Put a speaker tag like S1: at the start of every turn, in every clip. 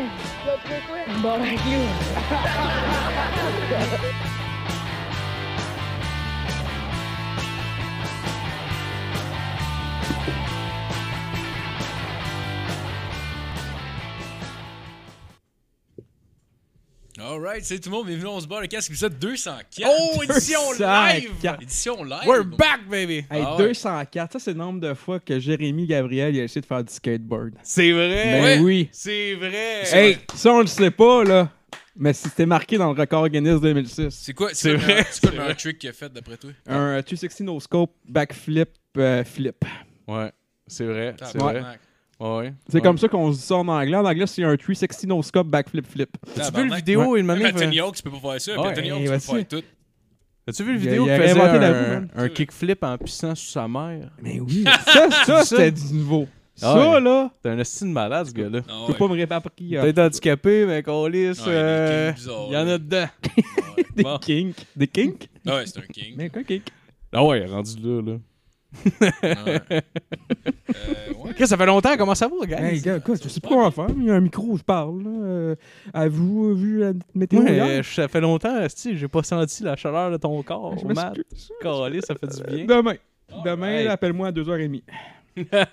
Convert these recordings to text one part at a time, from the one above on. S1: up real quick?
S2: But like you.
S3: Alright, c'est tout le monde. Bienvenue, on se bat le casque, épisode 204.
S4: Oh, édition
S2: 204.
S4: live!
S3: Édition live.
S4: We're back, baby!
S2: Hey,
S3: Ah ouais.
S2: 204, ça c'est le nombre de fois que Jérémy Gabriel il a essayé de faire du skateboard.
S4: C'est vrai!
S2: Ben oui.
S4: Eh C'est vrai!
S2: Hey, ça on le sait pas là, mais c'était marqué dans le record Guinness 2006.
S3: C'est quoi, c'est quoi
S4: C'est
S3: le
S4: vrai,
S3: meilleur- c'est quoi le
S4: c'est
S3: meilleur
S4: vrai.
S3: trick qu'il a fait d'après toi?
S2: Un euh, 360 no scope backflip euh, flip.
S4: Ouais, c'est vrai, c'est
S3: Tabarnak.
S4: vrai. Ah, Ouais, Ah ouais.
S2: C'est comme ça qu'on se dit ça en anglais. En anglais, c'est un 360 no scope backflip flip.
S4: As-tu
S3: Tabarnak.
S4: vu le vidéo où il m'a
S3: Même
S4: mis...
S3: à Tony Hawk, tu peux pas faire ça. puis à
S4: Ouais,
S3: Tony Hawk,
S2: eh,
S3: tu peux
S2: vas-y.
S3: faire tout.
S4: As-tu vu le
S2: Il a-
S4: vidéo
S2: il
S4: qui
S2: a
S4: faisait
S2: réinventé la roue,
S4: un,
S2: man.
S4: un kickflip en pissant sur sa mère?
S2: Mais oui. Ça, ça c'était du nouveau.
S4: Ah
S2: Ça
S4: ouais.
S2: là,
S4: T'es un hostie de malade, ce gars-là.
S3: Ah
S2: je
S3: ouais.
S2: peux pas me euh, répatrier.
S4: T'es handicapé, mais qu'on lisse,
S3: Ouais, il y en a qui est
S4: euh,
S3: bizarre,
S4: il y en
S3: là. Ah
S4: a dedans.
S2: Des
S4: Bon.
S2: kinks. Des kinks?
S3: Ouais, c'est un king.
S2: Mais quoi, kink?
S4: Ah ouais, il est rendu là, là.
S3: Ah Ouais. Euh, ouais.
S4: Chris, ça fait longtemps, comment ça va, gars?
S2: Hey, gars, quoi, je sais pas comment faire. Il y a un micro, je parle. là. Euh, Avez-vous vu la météo hier?
S4: euh, ça fait longtemps, Esti, j'ai pas senti la chaleur de ton corps,
S2: Je
S4: Matt.
S2: m'excuse.
S4: Calé, ça fait du bien.
S2: Demain. Demain,
S4: Alright.
S2: appelle-moi à 2h30.
S3: Ouais.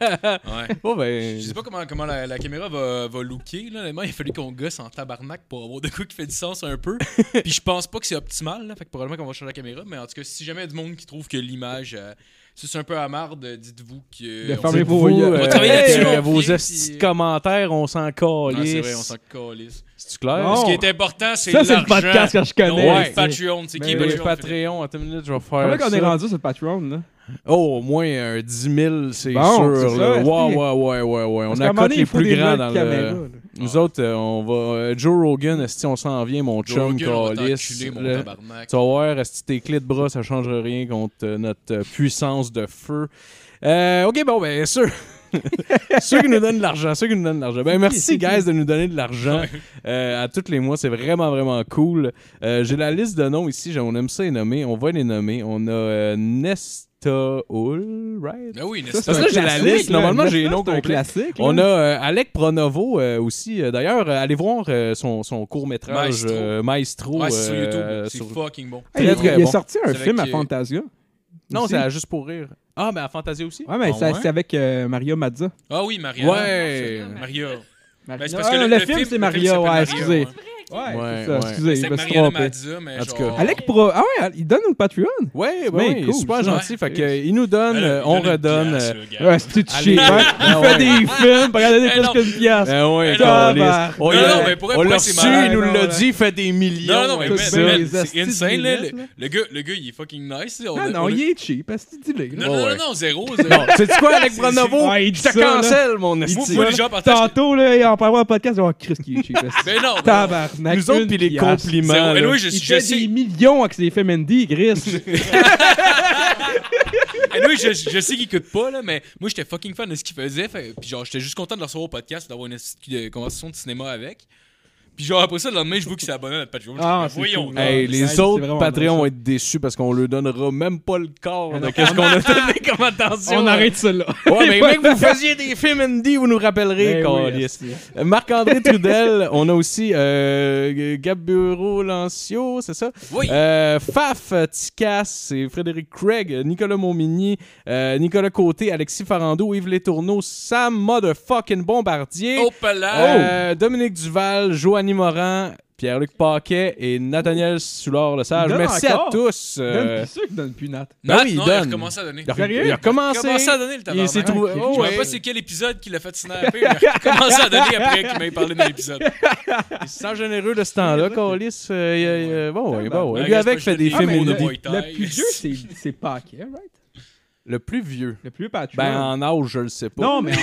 S4: Oh,
S3: Je
S2: Euh,
S4: ben.
S3: sais pas comment, comment la, la caméra va, va looker. Là. Honnêtement, il a fallu qu'on gosse en tabarnak pour avoir de quoi qui fait du sens un peu. Puis je pense pas que c'est optimal. Là. Fait que probablement qu'on va changer la caméra. Mais en tout cas, si jamais il y a du monde qui trouve que l'image, euh, si c'est un peu amarde, dites-vous que.
S2: De
S3: on-
S2: fermer
S4: Dites-vous,
S2: vos yeux.
S4: euh,
S2: On va
S3: travailler là-dessus, on
S4: euh, Vos
S3: revient,
S4: estis
S3: puis-
S4: de commentaires, on s'en
S3: Ah, c'est
S4: calisse.
S3: vrai, on s'en calisse.
S4: C'est-tu clair?
S2: Non.
S3: Ce qui est important, c'est
S2: Oh! Ça,
S3: l'argent.
S2: c'est le podcast que je connais.
S3: Ouais,
S2: c'est- Ben
S3: Patreon, c'est qui
S2: Mais
S4: Le
S3: Patreon?
S4: Patreon, attends une minute, je vais faire.
S2: Comment qu'on
S4: ça.
S2: est rendu sur Patreon, là?
S4: Oh, au moins un 10 000, c'est
S2: Bon,
S4: sûr.
S2: c'est
S4: là. ouais,
S2: ça, c'est-
S4: ouais, ouais, ouais, ouais. On
S2: Parce qu'à un
S4: accote
S2: moment donné,
S4: les
S2: il faut
S4: plus
S2: des
S4: grands
S2: lunettes
S4: dans
S2: caméra,
S4: le.
S2: là.
S4: Nous autres, euh, on va. euh, Joe Rogan, si on s'en vient, mon
S3: Joe
S4: chum,
S3: Rogan, on va
S4: calisse.
S3: t'enculer, mon
S4: là.
S3: tabarnak.
S4: Tu vas voir, si tes clés de bras, ça changera rien contre euh, notre euh, puissance de feu. Euh, ok, bon, ben, sûr. ceux qui nous donnent de l'argent, ceux qui nous donnent de l'argent. Ben, merci,
S2: c'est qui?
S4: guys, de nous donner de l'argent euh, à tous les mois. C'est vraiment, vraiment cool. Euh, J'ai la liste de noms ici. J'ai- On aime ça les nommer. On va les nommer. On a euh, Nesta Hull, right?
S3: Ben oui,
S2: Ça,
S3: n'est-ce pas?
S2: c'est
S4: Parce
S2: un
S4: que j'ai la
S2: classique,
S4: liste.
S2: là.
S4: Normalement,
S2: Le
S4: j'ai les
S2: Fest,
S4: noms
S2: c'est un
S4: complets.
S2: classique.
S4: On
S2: là.
S4: a euh, Alec Pronovo euh, aussi. Euh, D'ailleurs, euh, allez voir euh, son, son court-métrage
S3: Maestro.
S4: euh, Maestro.
S3: Ouais, c'est sur YouTube.
S4: euh,
S3: c'est
S4: sur-
S3: fucking bon. Ah
S2: Hey,
S4: très,
S2: il-
S4: très
S2: Il
S4: bon.
S2: a sorti un
S3: C'est
S2: film à
S3: avec, euh,
S2: Fantasia.
S4: Non,
S2: Aussi.
S4: c'est à juste pour rire.
S3: ben,
S4: Ah, mais à Fantasia aussi?
S2: Ouais, mais
S3: Ah
S2: ça-
S3: ouais?
S2: c'est avec euh, Maria Mazza.
S3: Ah oui, Maria.
S4: Ouais.
S3: Maria.
S2: Maria-
S3: Ben, c'est
S2: Non,
S3: parce que
S2: non,
S3: le-
S2: Ah, le
S3: le
S2: film,
S3: film-
S2: c'est
S3: le film
S2: Maria,
S3: s'appelle
S2: ouais,
S3: Maria,
S2: excusez.
S3: ouais.
S2: Ouais,
S4: Ouais,
S2: c'est ça,
S4: ouais.
S2: excusez,
S3: C'est
S2: je
S3: avec
S2: me suis
S3: Mariana
S2: trompé.
S3: Mazza, mais
S4: En tout cas.
S3: genre...
S2: Alec Pro... Ah ouais, il donne au Patreon?
S4: Ouais, ouais,
S2: Mais
S4: ouais,
S2: cool,
S4: super
S2: ça.
S4: gentil. Fait que,
S2: Ouais.
S4: il nous donne,
S3: Ben là,
S4: euh,
S3: il
S4: on
S3: donne une
S4: redonne.
S3: pièce,
S4: euh,
S3: le gars.
S2: Ouais, c'est tout
S4: Allez. Ah
S2: chier. hein. Il fait des films, pour regarder des
S3: Eh
S2: plus
S3: non.
S2: qu'une pièce.
S4: ben ouais,
S2: Tabarnak.
S4: câlisse. On
S3: Non,
S4: l'a-
S3: non, mais pour être
S4: on l'a
S3: vrai, c'est
S4: reçu,
S3: malade.
S4: il nous
S2: Non,
S4: l'a
S2: non,
S4: dit, il fait des millions.
S3: Non, non, mais
S4: avec
S3: mais-
S4: ça.
S2: man,
S3: mais
S2: les
S3: c'est
S2: astis de
S3: insane, là.
S2: lunettes,
S3: Le,
S2: là.
S3: le gars, le gars, il est fucking nice. là.
S4: Oh,
S3: On
S2: Ah
S3: a- on
S2: non,
S3: a-
S2: il est cheap, est-ce que tu dis
S3: Non,
S2: là?
S3: non,
S4: Ouais,
S3: non,
S4: ouais.
S3: non, zéro,
S4: Non,
S3: zéro.
S4: sais-tu quoi, Alec Branovo?
S2: Ouais, il dit
S4: je te
S2: ça, là.
S4: cancelle, mon
S3: Moi,
S4: esti.
S3: moi, les gens partagent...
S2: Tantôt, là, il en parlera au podcast, il va voir Chris qui est cheap. est-ce que-
S3: Ben non, ben non.
S2: Tabarnak.
S4: Nous autres,
S2: une
S4: puis les
S2: pièce.
S4: compliments.
S3: Zéro.
S4: là.
S3: Et oui, je,
S2: Il
S3: je
S2: fait
S3: sais,
S2: des millions avec ses films indie, Chris.
S3: Eh oui, je, je sais qu'il coûte pas, là, mais moi, j'étais fucking fan de ce qu'il faisait. fait- puis genre, j'étais juste content de le recevoir au podcast, d'avoir une esti de conversation de cinéma avec. Puis genre, après ça, le lendemain, je vois qu'il s'est abonné à notre Patreon. Je
S2: Ah,
S3: dis, ben
S2: c'est
S3: voyons.
S2: cool.
S3: donc.
S4: Hey,
S2: Ouais,
S4: les
S2: c'est
S4: autres
S2: vraiment
S4: Patreons
S2: drôle,
S4: vont
S2: ça.
S4: être déçus parce qu'on leur donnera même pas le corps
S2: Ah
S4: de
S2: non.
S4: qu'est-ce qu'on a donné comme attention.
S2: On arrête ça là.
S4: Ouais, mais mec, vous faisiez des films indie, vous nous rappellerez,
S2: Ben oui,
S4: câlisse.
S2: esti.
S4: Euh, Marc-André Trudel, on a aussi euh, Gaburo Lancio, c'est ça?
S3: Oui.
S4: Euh, Faf euh, Ticas, c'est Frédéric Craig, euh, Nicolas Montmigny, euh, Nicolas Côté, Alexis Farando, Yves Letourneau, Sam Motherfucking Bombardier,
S3: Oh, palais.
S4: euh, Dominique Duval, Joanie Morin, Pierre-Luc Paquet et Nathaniel Soulard-Lesage.
S2: Il donne
S4: Merci
S2: encore.
S4: à tous.
S2: Donne
S4: euh,
S2: plus sûr qu'il donne plus Nat.
S4: ben oui, il
S3: non,
S4: donne.
S3: il a recommencé à donner.
S4: il a-
S2: Sérieux?
S4: Il a
S3: Il a
S4: commencé.
S3: commencé à donner le
S4: Il
S3: tabarnak.
S4: s'est trouvé.
S2: ok.
S4: oh,
S3: Je
S4: ouais.
S3: sais pas c'est quel épisode qu'il a fait snapper, mais il a commencé à donner après qu'il m'ait parlé de l'épisode.
S4: Il se sent généreux de ce temps-là, Colis. Euh, il- il- euh, bon, ouais, bon, ouais.
S3: Ouais,
S4: Lui
S3: reste
S4: avec
S3: pas
S4: fait
S3: jeté
S4: des
S3: des
S4: films
S3: mots de
S4: indie.
S3: boy. Tight.
S2: Le plus vieux, c'est- c'est Paquet, right?
S4: Le plus vieux.
S2: Le plus vieux Patreon.
S4: Ben, en âge, je le sais pas.
S2: Non, mais. en-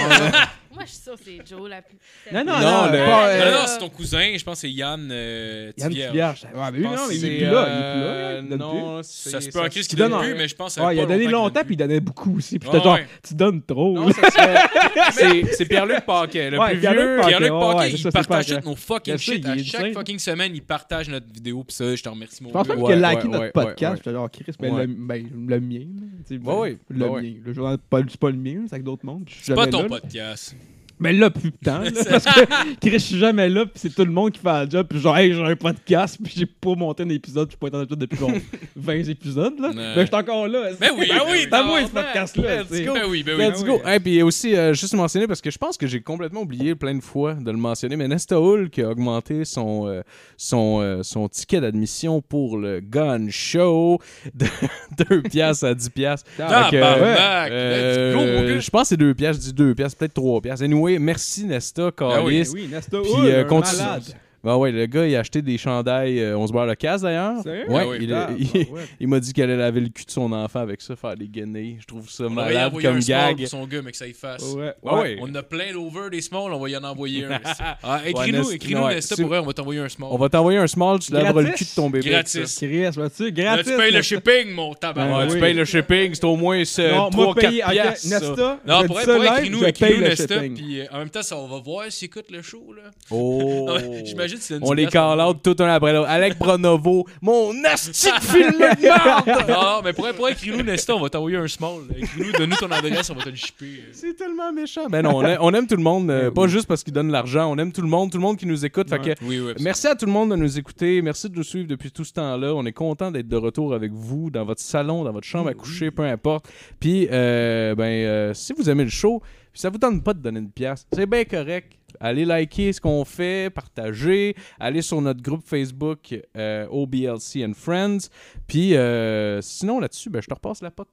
S5: Moi, je suis sûre que c'est Joe la plus.
S2: Non, non,
S4: Non,
S2: non.
S4: le-
S2: pas, euh,
S3: Non, non, c'est ton cousin, je pense que c'est Yann euh,
S2: Yann
S3: Tivierge.
S2: Tivierge. Ouais, mais oui,
S3: pense
S2: non,
S3: que
S2: mais il est
S3: c'est,
S2: plus là. Il est plus là. il donne
S4: euh, non, c'est-
S3: Ça se peut en crise qu'il
S2: donne
S3: donne
S2: en-
S3: plus, mais je pense que
S2: plus. Ouais, il a donné longtemps, puis il donnait beaucoup aussi. Puis j'étais
S3: Ouais,
S2: genre,
S3: ouais.
S2: tu donnes trop.
S4: Non, ça serait- c'est- C'est Pierre-Luc Paquet, le
S2: Ouais,
S4: plus
S2: Pierre-Luc
S4: vieux.
S2: Paquet.
S3: Pierre-Luc
S2: ouais,
S3: Paquet,
S2: ouais, c'est
S3: il
S2: ça, c'est
S3: partage
S2: pas
S3: toutes nos fucking
S2: Mais ça,
S3: shit.
S2: il
S3: À
S2: est
S3: chaque
S2: insane.
S3: fucking semaine, il partage notre vidéo, puis ça, je te remercie, mon
S2: Je pense
S3: gars.
S2: même
S4: Ouais,
S2: qu'il a liké
S4: ouais,
S2: notre
S4: ouais,
S2: podcast.
S4: ouais.
S2: J'étais genre, Chris, ben,
S4: Ouais.
S2: le, ben, le mien. là, tu sais,
S4: Ouais, ouais,
S2: Le
S4: ouais.
S2: mien. Le journal, pas, c'est pas le mien, c'est avec d'autres mondes.
S3: C'est pas ton podcast.
S2: Mais là, plus de temps. là, parce que Chris, je suis jamais là, puis c'est tout le monde qui fait la job. Puis genre, hey, j'ai un podcast, puis j'ai pas monté un épisode, je suis pas été en épisode depuis genre 20 épisodes. Là.
S3: Ouais.
S2: Ben, je suis encore là.
S3: Ben oui, ben oui,
S2: c'est à moi ce
S5: tabarnak.
S2: podcast-là. tu sais.
S3: Ben oui, ben oui.
S4: Let's go. Hey, puis aussi, euh, juste mentionner, parce que je pense que j'ai complètement oublié plein de fois de le mentionner, mais Nesta Hull qui a augmenté son, euh, son, euh, son ticket d'admission pour le Gun Show de 2 piastres à 10 piastres.
S3: Ah,
S4: Fait que,
S3: barnac,
S4: euh,
S3: let's go, mon gars.
S4: je pense que c'est 2 piastres, je dis 2 piastres, peut-être 3 piastres. Anyway, merci Nesta,
S3: Ben oui,
S2: Ben
S4: Carlis.
S2: oui, Nasta
S4: Puis,
S2: Hull,
S4: euh,
S2: un
S4: continue.
S2: malade.
S4: Ben ouais, le gars, il a acheté des chandails euh, On se barre le casse d'ailleurs.
S2: Sérieux?
S4: Ouais,
S3: Ah oui.
S4: il,
S2: Ah,
S4: il-
S2: ben ouais.
S4: il m'a dit qu'elle allait laver le cul de son enfant avec ça, faire des guenilles. Je trouve ça
S3: On va y
S4: malade
S3: envoyer
S4: comme
S3: un small
S4: gag.
S3: pour son gars, mais que ça y fasse.
S2: Ouais,
S4: Ah
S2: ouais.
S4: ouais.
S3: On a plein d'over des smalls, on va y en envoyer un. Ah, écris-nous,
S4: Nest-
S3: écris-nous,
S4: ouais,
S3: Nesta,
S4: si-
S3: pour vrai, on va t'envoyer un small.
S4: On va t'envoyer un small, tu laveras le
S2: Gratis?
S4: cul de ton bébé.
S3: Gratis.
S4: avec ça.
S2: Chris, vas-tu?
S3: Là,
S2: Gratis.
S3: tu payes le
S2: Nesta.
S3: shipping, mon
S4: Ouais,
S3: tabac.
S2: Ben
S4: Tu
S2: oui.
S4: payes le shipping, c'est au moins
S3: euh,
S4: c'est,
S2: Non, moi,
S4: 3-4
S2: payer. ok,
S4: piastres. ça.
S2: Nesta.
S3: Non, pour
S2: je dis
S3: vrai,
S2: ça
S3: pour vrai,
S2: live,
S3: écris-nous,
S2: je paye
S3: écris-nous,
S2: le
S3: Nesta,
S2: shipping.
S3: puis euh, en même temps, ça, on va voir s'il écoute le show, là.
S4: Oh.
S3: Ouais, J'imagine que c'est une
S4: On les
S3: petite place.
S4: call out tout un après l'autre. Alec Pronovo, mon asti de film de merde!
S3: Non, mais pour vrai, pour vrai, écris-nous, Nesta, on va t'envoyer un small. Écris-nous, donne-nous ton adresse, on va te le shipper.
S4: C'est tellement méchant. Ben non, on, a- on aime tout le monde, euh,
S2: Eh
S4: pas
S2: oui.
S4: juste parce qu'ils donnent l'argent, on aime tout le monde, tout le monde qui nous écoute. Fait
S2: Ouais.
S4: que,
S3: Oui, oui. absolument.
S4: merci à tout le monde de nous écouter, merci de nous suivre depuis tout ce temps-là. On est content d'être de retour avec vous dans votre salon, dans votre chambre à coucher, peu importe. Puis, euh, ben, euh, si vous aimez le show, puis ça vous tente pas de donner une pièce, c'est bien correct. Allez liker ce qu'on fait, partager, allez sur notre groupe Facebook euh, OBLC and Friends. Puis, euh, sinon là-dessus, ben, je te repasse la pote.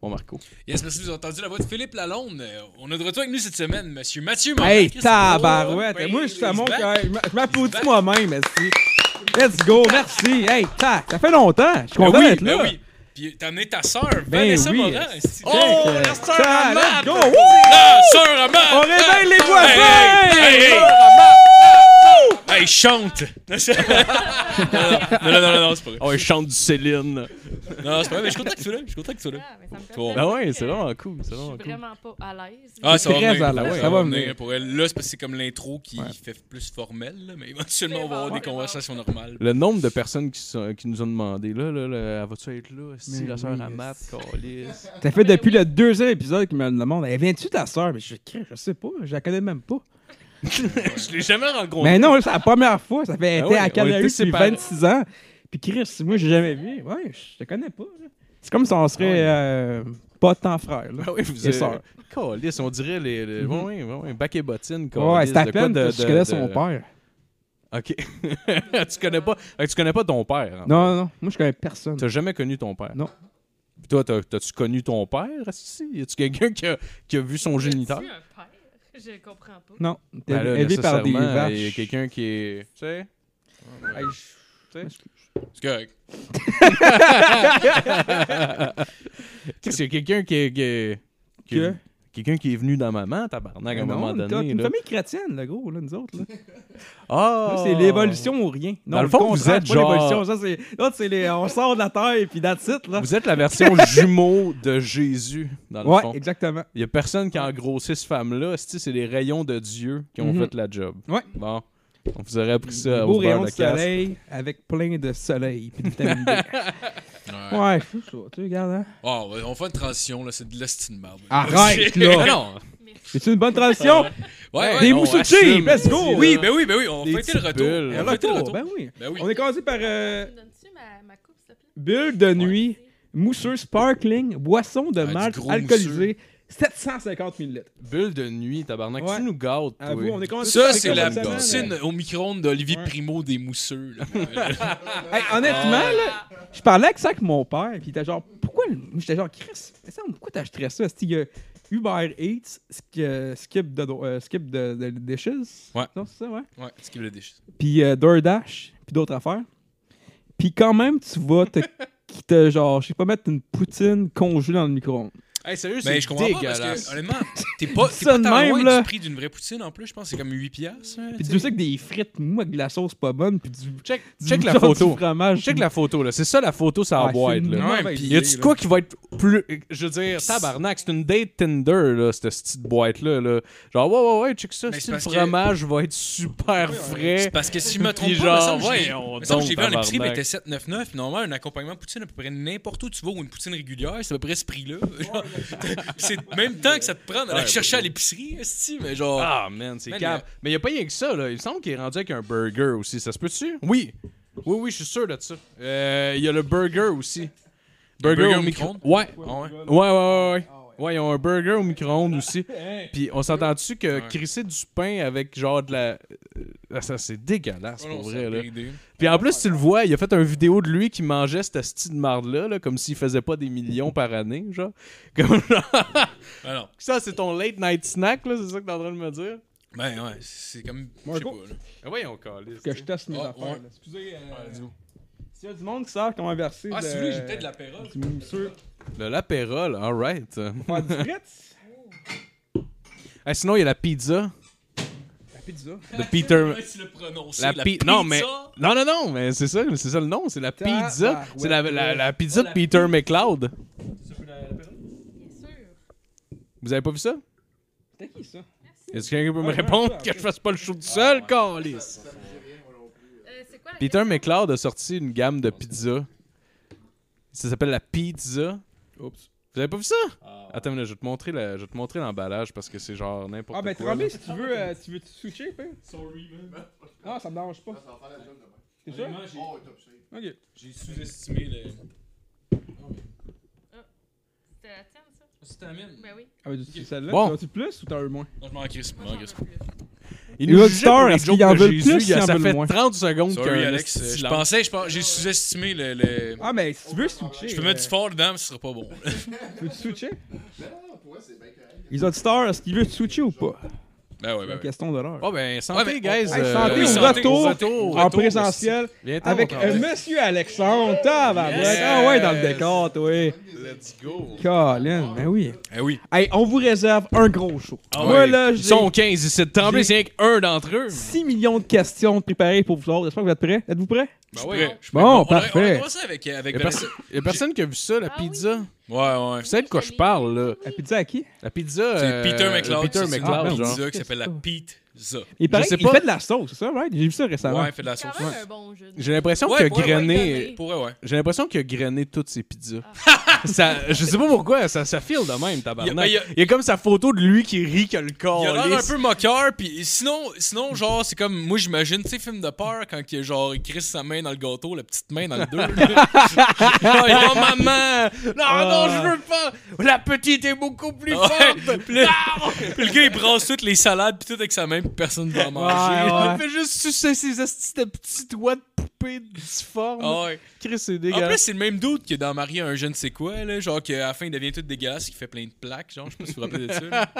S4: Bon, Marco.
S3: Yes, merci, vous avez entendu la voix de Philippe Lalonde. Euh, On a de retour avec nous cette semaine, monsieur Mathieu Morin.
S2: Hey,
S3: Christophe.
S2: tabarouette!
S3: Oh,
S2: Moi, je suis à mon
S3: he's back.
S2: hey, je m'a- je m'applaudis
S3: back.
S2: moi-même, merci. Let's go, merci! Hey, tac! Ça fait longtemps! Je suis
S3: Ben
S2: content
S3: oui,
S2: d'être
S3: ben
S2: là!
S3: oui. Puis t'as amené ta sœur,
S2: Ben
S3: Vanessa
S2: oui.
S3: Morin. esti.
S2: Check,
S3: Oh,
S2: euh,
S3: la sœur
S2: tac,
S3: à
S2: let's
S3: Matt.
S2: go! Wouh!
S3: La sœur à Matt.
S2: On réveille les voisins!
S3: Hey, hey, hey, hey.
S2: Sœur à
S3: Hey, chante! non, non, non, non, non, c'est pas vrai.
S4: Oh, il chante du Céline.
S3: Non, c'est pas vrai, mais je suis content que tu sois là. Je suis content que tu sois là.
S5: Ah, mais ça me fait
S3: Bon.
S5: plaisir
S4: Ah ouais, c'est
S5: que
S4: vraiment cool. C'est
S5: Je
S4: vraiment
S5: suis
S4: cool.
S5: vraiment pas à l'aise.
S3: Ah, ça va
S2: Très
S3: venir.
S2: à l'aise,
S3: ça, va venir. Pour elle, là, c'est parce que c'est comme l'intro qui fait plus formel, là, mais éventuellement, on va avoir
S5: Ouais.
S3: des conversations normales.
S4: Le nombre de personnes qui, sont- qui nous ont demandé, là, là, là vas-tu être là? Si
S2: Mais
S4: la soeur
S2: oui,
S4: à Matt, câlisse.
S2: Ça fait depuis le deuxième épisode qu'il me le demande. Elle vient-tu ta sœur? Mais je, Chris, je sais pas, je la connais même pas.
S3: Je l'ai jamais rencontré.
S2: Mais non, là, c'est la première fois. Ça fait
S4: Ah
S2: elle était
S4: ouais, on
S2: à Calgary
S4: était
S2: depuis
S4: séparés.
S2: 26 ans. Puis Chris, moi, j'ai jamais vu. Ouais, je te connais pas. là. C'est comme si on serait
S4: Ah ouais.
S2: euh, pas tant frère. Là.
S4: Ah oui, vous
S2: Et sœur.
S4: êtes. Câlisse, on dirait les. les
S2: Mhm.
S4: ouais, ouais, ouais, bac et bottine.
S2: Ouais, c'est à
S4: de quoi,
S2: peine
S4: de-
S2: que je
S4: de-
S2: connais
S4: de- Ah.
S2: son père.
S4: Ok. tu, connais pas, fait que tu connais pas ton père. hein?
S2: Non, non, non. Moi, je connais personne.
S4: T'as jamais connu ton père.
S2: Non.
S4: Puis toi, t'as- t'as-tu connu ton père? Si? Y a-tu quelqu'un qui a, qui a vu son géniteur?
S5: Je un père. Je comprends pas.
S2: Non. T'es
S4: Ben là,
S2: élevé par des
S4: nécessairement,
S2: vaches.
S4: il y a quelqu'un qui est. Tu sais?
S2: Hey, je-
S4: Tu sais?
S3: C'est correct.
S4: Qu'est-ce qu'il y a quelqu'un qui est. Qui est- qui est-
S2: Que?
S4: Quelqu'un qui est venu dans maman, tabarnak, à un
S2: Ben Non,
S4: moment
S2: une co-
S4: donné.
S2: Une
S4: là.
S2: famille chrétienne, là, gros, là, nous autres. Là.
S4: Ah!
S2: Là, c'est l'évolution ou rien. Non,
S4: Dans le fond, vous
S2: contraire,
S4: êtes
S2: c'est pas
S4: genre-
S2: l'évolution, ça, c'est- L'autre, c'est les... on sort de la terre et puis that's it, là.
S4: Vous êtes la version jumeau de Jésus, dans le
S2: Ouais,
S4: fond.
S2: exactement.
S4: Il y a personne qui a engrossi cette femme-là. Esti, C'est les rayons de Dieu qui ont
S2: Mhm.
S4: fait la job.
S2: Ouais.
S4: Bon, on vous aurait appris ça
S2: Beau
S4: au beurre
S2: rayon
S4: de
S2: de
S4: casse.
S2: soleil avec plein de soleil puis de vitamine D.
S3: Ouais.
S2: ouais, c'est ça. Tu regardes, hein?
S3: Ah, ouais, on fait une transition, là, c'est de l'estime marbre.
S2: Arrête,
S4: Ah
S2: là!
S4: non!
S2: C'est une bonne transition?
S3: Euh, Ouais, ouais,
S2: Des
S3: on-
S2: mousses
S4: assume.
S2: cheap! Let's go!
S3: Oui, ben oui, ben oui, on
S4: Des
S3: fêtait le
S4: petites
S3: retour.
S4: bulles.
S3: On
S2: Alors,
S3: fêtait le
S2: cours,
S3: retour.
S2: ben oui.
S3: Ben oui.
S2: On est causé par
S5: Tu
S2: euh,
S5: me donnes-tu ma, ma coupe, s'il te plaît?
S2: bulles de nuit, mousseux sparkling, boisson de
S3: Ah, du
S2: malt
S3: gros
S2: alcoolisée, 750 ml.
S4: Bulle de nuit, tabarnak.
S2: Ouais.
S4: Tu nous gâtes,
S2: À
S4: toi.
S2: vous, on est causé
S3: Ça,
S2: par-
S3: c'est la
S2: semaine,
S3: piscine au micro-ondes d'Olivier
S2: Ouais.
S3: Primo des mousseux. là.
S2: euh. Hey, honnêtement, là, je parlais avec ça avec mon père, puis il était genre, pourquoi. le- J'étais genre, Chris, mais ça, pourquoi t'achèterais ça? Est-ce qu'il y a Uber Eats, sk- euh, Skip de, euh, skip de, de- de Dishes?
S3: Ouais.
S2: Non, c'est ça, ouais.
S3: ouais, ce qu'il a déchiré.
S2: puis euh, DoorDash, puis d'autres affaires. Puis quand même, tu vas te, qui te genre, je sais pas, mettre une poutine congelée dans le micro-ondes.
S4: Hey, sérieux,
S3: Mais
S4: c'est
S3: Ben, je comprends pas parce
S4: dégueulasse.
S3: que, honnêtement, t'es pas, t'es
S2: Ça
S3: pas
S2: de
S3: tant
S2: même,
S3: loin
S2: là.
S3: du prix d'une vraie poutine en plus. Je pense que c'est comme 8$. piastres, hein,
S2: Puis
S3: tu
S2: tu
S3: sais.
S2: sais que des frites mou avec de la sauce pas bonne, puis du,
S4: Check,
S2: du
S4: check la
S2: genre
S4: photo.
S2: du fromage.
S4: Check la photo, là. C'est ça, la photo, ça
S2: Ah,
S4: en
S2: c'est
S4: boîte,
S2: une
S4: là.
S3: Ouais,
S2: mauvaise
S3: puis
S2: idée,
S4: Y a-tu
S2: là.
S4: de quoi qui va être plus. Je veux dire, tabarnak, c'est une date Tinder, là, cette petite boîte-là. Là. Genre, ouais, ouais, ouais, check ça.
S3: Mais
S4: si
S3: Ben, c'est
S4: Le
S3: parce que-
S4: fromage va être super
S3: C'est
S4: frais.
S3: parce que si je me trompe
S4: Puis
S3: pas,
S4: genre,
S3: me semble que je l'ai-
S4: voyons
S3: me semble que
S4: donc,
S3: j'ai vu en épicerie, mais
S4: tabarnak.
S3: était 7,99. Puis normalement, un accompagnement poutine à peu près n'importe où tu vas ou une poutine régulière, c'est à peu près ce prix-là. Genre, C'est même temps que ça te prend d'aller
S4: Ouais,
S3: chercher à l'épicerie, esti, mais genre.
S4: Ah, man, c'est
S3: Man,
S4: cap. Mais il n'y a pas rien que ça, là. Il me semble qu'il est rendu avec un burger aussi. Ça se peut-tu? Oui. Oui, oui, je suis sûr de ça. Euh, Il y a le burger aussi.
S3: burger au
S4: micro-
S3: micro-ondes?
S4: Ouais.
S3: Ah ouais.
S4: Ouais, ouais, ouais, ouais. Ouais, ils ont un burger au micro-ondes aussi. Puis on s'entend-tu que
S3: Ouais.
S4: crisser du pain avec genre de la. euh, ah, ça, c'est dégueulasse
S3: Oh
S4: pour
S3: non,
S4: vrai,
S3: c'est
S4: là.
S3: une idée.
S4: Puis en plus, tu le vois, il a fait une vidéo de lui qui mangeait cette style de marde-là, là, comme s'il faisait pas des millions par année, genre. Comme genre,
S3: Ah non.
S4: ça, c'est ton late night snack, là, c'est ça que t'es en train de me dire?
S3: Ben ouais, c'est comme. Je sais
S2: Marco?
S3: pas, là.
S4: Ah voyons, calisse.
S2: que je teste mes
S3: Ah,
S2: affaires.
S3: ouais.
S2: là. Excusez, euh,
S3: Ouais, let's go.
S2: s'il y a du monde qui savent comment verser.
S3: Ah,
S2: de-
S3: si vous voulez, j'ai peut-être de la pérole.
S2: Du mousseux.
S4: Le l'apérole, alright.
S2: Faire du fritz.
S4: Ah, sinon, il y a la pizza
S2: La pizza.
S4: de Peter.
S3: Ouais, tu l'as prononcé.
S4: La,
S3: La,
S4: pi-
S3: pizza.
S4: Non, mais. Non, non, non, mais c'est ça, c'est ça le nom, c'est la pizza.
S2: Tabarouette.
S4: C'est la, la- la pizza
S3: Oh,
S4: de
S3: la
S4: Peter McLeod.
S5: Bien sûr.
S4: Vous avez pas vu ça?
S2: C'était qui ça
S4: Est-ce que quelqu'un peut me
S2: Ouais,
S4: répondre
S2: ouais,
S4: que je fasse pas le show tout seul, calisse?
S5: Euh, c'est quoi la
S4: Peter
S5: question?
S4: McLeod a sorti une gamme de pizza. Ça s'appelle la pizza.
S2: Oups.
S4: Vous avez pas vu ça?
S3: Ah,
S4: Attends, une minute, je vais te montrer la- je vais te montrer l'emballage parce que c'est genre n'importe
S2: Ah, ben
S4: quoi. là.
S2: Tremblay, si tu veux, euh, tu veux te switcher, peu
S3: Sorry, man.
S2: Non, ça me dérange pas.
S1: Ça va faire la job demain.
S2: T'es sûr
S3: Honnêtement, j'ai-
S1: Oh, top shape.
S2: Ok.
S3: J'ai sous-estimé le.
S5: C'était la tienne, ça?
S3: C'était la mienne.
S5: Ben oui.
S2: Ah, ben, tu- tu celle-là.
S4: Bon.
S2: Bon. Tu plus ou t'en veux moins
S3: Non, je m'en crisse. Je
S5: Moi,
S3: m'en
S5: j'en
S3: crisse.
S5: veux plus.
S4: Il
S2: Les
S4: nous jugeait
S2: auditeurs,
S4: pour les
S2: est-ce qu'ils
S4: jokes
S2: en
S4: de
S2: veulent
S4: Jésus,
S2: plus,
S4: il y a-
S2: ils en
S4: ça
S2: veulent
S4: fait
S2: moins?
S4: 30 secondes
S3: Sorry,
S4: qu'un
S3: Alex. euh, Je
S4: silence.
S3: pensais, je pense- j'ai sous-estimé le. le-
S2: Ah, mais si tu veux switcher.
S3: Je peux mettre du
S2: euh,
S3: fort dedans, mais ce sera pas bon.
S2: Tu veux te switcher
S1: Mais Ben non, pour moi, c'est bien correct.
S2: Les auditeurs, est-ce qu'ils veulent te switcher ou pas
S3: Ben ouais,
S2: C'est
S3: ben
S2: une
S3: ouais.
S2: question de l'heure.
S4: Oh ben santé
S3: Ouais, mais
S4: guys.
S3: on-
S2: Hey,
S4: euh,
S2: santé,
S3: oui,
S2: au
S3: santé,
S2: Oh, retour,
S3: au retour, au
S2: en
S3: retour,
S2: présentiel,
S4: Viens-t'en,
S2: avec
S4: mon
S2: euh,
S4: grand.
S2: Monsieur Alexandre, tabarnak.
S3: Yes.
S2: Ah ouais, dans le décor, toi.
S4: Let's go.
S2: Colin, ben oui.
S3: Eh oui.
S2: Hey, on vous réserve un gros show.
S3: Ah
S2: Moi,
S3: ouais.
S2: là,
S4: Ils
S2: j'ai
S4: sont 15 ici. de Tremblay, c'est rien qu'un d'entre eux.
S2: 6 millions de questions de préparées pour vous autres. J'espère que vous êtes prêts. Êtes-vous prêts?
S3: Ben
S4: suis
S3: ouais.
S4: prêt.
S3: je suis
S2: Bon,
S3: prêt. on a- On
S2: parfait.
S3: a commencé avec, euh, avec
S4: Il y a
S3: Vanessa.
S4: personne- y a personne qui a vu ça, la
S5: Ah
S4: pizza.
S3: Ouais, ouais.
S4: Vous savez de quoi je parle, là?
S2: La pizza à qui?
S4: La pizza.
S3: C'est
S4: euh,
S3: Peter McLeod.
S4: Peter
S3: c'est ça,
S4: McLeod,
S3: une
S4: genre.
S3: pizza qui s'appelle la pizza.
S2: Il paraît
S4: sais
S2: qu'il
S4: pas.
S2: fait de la sauce, c'est ça, right? J'ai vu ça récemment.
S3: Ouais, il fait de la
S5: C'est
S3: sauce.
S5: quand même un bon jeu. de-
S4: J'ai l'impression
S3: Ouais,
S4: qu'il a
S3: ouais, ouais.
S4: grainé.
S3: Pour vrai, ouais.
S4: J'ai l'impression qu'il a grainé toutes ses pizzas.
S3: Ah.
S4: ça, je sais pas pourquoi, ça, ça file de même, tabarnak.
S3: Il y a-
S4: Il
S3: il
S4: y,
S3: y
S4: a,
S3: a-
S4: comme sa photo de lui qui rit que le corps.
S3: Il a l'air un
S4: lisse.
S3: peu moqueur, puis sinon, sinon genre, c'est comme, moi j'imagine, tu sais, film de peur, quand il, genre, il crisse sa main dans le gâteau, la petite main dans le deux.
S4: Ah, il est dans ma main. Non,
S2: Ah.
S4: non, je veux pas! La petite est beaucoup plus
S3: Ouais.
S4: forte!
S3: Puis le, puis le gars, il brasse toutes les salades, puis tout avec sa main, puis personne ne va en manger.
S2: Ouais, ouais.
S4: Il fait juste sucer ses astuces de petits doigts de poupée disforme.
S3: Ah ouais.
S4: Chris, c'est
S3: En plus,
S4: dégueulasse.
S3: c'est le même doute que dans Marie un je ne sais quoi, là, genre qu'à la fin, il devient tout dégueulasse, qu'il fait plein de plaques, genre, je sais pas si vous vous rappelez de ça. là.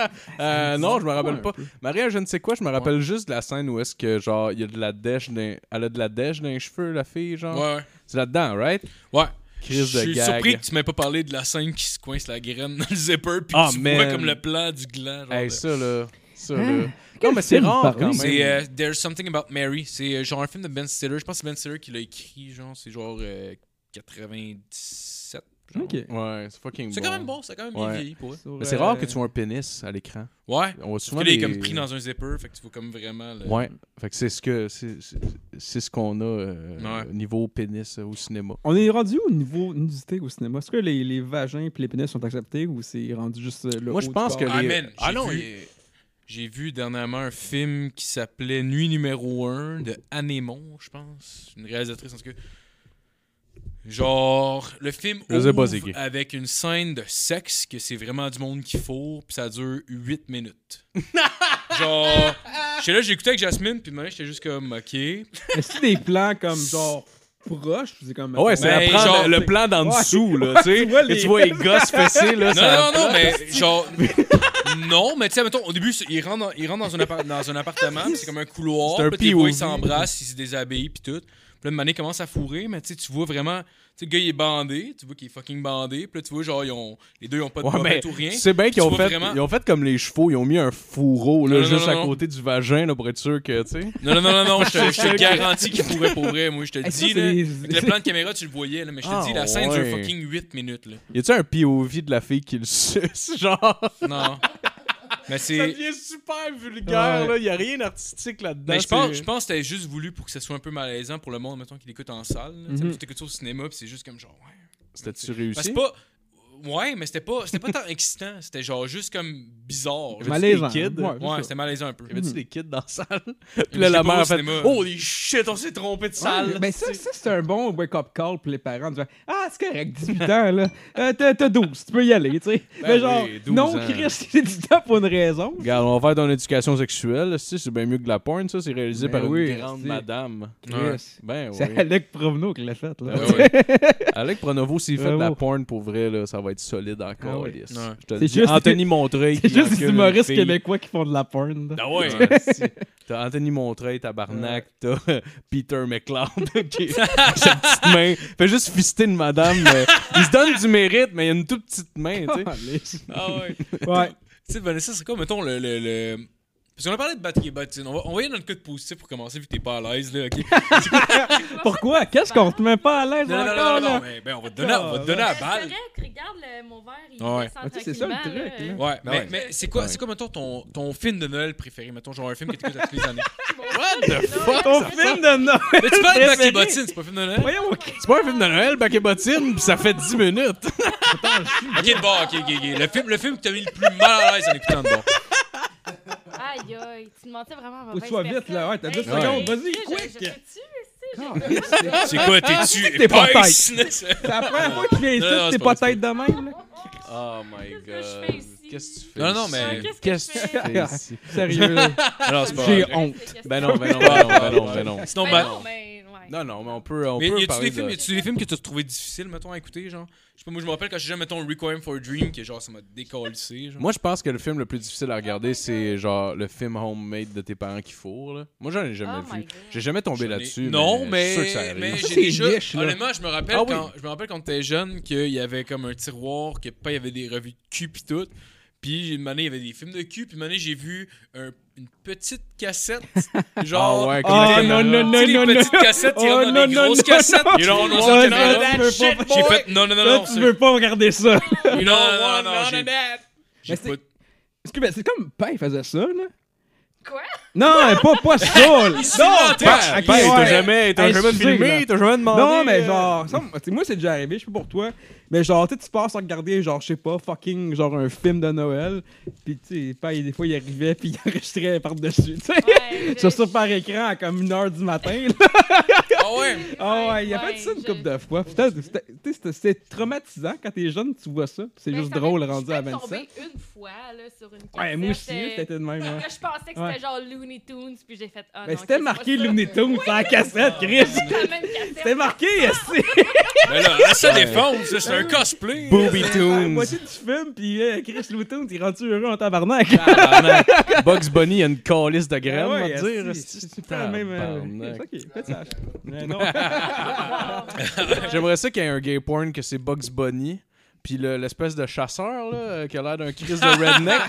S4: Euh, non, je me rappelle
S2: Ouais,
S4: pas. Maria, je ne sais quoi, je me rappelle juste de la scène où est-ce que, genre, il y a de la dèche d'un... Elle a de la dèche d'un cheveu, la fille, genre.
S3: Ouais, ouais.
S4: C'est là-dedans, right?
S3: Ouais.
S4: Crise
S3: je
S4: de
S3: suis
S4: gag.
S3: surpris que tu m'aies pas parlé de la scène qui se coince la graine dans le zipper, puis
S4: Ah,
S3: tu vois
S4: man.
S3: comme le plan du gland. Genre,
S4: Hey,
S3: de-
S4: ça, là. Ça,
S2: Hein?
S4: là. Non,
S2: Quel
S4: mais c'est
S2: film
S4: rare
S2: parlez?
S4: quand même.
S3: C'est euh, There's Something About Mary. C'est euh, genre un film de Ben Stiller. Je pense que c'est Ben Stiller qui l'a écrit, genre, c'est genre euh, 97. genre.
S2: Ok.
S4: Ouais, c'est fucking
S3: C'est
S4: bon.
S3: quand même bon, c'est quand même
S4: Ouais.
S3: bien vieilli pour eux.
S4: Mais c'est
S2: euh,
S4: rare que tu vois un pénis à l'écran.
S3: Ouais.
S4: On voit
S3: Parce
S4: souvent
S3: que là, il est
S4: des-
S3: comme pris dans un zipper, fait que tu vois comme vraiment. le-
S4: Ouais. Fait que c'est ce que c'est c'est- c'est ce qu'on a euh,
S3: Ouais.
S4: niveau pénis euh, au cinéma.
S2: On est rendu au niveau nudité au cinéma? Est-ce que les, les vagins et les pénis sont acceptés ou c'est rendu juste euh, le
S4: Moi, je
S2: haut du
S4: pense
S2: corps?
S4: que les-
S3: Ah, man,
S4: Ah
S3: j'ai
S4: non,
S3: vu- J'ai vu dernièrement un film qui s'appelait Nuit numéro 1 de Anémon, je pense. Une réalisatrice, en tout cas. Genre, le film
S4: Je sais pas
S3: ouvre
S4: c'est qui.
S3: avec une scène de sexe que c'est vraiment du monde qui faut, puis ça dure 8 minutes. genre, j'étais là, j'ai écouté avec Jasmine, puis demain, j'étais juste comme, ok.
S2: Ah, Est-ce que des plans comme genre proches? ou C'est comme,
S4: Ah ouais, c'est
S3: Ben,
S4: la plan-
S3: genre-
S4: le plan d'en dessous, là, tu sais.
S2: Tu vois
S4: Et
S2: les-
S4: tu vois les gosses fessés, là.
S3: Non,
S4: ça-
S3: non, non, mais genre. non, mais tu sais, mettons, au début, c'est- ils rentrent dans, ils rentrent dans, un, appart- dans un appartement, puis c'est comme un couloir.
S4: C'est un
S3: puis là, tu les vois, ils
S4: POV.
S3: s'embrassent, ils se déshabillent, puis tout. Puis là, une année, commence à fourrer, mais tu sais, tu vois vraiment. Tu sais, le gars, il est bandé, tu vois qu'il est fucking bandé, puis là, tu vois, genre, ils ont, les deux, ils ont pas de
S4: Ouais, mais
S3: pommette ou rien.
S4: tu sais bien qu'ils
S3: Tu
S4: ont,
S3: vois
S4: fait-
S3: vraiment-
S4: ils ont fait comme les chevaux, ils ont mis un fourreau là,
S3: Non, non,
S4: juste
S3: non,
S4: à
S3: non.
S4: côté du vagin là, pour être sûr que, tu sais.
S3: Non, non, non, non, non, je te- je te garantis qu'il pourrait pour vrai, moi, je te le
S2: Hey, ça,
S3: dis,
S2: c'est-
S3: là. Avec le plan de caméra, tu le voyais, là, mais je te
S4: Ah,
S3: dis, la scène
S4: ouais.
S3: dure fucking 8 minutes, là.
S4: Y a-tu un POV de la fille qui le suce, genre?
S3: Non. Mais
S4: Ça
S3: c'est.
S4: devient super vulgaire,
S2: Ouais.
S4: là. Y a rien d'artistique là-dedans.
S3: Mais Ben, je pense,
S4: c'est-
S3: je pense que c'était juste voulu pour que ça soit un peu malaisant pour le monde, mettons, qui l'écoute en salle. là. Tu sais,
S2: Mhm.
S3: Tu t'écoutes ça au cinéma, puis c'est juste comme genre, ouais.
S4: C'était-tu
S3: Parce que
S4: réussi?
S3: pas. Ouais, mais c'était pas, c'était pas tant excitant. C'était genre juste comme bizarre.
S4: Avais-tu
S2: Malaisant.
S4: des kids?
S2: hein? Ouais, c'est
S3: Ouais,
S2: ça.
S3: c'était malaisant un peu.
S4: Y avait-tu
S2: Hmm.
S4: des kids dans la salle?
S3: Je
S4: Puis là, la
S3: sais pas,
S4: mère
S3: au
S4: a fait oh,
S3: cinéma.
S4: Holy shit, on s'est trompé de salle!
S2: Ouais, ben ça, ça c'est un bon wake-up call pour les parents. en disant, ah, c'est correct, 18 ans, là. Euh, t'as, t'as 12, tu peux y aller, tu sais.
S4: Ben
S2: mais genre,
S4: oui, 12
S2: non,
S4: ans.
S2: Chris, c'est 18 ans pour une raison.
S4: Regarde, on va faire ton éducation sexuelle. Si, c'est bien mieux que de la porn, ça. C'est réalisé
S2: Ben
S4: par
S2: oui,
S4: une grande
S2: si.
S4: madame.
S2: Chris.
S3: Ouais.
S4: Ben
S2: C'est
S4: oui.
S2: Alec Provenot qui l'a fait, là.
S4: Ben
S3: Ouais,
S4: Alec Pronovo, s'il fait de la
S2: Bravo.
S4: porn pour vrai, là, ça va être solide
S2: Ah
S4: encore.
S2: ouais.
S4: lisse.
S3: Ouais.
S4: Je te le
S2: C'est
S4: dis,
S2: juste-
S4: Anthony Montreuil.
S2: C'est
S4: qui
S2: juste
S4: encule
S2: des
S4: une
S2: humoristes
S4: fille.
S2: québécois qui font de la porn. là.
S3: Ah ouais.
S4: Ouais, si. T'as Anthony Montreuil, tabarnak. T'as Peter McLeod qui a sa petite main. Fait juste fister une madame. mais il se donne du mérite, mais il a une toute petite main, tu sais.
S2: Oh, Calisse.
S3: Ah ouais. Tu
S2: Ouais.
S3: sais, Vanessa, c'est quoi, mettons, le. le, le- Parce qu'on a parlé de battre les bottes. tu sais. On va envoyer notre code positif pour commencer, vu que t'es pas à l'aise, là, ok?
S2: Pourquoi? Qu'est-ce qu'on te met pas à l'aise
S3: Non, non, non, non,
S2: encore,
S3: non,
S2: là?
S3: mais ben, on va te donner, on va te donner la
S5: C'est
S3: balle.
S5: correct, regarde le- mon verre, il euh,
S3: Ouais.
S5: descend
S2: Ah, tu sais, c'est ça, le
S5: tranquillement,
S2: truc, là.
S3: Ouais, mais,
S4: Ben ouais.
S3: mais c'est quoi,
S4: Ouais.
S3: c'est quoi, mettons, ton, ton film de Noël préféré? Mettons, genre un film que t'écoutes à tous les années.
S5: What
S4: the fuck?
S2: Ton film de Noël!
S3: Mais tu parles de Bac
S2: Préféré.
S3: et Bottine, c'est pas un film de Noël?
S2: Voyons,
S4: C'est pas un film de Noël, bac et bottine, pis ça fait 10 minutes.
S3: Ok, bon, ok, ok, ok. Le film, le film qui t'a mis le plus mal à l'aise en écoutant de bon.
S5: Aïe, aïe, tu demandais vraiment à Ben,
S2: Faut que tu sois vite, là. Ouais, t'as 10
S4: secondes.
S2: Vas-y,
S5: quick!
S2: quick.
S3: C'est quoi, t'es-tu
S2: t'es pas
S3: épaisse?
S2: c'est la première fois que tu viens
S3: Non, non,
S2: ici,
S3: c'est
S2: t'es
S3: pas
S2: pas
S3: vrai,
S2: tête de même, là.
S4: Oh my
S5: Qu'est-ce que je fais ici? Ah,
S4: Qu'est-ce que tu fais?
S3: Non, non,
S4: ici?
S3: mais-
S5: Qu'est-ce que je fais?
S4: fais ici?
S2: Sérieux, là.
S4: Alors, c'est pas
S2: J'ai
S4: grave.
S2: honte.
S4: Ben non, ben non, ben non, ben non, ben non.
S3: Sinon,
S5: Ben
S3: ben-
S5: non, mais ouais.
S4: Non, non, mais on peut. On
S3: Mais
S4: peut
S3: y a-tu
S4: parler
S3: des films,
S4: de-
S3: y a-tu des films que t'as trouvé difficiles, mettons, à écouter, genre? Je sais pas, moi, je me rappelle quand j'ai joué, mettons, Requiem for a Dream, que genre, ça m'a décollissé, genre.
S4: Moi, je pense que le film le plus difficile à regarder, c'est genre le film Homemade de tes parents qui fourrent. là. Moi, j'en ai jamais
S5: Oh my
S4: vu.
S5: God.
S4: J'ai jamais tombé
S3: J'en ai-
S4: là-dessus.
S3: Non,
S4: je suis
S3: mais,
S4: sûr que ça arrive.
S3: mais
S2: Ça,
S3: j'ai
S2: c'est
S3: déjà.
S2: niche, là.
S3: honnêtement, je me rappelle
S4: Ah oui.
S3: quand je me rappelle quand t'étais jeune qu'il y avait comme un tiroir que pas il y avait des revues de cul pis tout. Puis une année, il y avait des films de cul, puis une année, j'ai vu un- une petite cassette genre
S4: Ah ouais, comme
S2: Oh,
S4: les
S2: non,
S4: caméras.
S2: non, non,
S3: tu sais, les
S2: non, non.
S3: petites cassettes, ils
S2: Oh,
S3: rentrent dans
S2: non,
S3: des
S2: non,
S3: grosses
S2: non,
S3: cassettes.
S2: non.
S3: Ils rentrent dans
S2: Oh,
S3: Centre
S2: ça,
S3: Canada.
S2: ça, tu peux pas-
S3: J'ai fait non non non
S2: Là,
S3: non.
S2: tu veux pas regarder ça.
S3: c'est- Non non non, non, j'ai- j'ai
S2: Mais
S3: pas-
S2: Parce que ben, c'est comme Pain faisait ça, là.
S5: Quoi?
S2: Non, pas, pas ça! là. Ah, Non,
S4: Ben,
S3: Ah,
S4: ben,
S2: Pain, ok,
S4: t'as
S2: ouais.
S4: jamais, t'as
S2: Hey,
S4: jamais
S2: excusez,
S4: filmé,
S2: là.
S4: t'as jamais demandé.
S2: Non, mais
S4: euh,
S2: genre, ça, tu sais, moi c'est déjà arrivé, je sais pas pour toi, mais genre, tu sais, tu passes à regarder, genre, je sais pas, fucking, genre un film de Noël, pis tu sais, pas, des fois il arrivait pis il enregistrait par-dessus, tu sais.
S5: Ouais,
S2: Sur
S5: je-
S2: ça par écran à comme 1h du matin, là.
S3: Ah ouais.
S2: Ah ouais, il a fait ça une
S5: je-
S2: couple de fois. Putain, c'était- tu sais, c'était- c'est traumatisant quand t'es jeune, tu vois ça, pis c'est
S5: Ben,
S2: juste
S5: ça m'est-
S2: drôle
S5: je
S2: rendu
S5: suis
S2: à
S5: peut-être
S2: 27.
S5: tombée une fois, là, sur une
S2: Ouais, moi aussi,
S5: cassette, euh,
S2: c'était de même, ouais.
S5: Là, je pensais que c'était
S2: Ouais.
S5: genre Looney Tunes, puis j'ai fait. Ah,
S2: Mais
S5: non,
S2: c'était
S5: ok,
S2: marqué
S5: c'est pas ça.
S2: Looney Tunes sur la cassette, Chris!
S5: C'est la même cassette.
S2: C'était marqué, esti!
S3: Mais là, là, ça défonce, ça, c'est un cosplay.
S4: Booby ah,
S2: La
S4: Toons.
S2: moitié du film, pis euh, Chris Looney Tunes, il rend-tu heureux en tabarnak?
S4: Tabarnak. Bugs Bunny a une calice de graines,
S2: Ah
S4: on
S2: ouais,
S4: va dire.
S2: esti,
S4: esti,
S2: C'est pas la même. euh,
S4: tabarnak.
S2: Ok, faites ça. Mais non. Ah
S4: J'aimerais ça qu'il y ait un gay porn que c'est Bugs Bunny. Puis le- l'espèce de chasseur là, euh, qui a l'air d'un Chris de redneck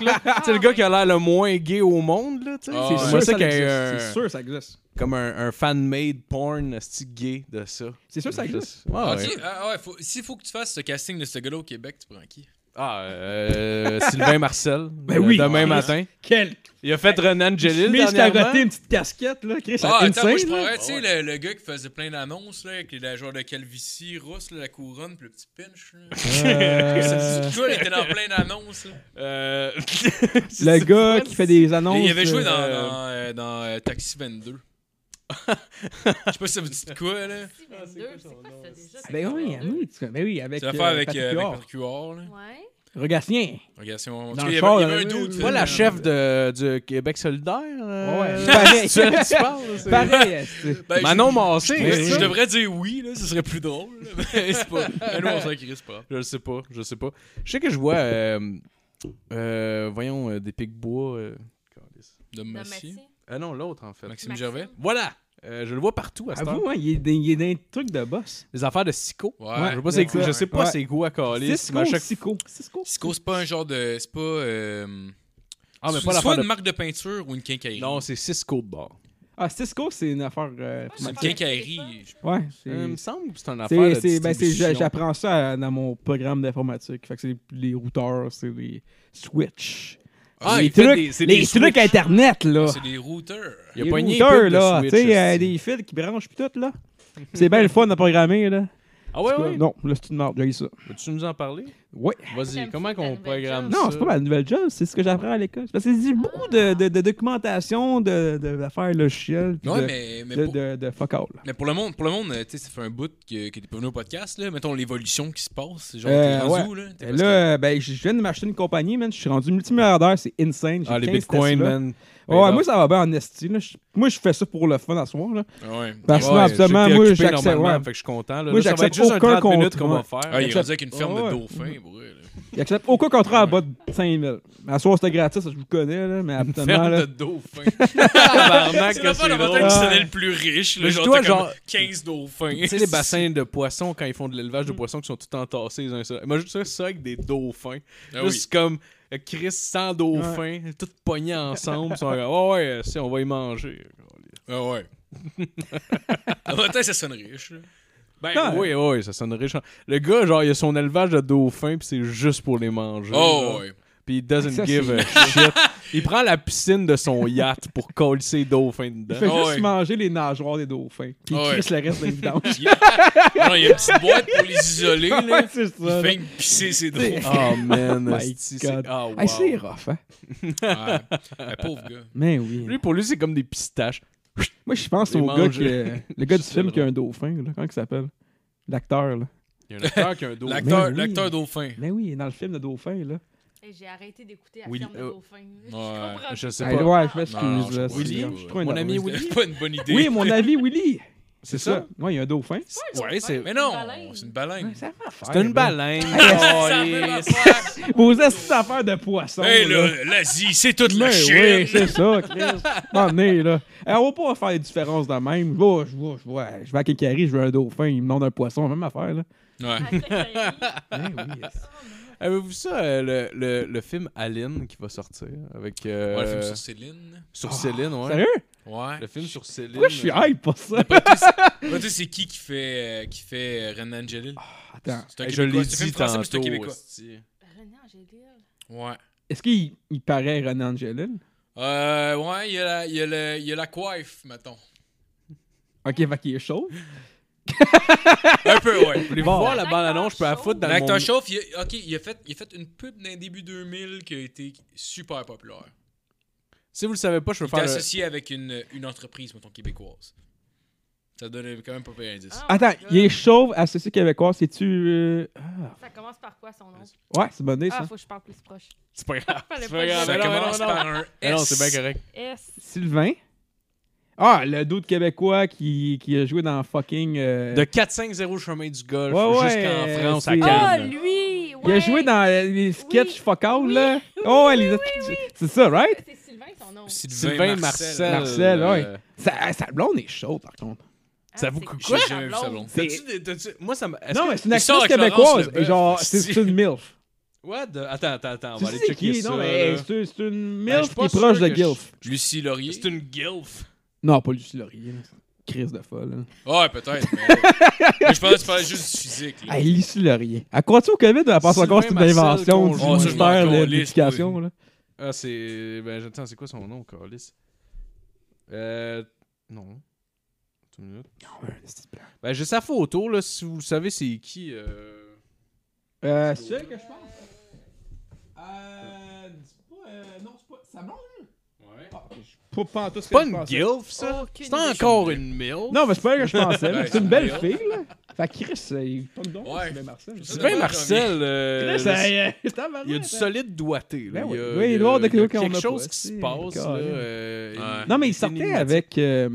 S4: là, tu sais le gars qui a l'air le moins gay au monde là, tu sais.
S3: Ah,
S4: C'est
S3: ouais.
S4: sûr
S2: sûr
S4: ça
S2: ça euh,
S4: qu'il y
S2: existe,
S4: ait un-
S2: C'est sûr ça existe.
S4: comme un, un fan-made porn esti gay de ça.
S2: C'est sûr ça existe.
S4: Ouais,
S3: Ah,
S4: ouais.
S3: tu- ah ouais, faut- s'il faut que tu fasses ce casting de ce gars-là au Québec, tu prends qui?
S4: Ah, euh, Sylvain Marcel.
S2: Ben
S4: euh,
S2: oui.
S4: Demain
S2: Ah,
S4: matin.
S2: Quel
S4: Il a fait Renan Gelil
S2: chemise
S4: dernièrement.
S2: carotée, une petite casquette là, Chris,
S3: Ah, attends, moi, je
S2: insane. hein? là.
S3: prendrais, tu sais, le, le gars qui faisait plein d'annonces, là, avec le genre de calvitie, rousse, là, la couronne, puis le petit pinch, là.
S2: Euh,
S3: Tu vois, il était dans plein d'annonces, là.
S4: Euh,
S2: Le gars qui fait des annonces.
S3: Il avait joué
S2: euh,
S3: dans,
S4: euh,
S3: dans, euh, dans, euh, Taxi 22. Je sais pas si ça vous dit de quoi, là.
S5: Si, 22, c'est quoi ça déjà?
S2: Ben oui, oui, tu- ben oui, avec.
S3: C'est l'affaire avec,
S2: Patrick
S3: euh, avec
S2: Huard.
S3: Patrick Huard, là.
S5: Ouais.
S2: Regatien.
S3: Regarde, c'est mon...
S2: Dans
S3: il,
S2: le
S3: y
S2: char, hein.
S3: avait, il y avait un
S2: là,
S3: doute.
S2: oui,
S4: Pas
S2: oui,
S4: la
S2: oui.
S4: chef de, du Québec solidaire. euh,
S2: Ouais, pareil.
S4: c'est elle que tu parles, c'est-
S2: Pareil, euh, esti.
S3: Ben,
S4: Manon
S3: je-
S4: Massé. hein?
S3: je-
S4: c'est
S3: Je
S4: ça?
S3: devrais dire oui, là, ce serait plus drôle. là. Mais c'est pas. Mais nous, on s'en crisse pas.
S4: Je le sais pas, je le sais pas. Je sais que je vois, euh, euh, voyons, euh, des pics-bois. euh, câlisse.
S3: De
S5: Dans
S3: Massy.
S5: Massy.
S4: Ah non, l'autre en fait.
S3: Maxime
S5: Maxime.
S3: Gervais.
S4: Voilà! Euh, je le vois partout à ce temps.
S2: Avoue, hein, il est des- il est dans un truc de boss.
S4: Les affaires de Sico.
S3: Ouais.
S4: je sais pas c'est,
S2: Ouais.
S4: je sais pas
S2: Ouais.
S4: c'est quoi à Calis.
S2: Cisco, Cisco. Cisco.
S3: Sico, c'est pas un genre de. C'est pas. euh,
S4: Ah, mais
S3: c'est soit
S4: pas l'affaire
S3: une
S4: de.
S3: marque de peinture ou une quincaillerie.
S4: Non, c'est Cisco de bord.
S2: Ah, Cisco, c'est une affaire. euh,
S5: Ouais,
S3: c'est une
S5: c'est-
S3: quincaillerie. je-
S2: Ouais, c'est.
S4: Euh, il me semble que c'est une affaire
S2: C'est,
S4: de.
S2: c'est, ben, c'est- j'a-
S4: distribution.
S2: j'apprends ça à- dans mon programme d'informatique. Fait que c'est les, les routeurs, c'est les switches.
S4: Ah,
S2: les
S4: il fait
S2: trucs,
S4: des- c'est
S2: les
S4: des
S2: trucs
S4: switches. Ah,
S2: Internet, là.
S3: C'est des routeurs.
S4: Il a
S2: les
S4: pogné les
S2: routeurs,
S4: pubs de
S2: là. Tu
S4: Switch,
S2: sais, euh,
S4: aussi.
S2: des fils qui branchent pis tout, là. c'est bien le fun à programmer, là.
S4: Ah ouais,
S2: C'est quoi?
S4: ouais.
S2: Non, là, c'est une merde, j'ai ça.
S4: Peux-tu nous en parler?
S2: Ouais.
S4: Vas-y,
S5: J'aime
S4: comment
S5: ça,
S4: qu'on
S5: la nouvelle
S4: programme
S5: job.
S4: ça?
S2: Ah, Non, c'est pas ma nouvelle job, c'est ce que j'apprends à l'école. Parce que c'est beaucoup de, de, de documentation, de, de d'affaires logicielles, puis
S3: Ouais,
S2: de,
S3: mais, mais
S2: de,
S3: pour,
S2: de- de fuck all.
S3: mais pour le monde, pour le monde euh, tu sais, ça fait un bout que, que t'es pas venu au podcast, là. Mettons l'évolution qui se passe. Genre,
S2: Euh,
S3: t'es rendu
S2: ouais.
S3: où, là? T'es
S2: Là,
S3: presque-
S2: euh, ben, je je viens de m'acheter une compagnie, man. Je suis rendu multimilliardaire, c'est insane. J'ai
S4: Ah, les
S2: 15
S4: bitcoins,
S2: Tesla.
S4: man.
S2: Ouais, moi, ça va bien en esti. là. Je- Moi, je fais ça pour le fun à ce soir. Là.
S3: Ah, Ouais.
S2: Parce que
S4: Ouais,
S2: moi, absolument,
S4: j'étais
S2: moi,
S4: occupé
S2: j'accepte-
S4: normalement,
S2: ouais.
S4: Fait que je suis content. Là,
S2: Moi,
S4: Là, ça va être
S2: j'accepte
S4: juste un
S2: aucun
S4: 30 minutes qu'on va
S2: contrat.
S4: faire.
S3: Ah, il est
S2: Accepte-
S3: rendu avec une ferme
S2: Ouais.
S3: de dauphins, pour vrai, là.
S2: J'accepte aucun contrat à bas de 5000. À soir, c'était gratuit, ça, je vous connais, là, mais
S3: Une
S2: absolument.
S3: ferme
S2: là.
S3: de dauphins.
S4: Tabarnak,
S3: C'est
S4: que
S3: la part
S4: c'est
S3: de
S4: drôle.
S3: matin qui
S2: Ouais.
S3: sonnait le plus riche, là.
S4: Mais
S3: Genre,
S4: toi,
S3: t'as comme
S4: genre-
S3: 15 dauphins.
S4: Tu sais, les bassins de poissons, quand ils font de l'élevage de poissons, qui sont tout entassés les uns sur Moi, juste ça, ça avec des dauphins.
S3: Ah oui.
S4: juste comme euh, Chris sans dauphin, tout pogné ensemble. Ils sont comme, ouais, ouais, euh, si, on va y manger.
S3: Ah ouais. En même temps, ça sonne riche, là.
S4: Ben
S2: Ah.
S4: oui, oui, ça sonne riche. Le gars, genre, il a son élevage de dauphins, puis c'est juste pour les manger.
S3: Oh
S4: genre.
S3: ouais.
S4: Puis il doesn't
S2: Ça,
S4: give a shit. Il prend la piscine de son yacht pour coller ses dauphins
S2: Je fais
S4: dedans.
S3: Ah
S2: juste
S3: ouais.
S2: manger les nageoires des dauphins. Puis
S3: Ah ouais.
S2: crisse le reste des vidanges.
S3: Ah non, il y a une petite boîte pour les isoler, là.
S2: Ouais, c'est
S3: Il
S2: ça. là.
S3: fait une pisser ses drôles.
S4: Oh man,
S2: My
S4: esti, c'est-
S2: God.
S4: ah, wow.
S2: Hey, c'est rough, hein?
S3: Ouais. Ben, pauvre gars.
S2: Mais oui.
S4: Lui, pour lui, c'est comme des pistaches.
S2: Moi, je pense
S4: Les
S2: au gars,
S4: mange.
S2: qui, euh, le gars du
S4: C'est
S2: film qui
S4: drôle.
S2: a un dauphin, là, comment il s'appelle L'acteur, là.
S4: Il y a un acteur qui a un dauphin.
S3: L'acteur,
S2: oui.
S3: l'acteur dauphin.
S2: Mais oui, dans le film de dauphin, là.
S5: Hey, J'ai arrêté d'écouter la
S4: Oui,
S5: ferme de
S4: euh,
S5: dauphin. Je comprends
S4: je sais
S5: pas.
S2: Hey,
S4: pas.
S2: ouais, je
S3: Non, non,
S2: m'excuse,
S3: je
S2: là.
S3: comprends
S2: c'est-
S3: pas.
S2: je suis trop un
S4: Mon ami
S2: nerveux.
S4: Willy.
S3: C'est pas une bonne idée.
S2: Oui, mon ami Willy.
S4: C'est ça?
S2: Oui, il y a un dauphin.
S5: C'est pas un
S4: Ouais, c'est-
S5: dauphin,
S3: Mais
S5: baleine.
S3: non, c'est une baleine.
S2: C'est
S4: C'est une baleine.
S3: même
S4: Calisse.
S3: affaire.
S2: Vos astuces affaires de poisson.
S3: Hey
S2: là.
S3: là, Ah, l'Asie, c'est toute
S2: Ben
S3: la
S2: oui,
S3: Chine.
S2: c'est ça, Chris. M'emmener, là. Eh, on va pas faire des différences de même. Je vais, je vais, je vais, je vais à Kékari, je veux un dauphin, il me demande un poisson, même affaire, là.
S3: Ouais.
S5: Ah, c'est
S2: Ben oui, yes.
S4: Avez-vous vu ça, euh, le, le, le film Aline qui va sortir avec euh, Ah,
S3: Ouais, le film sur Céline.
S4: sur
S2: Oh,
S4: Céline, ouais.
S2: Sérieux?
S3: Ouais.
S4: Le film sur Céline.
S2: Pourquoi je suis
S4: euh,
S2: hype pour ça?
S3: Bah, tu sais- bah, tu sais, c'est qui qui fait, euh, qui fait euh, Renan Angelil?
S2: Attends,
S3: C'est un
S4: hey, je l'ai
S3: Québécois. C'est un
S4: dit
S3: film français, mais c'est un
S4: tantôt.
S3: Québécois.
S4: hostie.
S5: René Angélil.
S3: Ouais.
S2: est-ce qu'il il paraît René Angelil?
S3: Euh, ouais, il y, a la, il, y a le- il y a la coiffe, mettons.
S2: Ok, fait qu'il est chaud.
S3: Un peu, ouais.
S4: Voulez-vous
S2: Bon.
S4: voir la
S5: L'acteur
S4: bande-annonce? Je peux la foutre dans
S3: L'acteur
S4: mon...
S3: chauffe, il a, ok, il a, fait, il a fait une pub dans les début 2000 qui a été super populaire.
S4: Si vous le savez pas, je peux
S3: Il était
S4: faire le...
S3: associé avec une, une entreprise, mettons, québécoise. Ça donne quand même pas pire indice.
S5: Ah,
S2: Attends,
S5: my
S2: il est
S5: God.
S2: chauve, associé québécois, c'est-tu. euh, ah,
S5: Ça commence par quoi son nom?
S2: Ouais, c'est bonne idée,
S5: Ah,
S2: ça.
S5: faut que je parle plus proche.
S4: C'est pas grave.
S5: Fallait
S4: C'est
S5: pas
S4: pas
S5: le
S4: grave.
S3: ça
S4: Mais non, mais non,
S3: commence
S4: mais non.
S3: par un
S4: Mais
S3: S.
S4: non, c'est bien correct.
S5: S.
S2: Sylvain. Ah, le doute québécois qui, qui a joué dans fucking. euh,
S4: De 4-5-0 chemin du golf
S2: Ouais, ouais,
S4: jusqu'en
S2: euh,
S4: France à
S2: c'est-
S5: Ah,
S4: Cannes.
S5: lui!
S2: Il a
S5: ouais.
S2: joué dans euh, les sketchs
S5: Oui.
S2: fuck out,
S5: Oui.
S2: là.
S5: Oui,
S2: Oh, ouais,
S5: oui,
S2: les- C'est ça, right?
S5: C'est Sylvain, son nom.
S4: Sylvain Marcel.
S2: Marcel, ouais.
S4: euh,
S2: Ça, sa blonde est chaude, par contre.
S4: Ça vous
S5: Ah, c'est
S4: coûte
S3: J'ai
S4: quoi?
S3: jamais vu ça blonde.
S2: C'est-
S4: T'as-tu des- t'as-tu- Moi, ça m'a... est-ce
S2: Non,
S4: que-
S2: mais c'est une
S3: il sort
S2: actrice
S3: avec Laurence
S2: québécoise.
S3: Leboeuf,
S2: Et genre, c'est
S3: c'est-tu?
S2: c'est une MILF.
S4: What the- Attends, attends, attends. On va
S2: Tu
S4: aller
S2: sais
S4: checker
S2: qui?
S4: ça.
S2: Non, mais
S4: là.
S2: c'est c'est une
S4: Ben, je
S2: MILF
S4: suis
S2: qui
S4: pas
S2: est proche
S4: sûr
S2: de
S4: que je-
S2: Gilf.
S3: Lucie Laurier.
S4: C'est une gilf.
S2: Non, pas Lucie Laurier. là. Crise de folle.
S3: Ouais, peut-être. Mais... mais je pense que tu parlais juste du physique.
S2: là.
S3: Là.
S2: Hey, Lucie Laurier. À quoi tu au COVID? Elle pense
S4: Sylvain
S2: encore que c'est une
S4: Marcel
S2: invention du
S4: Conjoint.
S3: Oh, ça,
S2: ministère
S3: je
S2: de
S3: m'en calisse,
S2: l'Éducation.
S3: moi.
S2: là.
S4: Ah, c'est. Ben, attends, c'est quoi son nom, Carlis Euh. Non. Attends une minute. Ben, j'ai sa photo, là, si vous savez c'est qui. Euh...
S2: Euh, C'est celle que je pense. Euh. C'est pas. euh, Non, c'est pas. Ça monte?
S4: Ouais.
S2: Pas, Ah, pas en tout ce
S4: C'est pas
S2: que je
S4: une
S2: pensais.
S4: gilf, ça
S5: Aucune
S4: C'est
S5: idée.
S4: encore une mille
S2: Non, mais c'est pas elle que je pensais.
S3: Ouais,
S2: là.
S3: c'est
S2: c'est une
S3: une
S2: belle
S3: mille.
S2: fille, là. Fait que Chris, euh, il tombe donc.
S3: Ouais.
S2: Sylvain Marcel.
S3: Je sais
S4: Sylvain Marcel, euh,
S2: Chris,
S4: le-
S2: euh,
S4: il y a du solide doigté, là.
S2: Ben
S4: il y a,
S2: oui. Oui,
S4: il y a-
S2: Edouard
S4: il
S2: de
S4: y a
S2: Cléo qu'on
S4: quelque
S2: a
S4: chose
S2: pas,
S4: qui se
S2: c'est-
S4: passe, là.
S2: Colin.
S4: euh,
S3: Ouais.
S4: il-
S2: Non, mais il
S4: c'est
S2: sortait
S4: énigmatique.
S2: avec. euh,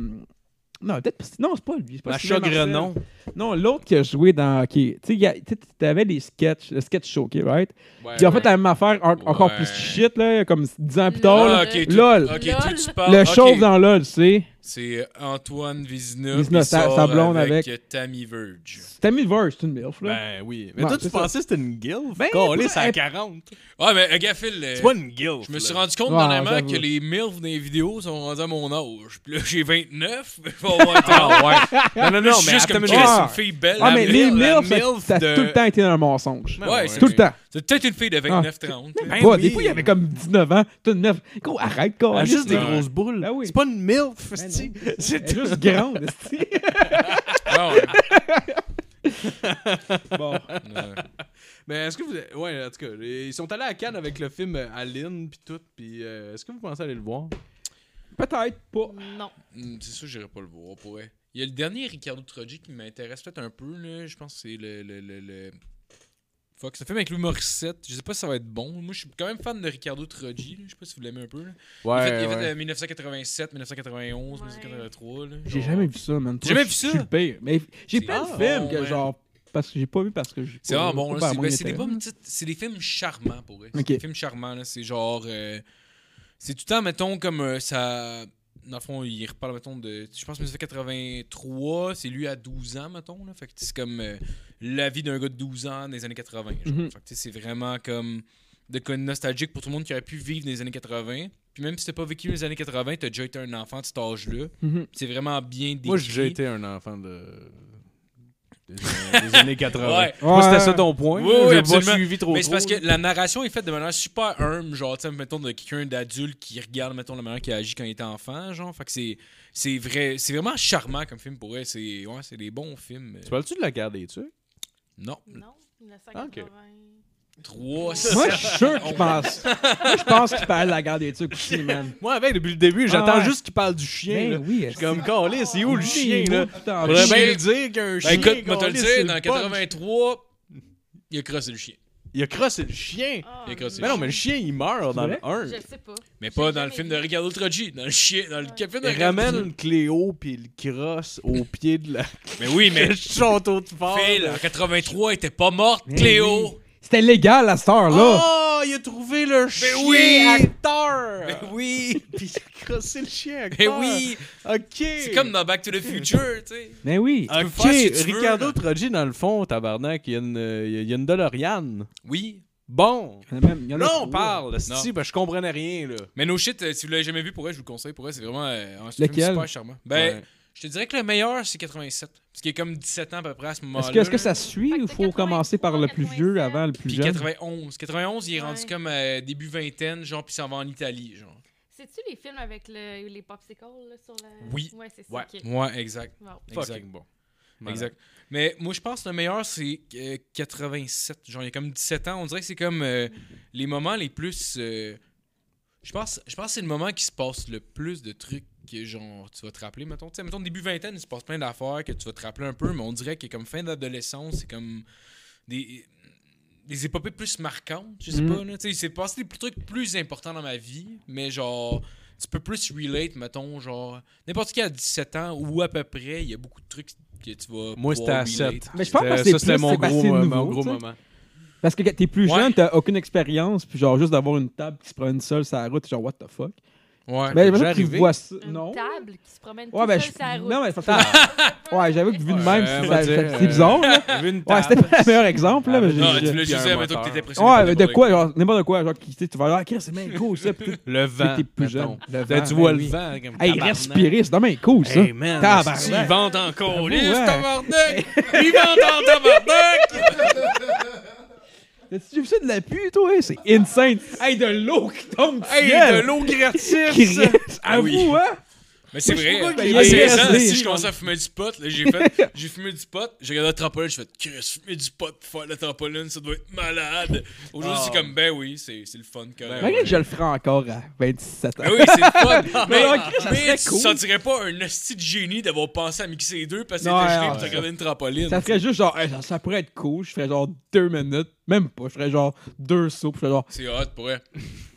S2: Non, peut-être. pas- Non, c'est pas lui. c'est pas
S4: La
S2: Sylvain
S4: Chagrenon.
S2: Marcel. Non, l'autre qui a joué dans. ok, Tu sais, il y a- tu sais, t'avais des sketchs, le sketch show, ok, right?
S4: Ouais,
S2: Ils ont
S4: ouais.
S2: fait la même affaire en- encore
S3: Ouais.
S2: plus shit, là, comme 10 ans plus tard.
S5: Lol.
S3: Ah,
S2: là.
S3: ok, tu-
S2: Lol.
S3: ok, toi, tu
S5: Lol.
S4: Ah,
S3: parles.
S2: le
S3: ok.
S2: chauve dans LOL, tu sais.
S3: C'est euh, Antoine Vizina.
S2: Vézina,
S3: qui
S2: sa-
S3: sort
S2: sa blonde
S3: avec.
S2: avec-
S3: euh, Tammy Verge.
S2: T'as mis Verge, c'est une milf, là.
S4: Ben oui. Mais
S2: Ouais,
S4: toi, tu
S2: c'est ça.
S4: pensais que c'était une gilf?
S2: Ben,
S4: Callis, c'est à
S2: elle-
S4: 40.
S3: Ouais, mais euh, Gaffil. euh,
S4: C'est pas une gilf.
S3: Je me
S4: là.
S3: suis rendu compte
S2: Ouais,
S3: dernièrement
S2: j'avoue.
S3: que les MILF des vidéos sont rendus à mon âge. Puis là, j'ai 29, mais je vais avoir 30.
S4: Ah ouais. Non, non,
S3: Là,
S4: non,
S3: je suis
S4: mais
S3: juste
S4: attends
S3: comme
S4: une
S3: Chris,
S4: minute.
S2: Ah.
S3: une fille belle.
S2: ah,
S3: la
S2: mais
S3: MILF,
S2: les
S4: la
S2: milf, ça-
S4: milf
S2: ça a
S4: de-
S2: tout le temps été un mensonge.
S4: Ouais,
S3: Ouais,
S2: Tout le temps. Ah.
S3: C'est peut-être une fille de 29-30.
S4: Ben
S2: Pas-
S4: oui.
S2: Des fois, il y avait comme 19 ans, t'as une meuf. Gros, arrête, quoi.
S4: Elle a Ah, juste des
S3: Ouais.
S4: grosses boules.
S2: Ben oui.
S4: C'est pas une MILF,
S2: Ben
S4: esti.
S2: non.
S4: C'est
S2: Elle est juste grande, esti.
S3: Ah ouais.
S2: Bon.
S3: Ouais.
S4: Mais Mais est-ce que vous. Ouais, en tout cas, ils sont allés à Cannes avec le film euh, Aline, puis tout. Puis euh, est-ce que vous pensez aller le voir
S2: Peut-être pas.
S5: Non.
S3: Hmm, c'est sûr, que j'irai pas le voir pour vrai. Il y a le dernier Ricardo Trogi qui m'intéresse peut-être un peu. Là. Je pense que c'est le, le, le, le. Fuck, ça fait avec Louis Morissette. Je sais pas si ça va être bon. Moi, je suis quand même fan de Ricardo Trogi. là. Je sais pas si vous l'aimez un peu. là. il a fait, il a fait, euh, 1987, 1991,
S5: Ouais.
S3: 1983. là. Oh.
S2: J'ai
S3: Genre-
S2: jamais vu ça, man. Toi,
S3: J'ai jamais
S2: je
S3: vu
S2: suis
S3: ça?
S2: le pire. Mais j'ai
S3: C'est
S2: plein de
S3: bon,
S2: films que
S3: man.
S2: genre. Parce que j'ai pas vu parce que j'ai
S3: C'est
S2: pas-
S3: vraiment bon.
S2: pas
S3: là. C'est
S2: vraiment
S3: ben, c'est des,
S2: d'intérêt.
S3: bonnes petites- c'est des films charmants pour eux.
S2: Ok.
S3: C'est des films charmants. là. C'est genre. euh, c'est tout le temps, mettons, comme euh, ça. Dans le fond, il reparle, mettons, de. Je pense 1983. C'est lui à 12 ans, mettons. Là. Fait que c'est comme euh, la vie d'un gars de 12 ans des années 80. genre.
S2: Mhm.
S3: Fait que tu sais, c'est vraiment comme. De quoi nostalgique pour tout le monde qui aurait pu vivre dans les années 80. Puis même si t'as pas vécu les années 80, t'as déjà été un enfant de cet âge-là.
S2: Mhm.
S3: Puis C'est vraiment bien décrit.
S4: Moi, j'ai déjà été un enfant de. des, des années 80.
S3: Ouais.
S4: Moi,
S2: Ouais.
S4: c'était ça ton point.
S3: Oui,
S4: là.
S3: oui,
S4: J'ai
S3: absolument.
S4: pas suivi trop
S3: Mais c'est
S4: trop,
S3: parce que
S4: là.
S3: la narration est faite de manière super humble, genre, tu sais, mettons, de quelqu'un d'adulte qui regarde, mettons, la manière qu'il agit quand il était enfant, genre. Fait que c'est, c'est vrai, c'est vraiment charmant comme film pour elle. C'est, ouais, c'est des bons films. Euh,
S4: Tu parles-tu de la guerre des tucs
S3: Non,
S5: Non. Ah, 1980.
S3: 3,
S2: Moi, je suis sûr que je pense. Moi, je pense qu'il parle de la guerre des trucs aussi, man.
S4: Moi, avec, depuis le début,
S2: j'attends
S4: j'attends
S2: juste
S4: juste qu'il parle du chien.
S2: Ben oui, est-ce
S4: Je suis comme, calé, c'est où le chien, là?
S2: Putain,
S4: Faudrait
S2: chien.
S4: bien le dire qu'un chien.
S3: Ben, écoute, moi, te le
S4: calé, c'est
S3: dire, dans
S4: punch.
S3: 83, il a crossé le chien.
S4: Il a crossé le chien.
S5: Ah,
S3: Les crosses, c'est
S4: Mais non, mais le chien, il meurt dans
S2: vrai?
S4: le 1.
S5: Je le sais pas.
S3: Mais
S5: J'ai
S3: pas dans
S5: jamais
S3: le film
S5: vu.
S3: de Ricardo Trogi, dans le chien, dans le
S5: Ouais.
S3: café de
S4: Il
S3: Ricardo
S4: ramène
S3: Trogi.
S4: une Cléo puis il crosse au pied de la
S3: Mais oui, mais
S4: le château de fort.
S3: Phil, en 83, était pas morte,
S2: Mais
S3: Cléo.
S2: C'était légal à cette heure-là.
S4: Oh, il a trouvé le chien
S3: oui!
S4: acteur.
S3: Mais oui,
S4: Puis il a crossé le chien
S3: mais
S4: acteur.
S3: oui.
S4: OK.
S3: C'est comme dans Back to the Future, tu sais.
S2: Mais Ben oui.
S3: tu peux
S4: Ok,
S3: faire ce que tu veux,
S4: Ricardo
S3: là.
S4: Trogi, dans le fond, tabarnak, il y a une, euh, il y a- il y a une DeLorean.
S3: Oui,
S4: Bon.
S2: Il y en a même- il y en a
S4: Là, on
S2: trois.
S4: parle, si, ben, je comprenais rien, là.
S3: Mais No Shit, euh, si vous l'avez jamais vu, pour vrai, je vous le conseille. Pour vrai, c'est vraiment euh, un
S2: Lequel?
S3: film super charmant. Ben,
S4: Ouais.
S3: je te dirais que le meilleur, c'est 87. Parce qu'il est comme 17 ans à peu près à ce moment-là.
S2: Est-ce que, est-ce que
S3: là.
S2: ça suit
S5: Fait que
S2: ou
S5: c'est
S2: faut commencer par le plus
S5: 83,
S2: vieux avant le plus
S3: Puis
S2: jeune?
S3: 91. 91, il est rendu
S5: Ouais.
S3: comme euh, début vingtaine, genre, puis il s'en va en Italie, genre.
S5: C'est-tu les films avec le- les popsicles là, sur la.
S3: Oui.
S5: Ouais, c'est ça.
S3: Ouais,
S5: ok.
S3: ouais, exact.
S5: Bon.
S3: Exact.
S4: Fucking bon.
S3: Exact. Mais moi, je pense que le meilleur, c'est euh, 87. Genre, il y a comme 17 ans. On dirait que c'est comme euh, les moments les plus. euh, je pense, je pense que c'est le moment qui se passe le plus de trucs que genre tu vas te rappeler mettons tu sais mettons début vingtaine il se passe plein d'affaires que tu vas te rappeler un peu mais on dirait que comme fin d'adolescence c'est comme des des épopées plus marquantes je sais
S2: Mm.
S3: pas là tu sais il s'est passé des trucs plus importants dans ma vie mais genre tu peux plus relate mettons genre n'importe qui à 17 ans ou à peu près il y a beaucoup de trucs que tu vas
S4: Moi,
S3: pouvoir
S4: c'était à
S3: relate.
S4: 7.
S2: Mais je pense que c'est
S4: ça, c'était
S2: plus
S4: mon gros,
S2: Sébastien
S4: euh,
S2: Nouveau,
S4: mon gros
S2: tu sais.
S4: moment.
S2: Parce que quand t'es plus
S3: Ouais.
S2: jeune, t'as aucune expérience, puis genre juste d'avoir une table qui se promène seule sur la route, t'es genre what the fuck.
S3: ouais
S4: déjà
S2: Mais j'avoue qu'ils
S4: arrivé?
S2: voient ça.
S5: Une
S2: Non.
S5: table qui se promène
S2: Ouais,
S5: tout
S2: ben
S5: seul sur la
S2: je.
S5: route.
S2: Non, mais c'est parce que. Ouais, j'avoue que vu de même,
S4: Ouais,
S2: c'est-
S4: on
S2: ça-
S4: va
S2: ça-
S4: dire,
S2: c'est
S4: euh,
S2: bizarre, là.
S4: Vu une
S2: Ouais,
S4: table.
S2: c'était pas le meilleur exemple, là, mais j'ai-
S3: non tu
S2: j'ai-
S3: voulais
S4: Puis
S3: juste
S4: un
S3: dire mettons que
S4: moteur.
S3: t'étais pressionné
S2: Ouais,
S3: par
S2: mais de
S3: n'importe
S2: quoi, genre, n'importe quoi, genre, qui- tu sais, tu vas dire, ah, Chris, c'est bien cool, ça, puis
S4: Le vent.
S2: t'es plus
S4: mettons.
S2: jeune. Le
S4: Là,
S2: vent,
S4: tu
S2: ben
S4: vois le
S2: oui.
S4: vent. Comme
S2: Hey,
S4: tabarnak.
S2: respirer, c'est dommage cool, ça.
S4: Hey, man.
S2: Tabarnak.
S4: si, il vend encore.
S3: Oh,
S2: Ouais.
S3: liste, tabarnak! Il vend en tabarnak!
S2: T'as-tu vu ça de la pue, toi? hein? C'est insane. Hey, de l'eau qui tombe du
S4: Hey,
S2: ciel.
S4: de l'eau
S2: qui
S4: gratis.
S2: reste.
S3: Ah oui.
S2: Avoue, hein?
S3: Mais c'est
S2: Moi, je
S3: vrai, hein.
S2: trouve pas
S3: à
S2: qu'il y a
S3: 16 ans,
S2: des-
S3: si je commençais à fumer du pot, là, j'ai fait, j'ai fumé du pot, j'ai regardé la trampoline, j'ai fait, Chris, fumer du pot pour faire la trampoline, ça doit être malade. Aujourd'hui,
S4: Oh.
S2: Ah.
S3: c'est comme, ben oui, c'est c'est le fun quand même.
S4: Ben
S2: Regarde, je le ferai encore à 27 ans.
S3: Ben oui, c'est le fun. mais
S2: Non, non, ça
S3: mais
S2: serait
S3: tu
S2: cool.
S3: sentirais pas un hostie de génie d'avoir pensé à mixer les deux parce que
S2: Non,
S3: t'étais
S2: non,
S3: gelé pour te
S2: ouais.
S3: regarder une trampoline.
S2: Ça serait juste genre, hey, ça, ça pourrait être cool. Je ferais genre deux minutes, même pas. Je ferais genre deux sauts. puis Je ferais genre.
S3: C'est hot pour elle.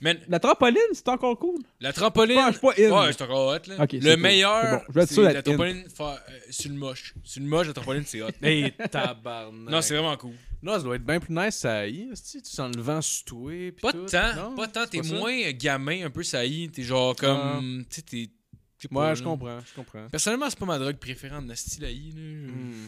S3: Man,
S2: La trampoline, c'est encore cool.
S3: la trampoline.
S2: Ouais, je suis pas in.
S3: Ouais, c'est encore hot, là.
S2: Ok, c'est
S3: le
S2: cool. C'est
S3: meilleur,
S2: bon, je vais être
S3: c'est
S2: sûr
S3: la
S2: d'être in.
S3: trampoline, faire, euh, sur le moche. Sur le moche, la trampoline, c'est hot.
S4: Hey, tabarnak.
S3: Non, c'est vraiment cool.
S4: Non, ça doit être bien plus nice, ça aille. Tu sens le vent sous toi. puis
S3: Pas
S4: tout.
S3: tant,
S4: Non,
S3: pas tant.
S4: c'est
S3: T'es
S4: ça? Ah.
S3: moins euh, gamin, un peu saillie. T'es genre comme. Tu sais, t'es. je sais pas,
S4: Ouais,
S3: là.
S4: je comprends, je comprends.
S3: Personnellement, c'est pas ma drogue préférée en style haï.
S2: Mm.
S3: là.
S4: Hmm.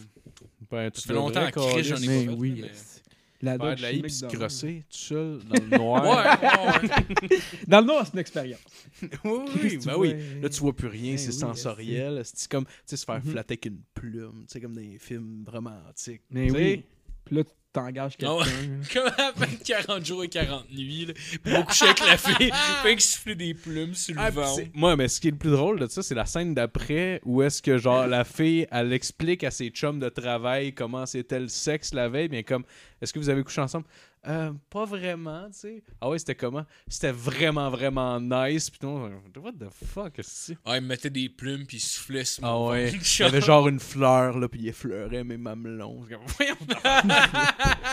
S4: Ben, tu
S3: Ça fait
S4: devrais,
S3: longtemps que Chris,
S4: câlisse,
S3: j'en ai
S2: Mais
S3: pas fait,
S2: oui.
S3: mais-
S2: esti. La
S4: Faire
S2: drogue
S4: de la hippie
S2: chimique
S4: se
S2: de
S4: crosser tout seul dans le
S3: Ouais,
S4: noir.
S3: ouais, ouais.
S2: Dans le noir, c'est une expérience.
S4: oui,
S2: Chris,
S4: oui,
S2: tu
S4: ben
S2: vois-
S4: oui. Là, tu vois plus rien,
S2: Ben
S4: c'est
S2: oui,
S4: sensoriel. C'est comme, tu sais, se faire
S2: Mhm.
S4: flatter avec une plume, tu sais, comme dans les films romantiques.
S2: Mais
S4: tu sais.
S2: oui. Puis là, tu t'engages
S3: Ah ouais.
S2: quelqu'un.
S3: Comme à peine 40 jours et 40 nuits. Là. Puis on couchait avec la fille. Fait qu'il soufflait des plumes sur le
S4: Ah, pis
S3: ventre.
S4: c'est- Moi, mais ce qui est le plus drôle de ça, c'est la scène d'après où est-ce que, genre, la fille, elle explique à ses chums de travail comment c'était le sexe la veille, mais comme, est-ce que vous avez couché ensemble? Euh, pas vraiment, tu sais. Ah ouais, c'était comment? C'était vraiment, vraiment nice. Puis tout le monde, what the fuck, c'est
S3: Ah, il me mettait des plumes puis il soufflait sur
S4: Ah
S3: mon
S4: ouais.
S3: ventre.
S4: Il y avait genre une fleur, là, puis il effleurait mes mamelons. C'est comme, voyons donc.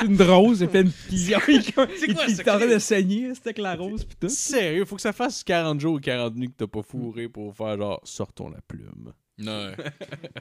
S2: Une rose, elle fait une pillon.
S3: C'est quoi
S2: Il
S3: ça,
S2: était en train
S3: Chris?
S2: de saigner, c'était que la rose, pis tout.
S4: Sérieux, faut que ça fasse 40 jours ou 40 nuits que t'as pas fourré pour faire genre, sortons la plume.
S3: Non.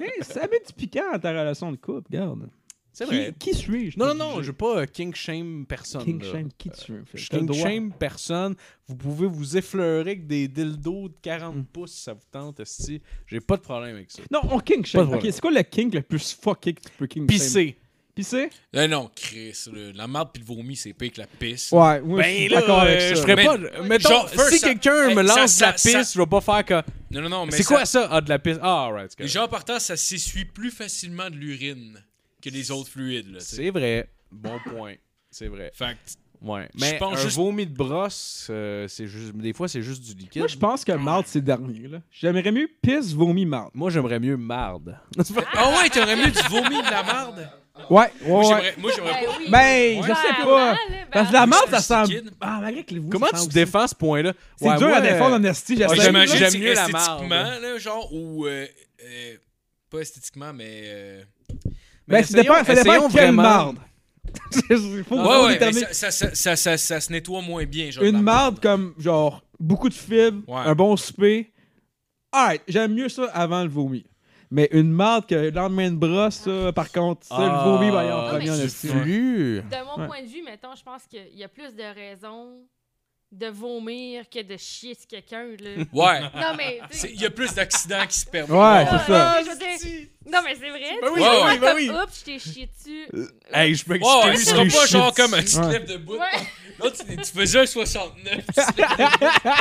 S2: Hey, ça met du piquant à ta relation de couple, regarde.
S4: C'est
S2: Qui-
S4: vrai.
S2: Qui, suis-je?
S4: Non, non, non, je veux pas euh, king shame personne.
S2: King
S4: là.
S2: Shame, qui tu veux?
S4: Je
S2: T'as le
S4: king
S2: droit.
S4: shame personne. Vous pouvez vous effleurer avec des dildos de 40 pouces si ça vous tente, esti. J'ai pas de problème avec ça.
S2: Non, on king
S4: Pas
S2: Hmm. shame.
S4: de
S2: Ok,
S4: problème.
S2: c'est quoi le king le plus fucké que tu peux king shame?
S4: Pisser.
S2: Pisser?
S3: Eh non, Chris, là, la marde puis le vomi, c'est pire que la pisse.
S2: Ouais, moi, je suis
S4: Ben là,
S2: d'accord avec
S4: euh,
S2: ça.
S4: je ferais
S3: Mais-
S4: pas. Mettons,
S3: Genre, first,
S4: si
S3: ça-
S4: quelqu'un
S3: hey,
S4: me lance
S3: ça-
S4: de
S3: ça-
S4: la
S3: ça-
S4: pisse, je vais pas faire que.
S3: Non, non, non, mais.
S4: C'est quoi
S3: ça?
S4: ça? Ah, de la pisse. Ah, alright. c'est
S3: Les
S4: correct.
S3: gens par temps, ça s'essuie plus facilement de l'urine que des autres fluides, là, tu sais.
S4: C'est vrai. Bon point. C'est vrai.
S3: Fait que,
S4: Ouais.
S3: Je
S4: Mais un
S3: pense juste-
S4: vomi de brosse, euh, c'est juste. Des fois, c'est juste du liquide.
S2: Moi, je pense que marde, c'est le dernier. là. J'aimerais mieux pisse, vomi, marde.
S4: Moi, j'aimerais mieux marde.
S3: Ah ouais, t'aurais mieux du vomi de la marde?
S2: Ouais,
S3: Moi,
S2: ouais, ouais.
S3: j'aimerais- Moi, j'aimerais pas.
S5: oui.
S2: Ben, je
S5: Ouais,
S2: sais
S5: vraiment,
S2: pas.
S5: là, ben,
S2: Parce que la marde, ça
S3: c'est un
S2: sent.
S3: liquide.
S2: Ah, malgré que les vous,
S4: Comment
S2: ça sent
S4: tu
S2: aussi.
S4: défends ce point-là?
S2: C'est
S4: Ouais,
S2: dur à
S4: moi,
S2: défendre
S4: euh,
S2: en esti,
S4: Ah,
S2: j'essaie.
S4: j'imagine-
S2: là.
S4: j'aime
S3: c'est
S4: mieux la marde.
S3: Esthétiquement, là, genre, ou. euh, euh, pas esthétiquement, mais. euh,
S2: Ben, ça dépend, ça dépend
S4: essayons
S2: de quelle
S4: vraiment.
S2: marde. Il faut
S3: Ouais,
S2: vraiment
S3: ouais, mais
S2: déterminer.
S3: ça, ça, ça, ça, ça- ça se nettoie moins bien, genre.
S2: Une
S3: la
S2: marde comme, genre, beaucoup de fibres,
S3: Ouais.
S2: un bon souper. Alright, j'aime mieux ça avant le vomi. Mais une marde que le lendemain de bras, ça, par contre, ça,
S4: Ah,
S2: le vomi va y en
S5: Ah,
S2: premier en
S5: mais-
S2: esti.
S4: Flux.
S5: De mon
S2: Ouais.
S5: point de vue, mettons, je pense qu'il y a plus de raisons de vomir que de chier sur quelqu'un. là.
S3: Ouais.
S5: Non, mais. tu sais-
S3: C'est- Il y a plus d'accidents qui se perdent.
S2: Ouais,
S5: Ah,
S2: c'est ça.
S5: mais je veux dire- Non, mais c'est vrai.
S4: Ben
S5: tu
S4: oui,
S5: sais,
S3: ben
S5: moi,
S4: oui, ben
S5: comme,
S4: oui.
S5: Oups, je t'ai chié dessus.
S2: Euh,
S4: Hey, je
S3: Ouais, ouais,
S4: m'excuse.
S3: ce sera pas
S4: les
S3: genre
S4: shit.
S3: comme un petit
S2: Ouais.
S3: lève de bout.
S5: Ouais.
S3: Là, tu, tu faisais un 69. tu te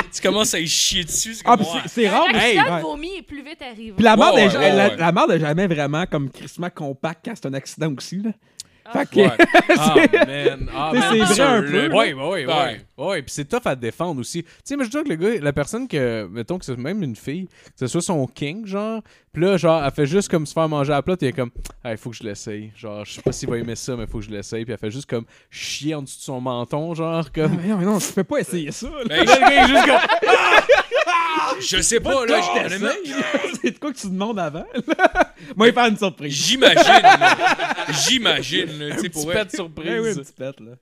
S3: lèves- tu commences à y chier dessus. c'est
S2: Ah,
S3: comme,
S2: puis
S3: ouais.
S2: c'est- c'est rare.
S5: Un
S2: mais-
S5: accident de
S2: ouais.
S5: vomi est plus vite arrivé.
S2: Puis la marde,
S3: Ouais,
S2: elle-
S3: ouais,
S2: elle-
S3: ouais,
S2: la-
S3: ouais.
S2: la marde est jamais vraiment comme crissement compacte quand c'est un accident aussi. Là.
S5: Ah.
S2: Fait que,
S3: Ouais.
S4: Ah, man. Ah,
S3: ben,
S2: Tu
S4: man,
S2: sais, c'est vrai un
S4: ça,
S2: peu,
S4: le-
S2: là.
S4: Ouais, ouais,
S3: Ouais.
S4: ouais. Ouais, ouais. Puis c'est tough à défendre aussi. Tu sais, mais je dois que le gars, la personne que, mettons que c'est même une fille, que ce soit son king, genre, puis là, genre, elle fait juste comme se faire manger à la plate, et elle est comme, ah, il faut que je l'essaye. Genre, je sais pas s'il va aimer ça, mais il faut que je l'essaye. Puis elle fait juste comme chier en dessous de son menton, genre,
S2: Non,
S4: comme.
S2: mais non, mais non, tu peux pas essayer ça. là.
S3: Ben,
S4: Le gars est juste comme,
S3: ah! je sais pas, là, je honnêtement,
S2: c'est de quoi que tu demandes avant? là? Moi, il fait une surprise.
S3: J'imagine, là. J'imagine, là, tu sais,
S4: petit
S3: pour
S4: pet
S3: elle.
S4: de surprise.
S2: Ouais, ouais, une petite pète, là.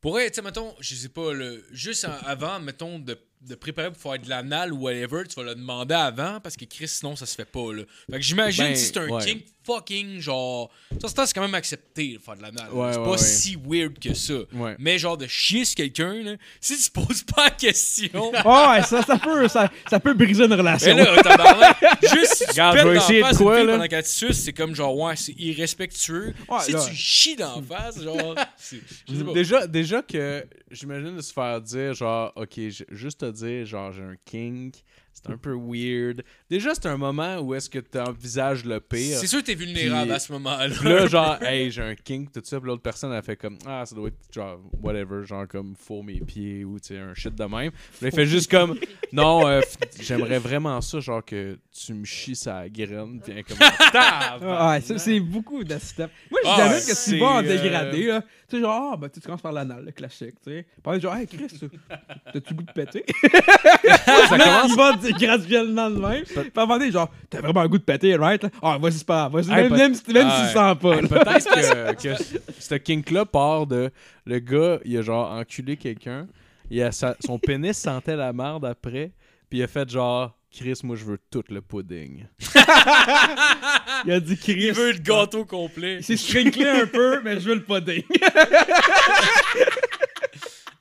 S3: Pour elle, tu sais, mettons, je sais pas, là, juste en- avant, mettons, de, de préparer pour faire de l'anal ou whatever, tu vas le demander avant parce que Chris, sinon, ça se fait pas, là. Fait que j'imagine
S4: Ben,
S3: si c'est un
S4: ouais.
S3: king fucking, genre. Ça, c'est c'est quand même accepté de faire de l'anal. là.
S4: Ouais,
S3: c'est
S4: ouais,
S3: pas
S4: ouais.
S3: si weird que ça.
S4: Ouais.
S3: Mais genre de chier sur quelqu'un, là, si tu poses pas la question.
S2: Oh, ouais, ça, ça, peut, ça, ça peut briser une relation.
S3: Mais là, tabarnak, juste si tu
S4: Regarde,
S3: pètes
S4: je vais
S3: d'en
S4: essayer de
S3: face une
S4: quoi,
S3: fille
S4: là.
S3: pendant qu'elle te suce, c'est comme genre, ouais, c'est irrespectueux.
S2: Ouais,
S3: si
S2: là,
S3: tu
S2: ouais.
S3: chies d'en face, genre, c'est- je sais pas.
S4: Déjà, déjà que j'imagine de se faire dire, genre, ok, j- juste te dire, genre, j'ai un kink, c'est un peu weird. Déjà, c'est un moment où est-ce que tu envisages le pire.
S3: C'est sûr que t'es vulnérable
S4: Puis-
S3: à ce moment-là.
S4: Puis là, genre, hey, j'ai un kink, tout ça. Puis l'autre personne, elle fait comme, ah, ça doit être, genre, whatever, genre, comme, four mes pieds ou, tu sais, un shit de même. Puis là, il fait juste comme, non, euh, f- j'aimerais vraiment ça, genre, que tu me chies sa graine. Puis elle est comme,
S2: Ah, ouais, ça, c'est beaucoup de step. Moi, je
S3: Ah,
S2: savais
S3: ouais,
S2: que
S4: c'est,
S2: tu vas en
S4: euh,
S2: dégradé, là. Tu sais, genre, ah, ben, tu commences par l'anal, le classique, tu sais. Puis genre, hey, Chris, t'as-tu le goût de péter?
S4: ça
S2: Là,
S4: commence.
S2: il va dire graduellement de même. Puis à un moment donné, genre, t'as vraiment un goût de péter, right? Ah, vas-y, c'est pas grave. Vas-y,
S4: Hey,
S2: même,
S4: peut-
S2: même si même si tu
S4: ouais.
S2: le sens pas.
S4: Hey,
S2: là.
S4: Peut-être que, que ce kink-là part de le gars, il a genre enculé quelqu'un, il a sa- son pénis sentait la marde après, puis il a fait genre Chris, moi je veux tout le pudding.
S2: Il a dit Chris.
S3: Il veut le gâteau complet.
S2: Il s'est sprinklé un peu, mais je veux le pudding.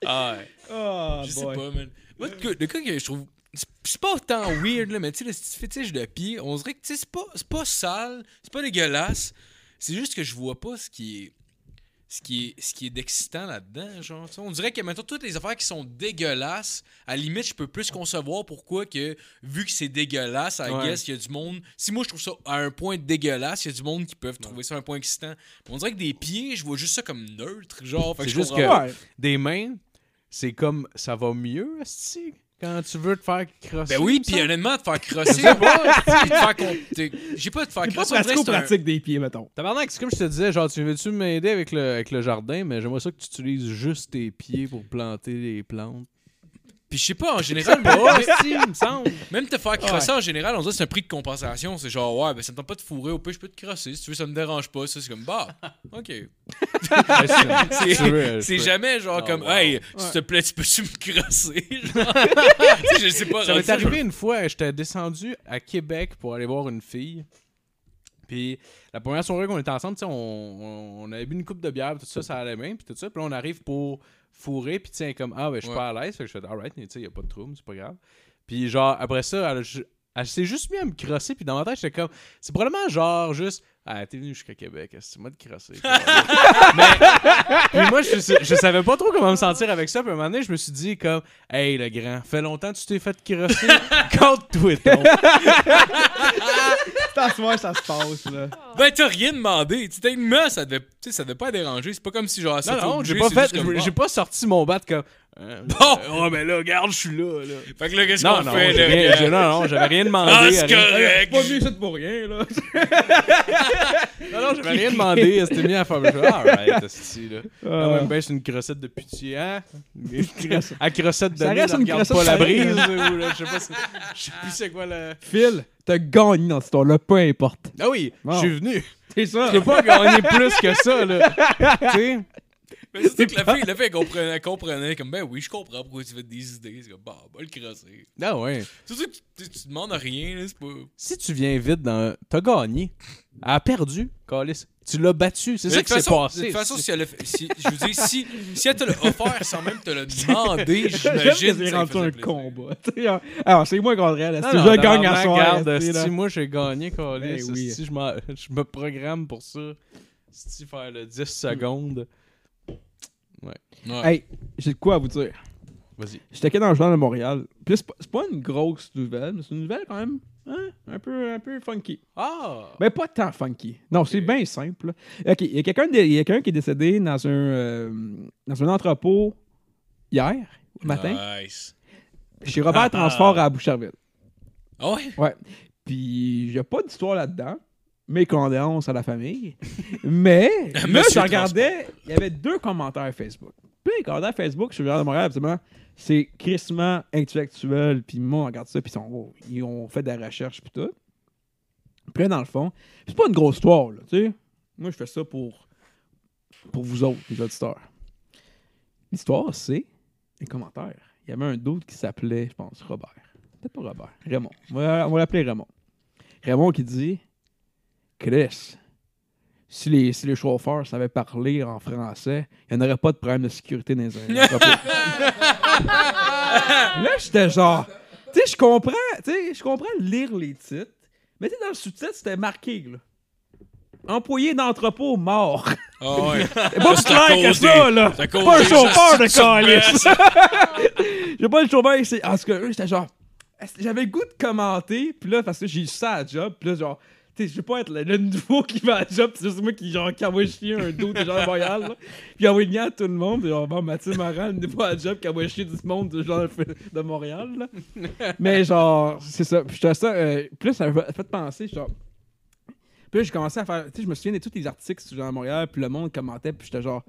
S3: Ah, ouais.
S2: Oh,
S3: je sais
S2: boy.
S3: pas, man. Moi, le cas- le cas que je trouve. c'est- C'est pas autant weird, là, mais tu sais, le petit fétiche de pied, on dirait que tu sais, c'est pas, c'est pas sale, c'est pas dégueulasse. C'est juste que je vois pas ce qui est. Ce qui est, ce qui est d'excitant là-dedans, genre. tu sais. On dirait que maintenant, toutes les affaires qui sont dégueulasses, à la limite, je peux plus concevoir pourquoi que, vu que c'est dégueulasse, I
S4: Ouais.
S3: guess, il y a du monde. Si moi, je trouve ça à un point dégueulasse, il y a du monde qui peuvent trouver ça un point excitant. On dirait que des pieds, je vois juste ça comme neutre, genre. Fait que
S4: C'est
S3: je
S4: juste
S3: comprends
S4: que-
S3: pas.
S2: Ouais.
S4: Des mains, c'est comme ça va mieux, asti. Quand tu veux te faire crosser.
S3: Ben oui,
S4: il me
S3: puis
S4: semble.
S3: honnêtement, de faire crosser, pas, de faire con- t'es- j'ai pas de faire
S2: C'est pas
S3: crosser, on dirait que c'est un-
S2: pratico-pratique des pieds, mettons.
S4: Tabarnak, c'est comme je te disais, genre, tu veux-tu m'aider avec le, avec le jardin, mais j'aimerais ça que tu utilises juste tes pieds pour planter les plantes.
S3: Puis je sais pas, en général,
S4: Oh,
S3: moi,
S4: si, il me semble.
S3: même te faire crosser, en général, on dirait que c'est un prix de compensation. C'est genre, ouais, ben ça me tente pas de fourrer, au pire, je peux te crosser. Si tu veux, ça me dérange pas. Ça, c'est comme, bah, ok.
S4: Ben, si-
S3: C'est-
S4: si tu veux, je
S3: C'est
S4: peux.
S3: jamais genre
S4: Oh,
S3: comme
S4: wow.
S3: Hey, s'il te plaît, tu peux-tu me crosser? Genre, Tu sais, je sais pas.
S4: Ça m'est
S3: rendu-
S4: arrivé une fois, j'étais descendu à Québec pour aller voir une fille. Puis la première soirée qu'on était ensemble, tu sais, on, on- on avait bu une coupe de bière, tout ça, ça allait bien, puis tout ça. Puis là, on arrive pour fourrer, puis tiens, comme, ah, ben, je suis
S3: Ouais.
S4: pas à l'aise. Fait que je fais, alright, mais tu sais, y a pas de trouble, c'est pas grave. Puis genre, après ça, elle, a ju- elle s'est juste mis à me crosser, puis dans ma tête, j'étais comme, c'est probablement genre juste, ah, t'es venu jusqu'à Québec, c'est moi de crosser. Puis moi, je, je savais pas trop comment me sentir avec ça. Puis à un moment donné, je me suis dit comme, hey le grand, fait longtemps que tu t'es fait crosser, compte-toi donc.
S2: C'est à soir, ça se passe, là.
S3: Ben, t'as rien demandé. Tu t'es moi, ça devait, tu sais, ça devait pas déranger. C'est pas comme si genre.
S4: Non,
S3: c'était
S4: non,
S3: obligé,
S4: j'ai pas
S3: c'est
S4: fait,
S3: juste comme,
S4: j'ai- j'ai
S3: bah.
S4: pas sorti mon bat comme. euh,
S3: Bon.
S4: euh, oh, mais là, regarde, je suis là, là.
S3: Fait que là, qu'est-ce
S4: Non,
S3: qu'on
S4: non,
S3: fait
S4: j'ai rien-
S3: là?
S4: j'ai- non, non, j'avais rien demandé.
S3: Ah,
S4: rien-
S3: c'est correct.
S2: Pas mieux ça de pour rien, là.
S4: Non, non, j'avais rien demandé. Elle s'était mise à faire. Alright, ah, esti, là. Elle me baisse une crossette de pitié, hein? Ah. Une crossette. À crossette de
S2: Ça reste
S4: nez,
S2: une
S4: regarde pas
S2: crossette
S4: la
S2: pareille,
S4: brise. ou là, Je sais pas si- je sais plus c'est quoi la.
S2: Phil, t'as gagné dans cette histoire-là, peu importe.
S4: Ah oui,
S2: Bon.
S4: je suis venu.
S2: C'est ça.
S4: Je peux pas gagner plus que ça, là. tu sais?
S3: Mais c'est que la fille, la fille, elle comprenait, elle comprenait. Comme, ben oui, je comprends pourquoi tu fais des idées. C'est comme, bah, va le crosser.
S4: Ah ouais.
S3: C'est sûr que tu, tu- tu demandes à rien, là. C'est pas.
S4: Si tu viens vite dans. T'as gagné. Elle a perdu, Calis. Tu l'as battu. C'est
S3: Mais
S4: ça
S3: de
S4: qui
S3: toute
S4: s'est
S3: façon-
S4: passé.
S3: De toute façon, si elle a fait- si, je veux dire, si, si elle te l'a offert sans même te le demander, j'imagine.
S2: J'aime que
S3: que
S2: c'est
S3: ça lui
S2: rendu
S3: faisait
S2: un
S3: plaisir.
S2: combat. tu sais, hein. Alors, c'est moi contre elle.
S4: Non,
S2: esti,
S4: non,
S2: Je gagne à
S4: tabarnak,
S2: soir.
S4: regarde,
S2: esti, là.
S4: esti, moi j'ai gagné, Calis.
S2: Ben oui.
S4: Si je, m'en- je me programme pour ça. Si faire le 10 secondes.
S3: Ouais.
S2: Hey, j'ai de quoi à vous dire.
S4: Vas-y.
S2: J'étais dans le journal de Montréal. Puis là, c'est pas, c'est pas une grosse nouvelle, mais c'est une nouvelle quand même hein, un, peu, un peu funky.
S4: Ah!
S2: Mais pas tant funky. Non, c'est bien simple. là. OK, il y a quelqu'un de- il y a quelqu'un qui est décédé dans un, euh, dans un entrepôt hier matin
S3: Nice.
S2: chez Robert Transport à Boucherville.
S3: Ah ouais?
S2: Puis il n'y a pas d'histoire là-dedans. Mes condoléances à la famille. Mais là, je
S3: Monsieur
S2: regardais, il y avait deux commentaires Facebook. Puis les commentaires Facebook sur le Journal de Montréal, absolument, c'est crissement intellectuel. Puis moi, on regarde ça, puis ils, sont- oh, ils ont fait de la recherche, puis tout. Puis là, dans le fond, c'est pas une grosse histoire, là, tu sais. Moi, je fais ça pour, pour vous autres, les auditeurs. L'histoire, c'est les commentaires. Il y avait un d'autre qui s'appelait, je pense, Robert. Peut-être pas Robert. Raymond. On va, on va l'appeler Raymond. Raymond qui dit Chris, si les, si les chauffeurs savaient parler en français, il n'y en aurait pas de problème de sécurité dans les entrepôts. Là, j'étais genre. Tu sais, je comprends. Tu sais, je comprends lire les titres. Mais tu sais, dans le sous-titre, c'était marqué, là. Employé d'entrepôt mort.
S3: Ah ouais.
S2: C'est pas plus
S3: c'est à
S2: clair que
S3: cause
S2: ça,
S3: des-
S2: là.
S3: c'est à cause
S2: C'est pas un
S3: des gens
S2: chauffeur de
S3: qui sont
S2: calice. J'ai pas le chauffeur ici. En tout cas, eux, j'étais genre. est-ce que J'avais le goût de commenter, puis là, parce que j'ai eu ça à job, puis là, genre. Tu sais, je veux pas être le, le nouveau qui va à job, pis c'est juste moi qui, genre, cavoie chier un dos de genre Montréal, là. Puis envoie le lien à tout le monde, pis genre, bon, Mathieu Maran, le nouveau à job, cavoie chier du monde de genre de Montréal, là. Mais genre, c'est ça. Puis j'étais ça. euh, puis là, ça m'a fait penser, genre. Puis là, j'ai commencé à faire. Tu sais, je me souviens de tous les articles sur le Journal de Montréal, puis le monde commentait, puis j'étais genre.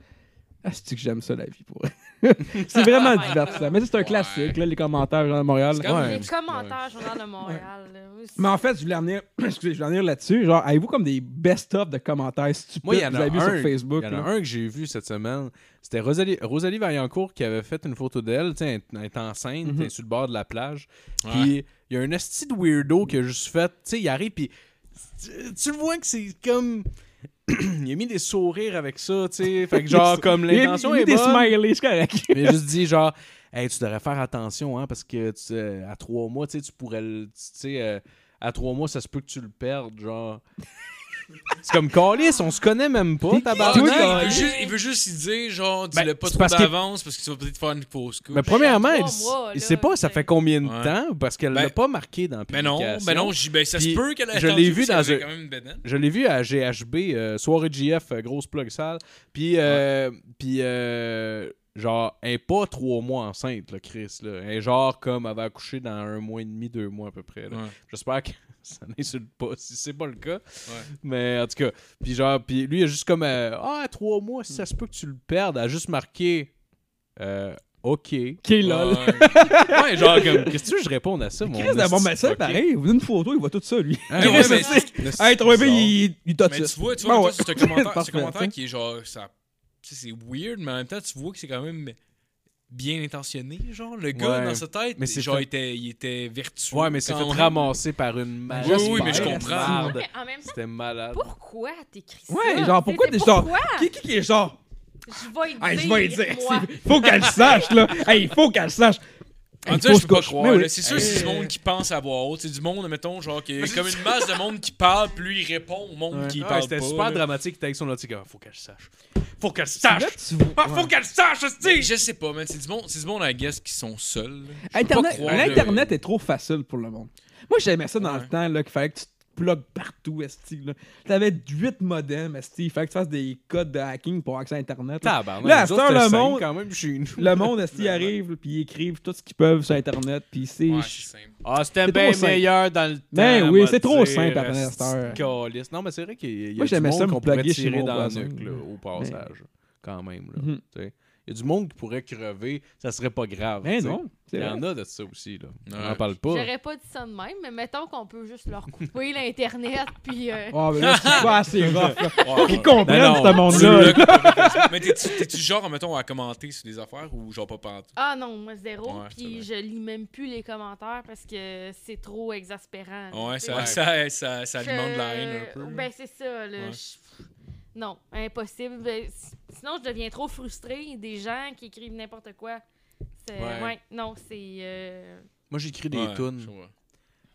S2: Ah, c'est que j'aime ça la vie pour vrai. C'est vraiment divertissant. Mais ça, c'est un
S3: Ouais.
S2: classique, là, les commentaires genre, de Montréal.
S3: C'est quand même-
S5: Les
S4: Ouais.
S5: commentaires, Journal de Montréal. là. Oui, c'est-
S2: Mais en fait, je voulais en venir, excusez, je voulais en venir là-dessus. Genre, avez-vous comme des best-of de commentaires stupides
S4: Moi, il y
S2: que
S4: en
S2: vous
S4: a
S2: avez vu
S4: un.
S2: sur Facebook?
S4: Il y en a
S2: là?
S4: un que j'ai vu cette semaine. C'était Rosalie, Rosalie Vaillancourt qui avait fait une photo d'elle. tu sais, Elle elle est enceinte,
S2: Mhm.
S4: elle est sur le bord de la plage.
S3: Ouais.
S4: Puis il y a un esti de weirdo qui a juste fait. Tu sais, il arrive, puis tu- tu le vois que c'est comme. il a mis des sourires avec ça, tu sais. Fait que genre, comme
S2: Il y a-
S4: l'intention
S2: il y a
S4: est
S2: des
S4: bonne.
S2: smileys, c'est correct.
S4: Mais il a juste dit genre, hey, tu devrais faire attention, hein, parce que tu sais, à trois mois, tu sais, tu pourrais le. Tu sais, euh, à trois mois, ça se peut que tu le perdes, genre. C'est comme Calis, on se connaît même pas,
S3: Ah,
S4: tabarnak.
S3: non, il, veut juste, il veut juste y dire, genre, dis-le
S4: Ben,
S3: pas
S4: c'est
S3: trop
S4: parce que-
S3: d'avance parce que tu vas peut-être faire une fausse couche.
S4: Mais premièrement, il,
S5: trois mois,
S4: il
S5: là,
S4: sait pas ça
S5: c'est-
S4: fait combien de
S3: Ouais.
S4: temps parce qu'elle
S3: Ben-
S4: l'a pas marqué dans la
S3: Mais non,
S4: publication.
S3: mais non, j- ben, ça se
S4: Puis,
S3: peut qu'elle ait
S4: je l'ai
S3: attendu
S4: vu
S3: parce
S4: dans
S3: qu'elle avait
S4: un-
S3: quand même une bédaine.
S4: Je l'ai vu à GHB, euh, soirée GF, euh, grosse plug sale. Puis, euh, puis euh, genre, elle est pas trois mois enceinte, là, Chris. Là. Elle est genre comme elle va accoucher dans un mois et demi, deux mois à peu près. là.
S3: Ouais.
S4: J'espère que ça n'insulte pas si c'est pas le cas. Mais en tout cas, puis genre, puis lui, il a juste comme euh, Ah, trois mois, si ça se peut que tu le perdes, elle a juste marqué euh, OK.
S2: Qui est là, là.
S4: Ouais, ouais, genre, comme, qu'est-ce que tu veux que je réponde à ça, mon
S2: Chris, d'abord,
S4: esti?
S2: mais ça,
S4: Ok.
S2: pareil, vous donnez une photo, il voit tout ça, lui.
S4: Ouais,
S3: Ouais,
S4: mais-
S3: mais-
S2: Hey, ton bébé, il, il
S4: Ah,
S2: t'as
S3: Mais
S2: ça.
S3: tu vois, tu vois,
S2: Ben ouais.
S3: c'est un commentaire, c'est
S2: Parfait,
S3: un commentaire
S2: t'sais.
S3: qui est genre. Ça, tu sais, c'est weird, mais en même temps, tu vois que c'est quand même bien intentionné. Genre, le gars
S4: Ouais.
S3: dans sa tête,
S4: Mais
S3: mais
S4: c'est
S3: genre,
S4: fait-
S3: il était, il était vertueux.
S4: Ouais, mais c'est
S3: quand
S4: fait
S3: même.
S4: ramasser par une
S2: Ben,
S4: magie.
S3: Oui, oui, mais je
S2: J'espère.
S3: comprends.
S5: Ouais, mais en même temps,
S4: C'était malade.
S5: pourquoi t'écris ça?
S2: Ouais, genre, pourquoi
S5: C'était
S2: des- genre,
S5: pourquoi?
S2: Qui, qui, qui est genre.
S5: Je vais y dire,
S2: Hey, je vais lui dire.
S5: moi.
S2: c'est- Faut qu'elle le sache, là. Hey, il faut qu'elle le sache.
S3: En
S4: Ah,
S2: Hey,
S3: tout cas, je
S2: faut
S3: peux pas
S2: que-
S3: croire.
S2: Mais oui.
S3: là. C'est sûr, c'est du monde qui pense à voix haute. C'est du monde, mettons, genre, qui est comme une masse de monde qui parle, puis lui, il répond au monde qui
S4: Ouais,
S3: parle.
S4: C'était
S3: pas,
S4: super
S3: là.
S4: dramatique. Il était avec son antique. Ah, faut qu'elle sache. Faut qu'elle
S2: Là,
S4: sache.
S2: tu vois-
S4: Ah, faut qu'elle sache,
S3: Mais
S4: Steve.
S3: Je sais pas, man. C'est du monde, c'est du monde, I guess, qui sont seuls. là.
S2: Internet,
S3: pas croire,
S2: L'Internet est trop facile pour le monde. Moi, j'aimais ça dans
S3: Ouais.
S2: le temps, là, qu'il fallait que tu te plugues partout, esti, là. T'avais 8 modems, esti. Il fallait que tu fasses des codes de hacking pour accès à Internet. là.
S4: Tabarnak.
S2: Là, à
S4: nous
S2: cette heure,
S4: autres,
S2: le
S4: c'était
S2: monde-
S4: cinq quand même chez nous.
S2: Le monde, esti, arrive, puis ils écrivent tout ce qu'ils peuvent sur Internet, puis c'est...
S3: Ouais, c'est simple.
S4: Ah, c'était
S2: C'est
S4: bien
S2: trop simple.
S4: meilleur dans le temps.
S2: Ben oui,
S4: moi,
S2: c'est trop
S4: dire,
S2: simple, après, à cette heure.
S4: esti de calice. Non, mais c'est vrai qu'il y a- il y a
S2: Moi,
S4: du
S2: j'aimais ça
S4: monde
S2: me
S4: qu'on pourrait
S2: plugger chez Ben.
S4: tirer
S2: mon
S4: dans le
S2: voisin.
S4: nuque, là, au passage. Quand même, là.
S2: Mhm.
S4: Tu sais. Il y a du monde qui pourrait crever. Ça serait pas grave.
S2: Ben
S4: tu sais.
S2: non, c'est
S4: Il y
S2: vrai.
S4: en a de ça aussi, là. On
S3: Ouais.
S4: en parle pas.
S5: J'aurais pas dit ça de même, mais mettons qu'on peut juste leur couper l'Internet, puis... euh,
S2: Ah, ben là, c'est pas assez rough, là. Faut qu'ils
S4: Ben
S2: comprennent,
S4: non.
S2: ce monde-là.
S3: Mais t'es-tu t'es-tu genre, mettons, à commenter sur des affaires ou genre pas pantoute?
S5: Ah non, moi zéro,
S3: Ouais, c'est
S5: puis je lis même plus les commentaires parce que c'est trop exaspérant. là,
S3: Ouais,
S5: tu
S3: ça,
S5: sais.
S3: ça, ça, ça
S5: Je-
S3: alimente la haine un peu. là.
S5: Ben c'est ça, là.
S3: Ouais.
S5: je- Non, impossible. Ben, s- Sinon, je deviens trop frustrée des gens qui écrivent n'importe quoi. C'est-
S4: Ouais.
S5: Ouais. non, c'est... euh,
S4: Moi, j'écris des
S3: Ouais,
S4: tunes
S3: je vois.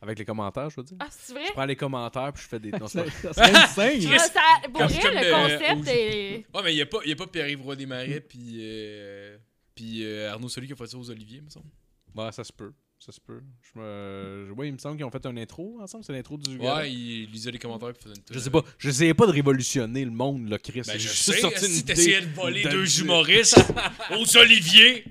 S4: avec les commentaires, je veux dire.
S5: Ah, c'est vrai?
S4: Je prends les commentaires puis je fais des. Non, c'est pas-
S2: Ça ça serait insane.
S5: Ah, ça- pour
S3: Comme-
S5: vrai,
S3: comme
S5: le
S3: le-
S5: concept
S3: ou-
S5: est...
S3: Ouais, mais il n'y a pas, y a pas Pierre-Yves Roy Desmarais, puis, euh, puis euh, Arnaud Soli qui a fait ça aux Oliviers, me semble.
S4: Ouais, ça se peut. Ça se peut. Je me... Oui, il me semble qu'ils ont fait une intro ensemble. C'est l'intro du gala.
S3: Ouais, il lisait les commentaires puis faisait une euh,
S4: Je sais pas. J'essayais pas de révolutionner le monde, là, Chris.
S3: Ben,
S4: J'ai
S3: je
S4: juste
S3: sais,
S4: sorti
S3: si
S4: une
S3: t'essayais
S4: idée.
S3: de voler
S4: de-
S3: deux humoristes aux Oliviers.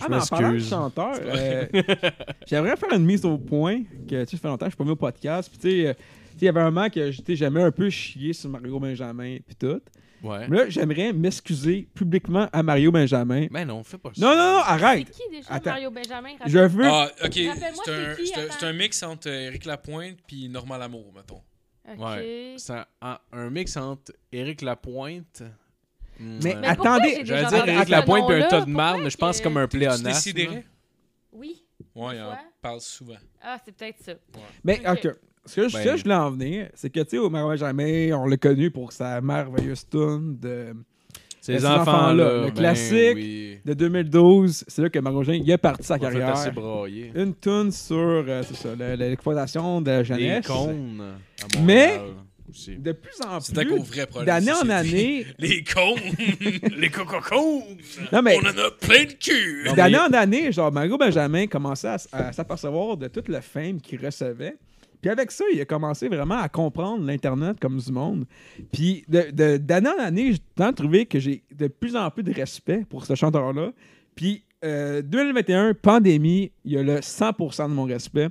S2: Ah, mais en parlant de chanteur, euh, j'aimerais faire une mise au point que, tu sais, ça fait longtemps que je suis pas mis au podcast. Puis, tu sais, euh, tu sais, il y avait un moment que j'étais jamais un peu chié sur Mario Benjamin, puis tout.
S4: Ouais.
S2: Mais là, j'aimerais m'excuser publiquement à Mario Benjamin.
S4: Mais Ben non, fais pas ça.
S2: Non, non, non,
S5: C'est
S2: arrête!
S5: qui déjà,
S2: Attends.
S5: Mario Benjamin?
S2: Je
S5: rappelle-
S2: veux.
S3: Ah, ok. C'est
S5: Rappelle-moi,
S3: un,
S5: c'est qui,
S3: c'est un-
S5: attends.
S3: c'est un mix entre Eric Lapointe puis Normal Amour, mettons.
S5: Ok.
S4: Ouais. C'est un, un- un mix entre Éric Lapointe. Hmm,
S2: Mais-
S4: euh,
S5: Mais
S2: Attendez,
S5: pourquoi j'ai
S4: J'allais
S5: déjà
S4: dire
S5: entendu
S4: Éric
S5: ce
S4: Lapointe puis un
S5: nom-là?
S4: tas de
S5: Pourquoi
S4: marde, mais je pense
S5: que-
S4: comme un
S3: Tu
S4: pléonasme.
S3: déciderais?
S5: Oui.
S3: Ouais, il en
S5: Ouais.
S3: parle souvent.
S5: Ah, c'est peut-être ça.
S2: Mais,
S5: ok.
S2: ok. Ce que je, ce que
S4: Ben-
S2: je voulais en venir, c'est que, tu sais, au Mario Benjamin, on l'a connu pour sa merveilleuse tune de,
S4: C'est
S2: Mais
S4: les
S2: ces
S4: enfants,
S2: enfants-là,
S4: là.
S2: le
S4: ben
S2: classique.
S4: oui.
S2: de 2012. C'est là que Mario Benjamin, il est parti sa
S4: On fait assez
S2: carrière.
S4: brailler.
S2: Une tune sur, euh, c'est ça, le- le- l'exploitation de la
S4: Les
S2: jeunesse.
S4: cônes. à
S2: Mais-
S4: Montréal aussi.
S2: De plus en
S3: C'est un gros
S2: plus,
S3: vrai problème.
S2: d'année
S3: ça,
S2: en
S3: c'est-
S2: année,
S3: Les cons! les cococons!
S2: Non, mais-
S3: On en a plein de cul!
S4: Non,
S2: D'année
S4: mais-
S2: en année, genre, Mario Benjamin commençait à, s- à s'apercevoir de toute la fame qu'il recevait. Puis avec ça, il a commencé vraiment à comprendre l'Internet comme du monde. Puis de- de- d'année en année, j'ai tant trouvé que j'ai de plus en plus de respect pour ce chanteur-là. Puis euh, 2021, pandémie, il a le 100% de mon respect.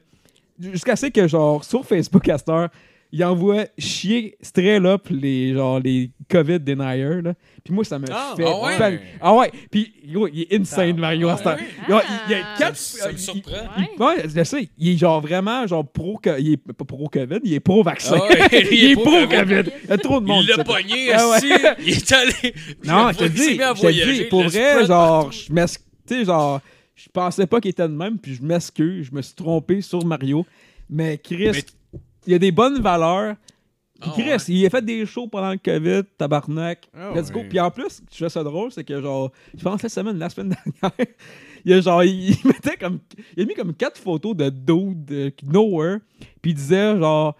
S2: Jusqu'à ce que, genre, sur Facebook, à cette heure, il envoie chier straight up les, genre, les COVID deniers. Là. Puis moi, ça me
S4: Ah,
S2: fait.
S3: ah ouais?
S2: pan- Ah ouais! Puis gros, il est insane,
S4: Ah,
S2: Mario, à cette heure. Il y a- il y a
S5: Ah.
S2: quatre-
S3: Ça me surprend.
S5: Ouais.
S2: il- ouais, je sais, il est genre vraiment genre pro co- il est pas pro Covid, il est pro vaccin.
S3: Ah ouais,
S2: il, est pro Covid. Il y a trop de monde.
S3: Il l'a
S2: ça.
S3: pogné,
S2: Ah ouais.
S3: aussi. Il est allé.
S2: Non, je te
S3: Il s'est
S2: dis,
S3: mis à
S2: je te
S3: voyager,
S2: dis pour
S3: le
S2: vrai
S3: spread
S2: genre
S3: partout.
S2: je m'ex- tu sais genre je pensais pas qu'il était de même puis je m'excuse, je me suis trompé sur Mario, mais Chris
S3: Mais-
S2: il a des bonnes valeurs. Puis
S3: Ah
S2: Chris,
S3: ouais.
S2: il a fait des shows pendant le Covid, tabarnak.
S4: Ah
S2: Let's go.
S4: ouais.
S2: Puis en plus, je fais ça drôle, c'est que genre, je pense la semaine, la semaine dernière, il a genre, il, il mettait comme, il a mis comme quatre photos de dude euh, qui- nowhere, puis il disait genre,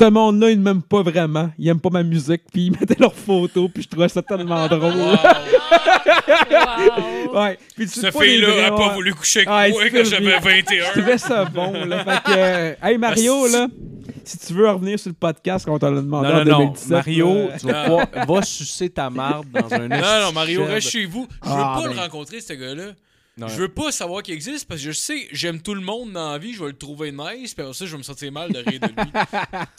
S2: ce monde-là, il ne m'aime pas vraiment, il aime pas ma musique, puis il mettait leurs photos, puis je trouvais ça tellement
S3: Ah,
S2: drôle.
S3: Wow.
S5: Wow.
S2: Ouais. Puis tu sais
S3: Cette
S2: pas les vrais,
S3: fille-là a
S2: ouais.
S3: pas voulu coucher
S2: Ah,
S3: avec moi
S2: c'est
S3: quand
S2: ça,
S3: j'avais
S2: je
S3: 21.
S2: Je trouvais ça bon, là. Fait que, euh, hey Mario,
S3: Ah,
S2: là, si tu veux revenir sur le podcast qu'on te l'a demandé
S4: Non,
S2: en
S4: non, non.
S2: 2017,
S3: euh,
S4: Mario,
S2: là,
S4: tu vas pouvoir- va sucer ta marde dans un
S3: Non, non, Mario,
S4: esti de
S3: reste
S4: shed.
S3: chez vous. Je veux
S2: Ah,
S3: pas
S2: ben.
S3: le rencontrer, ce gars-là.
S4: Non,
S3: Je veux pas savoir qu'il existe parce que je sais, j'aime tout le monde dans la vie, je vais le trouver nice, puis après ça, je vais me sentir mal de rire de lui.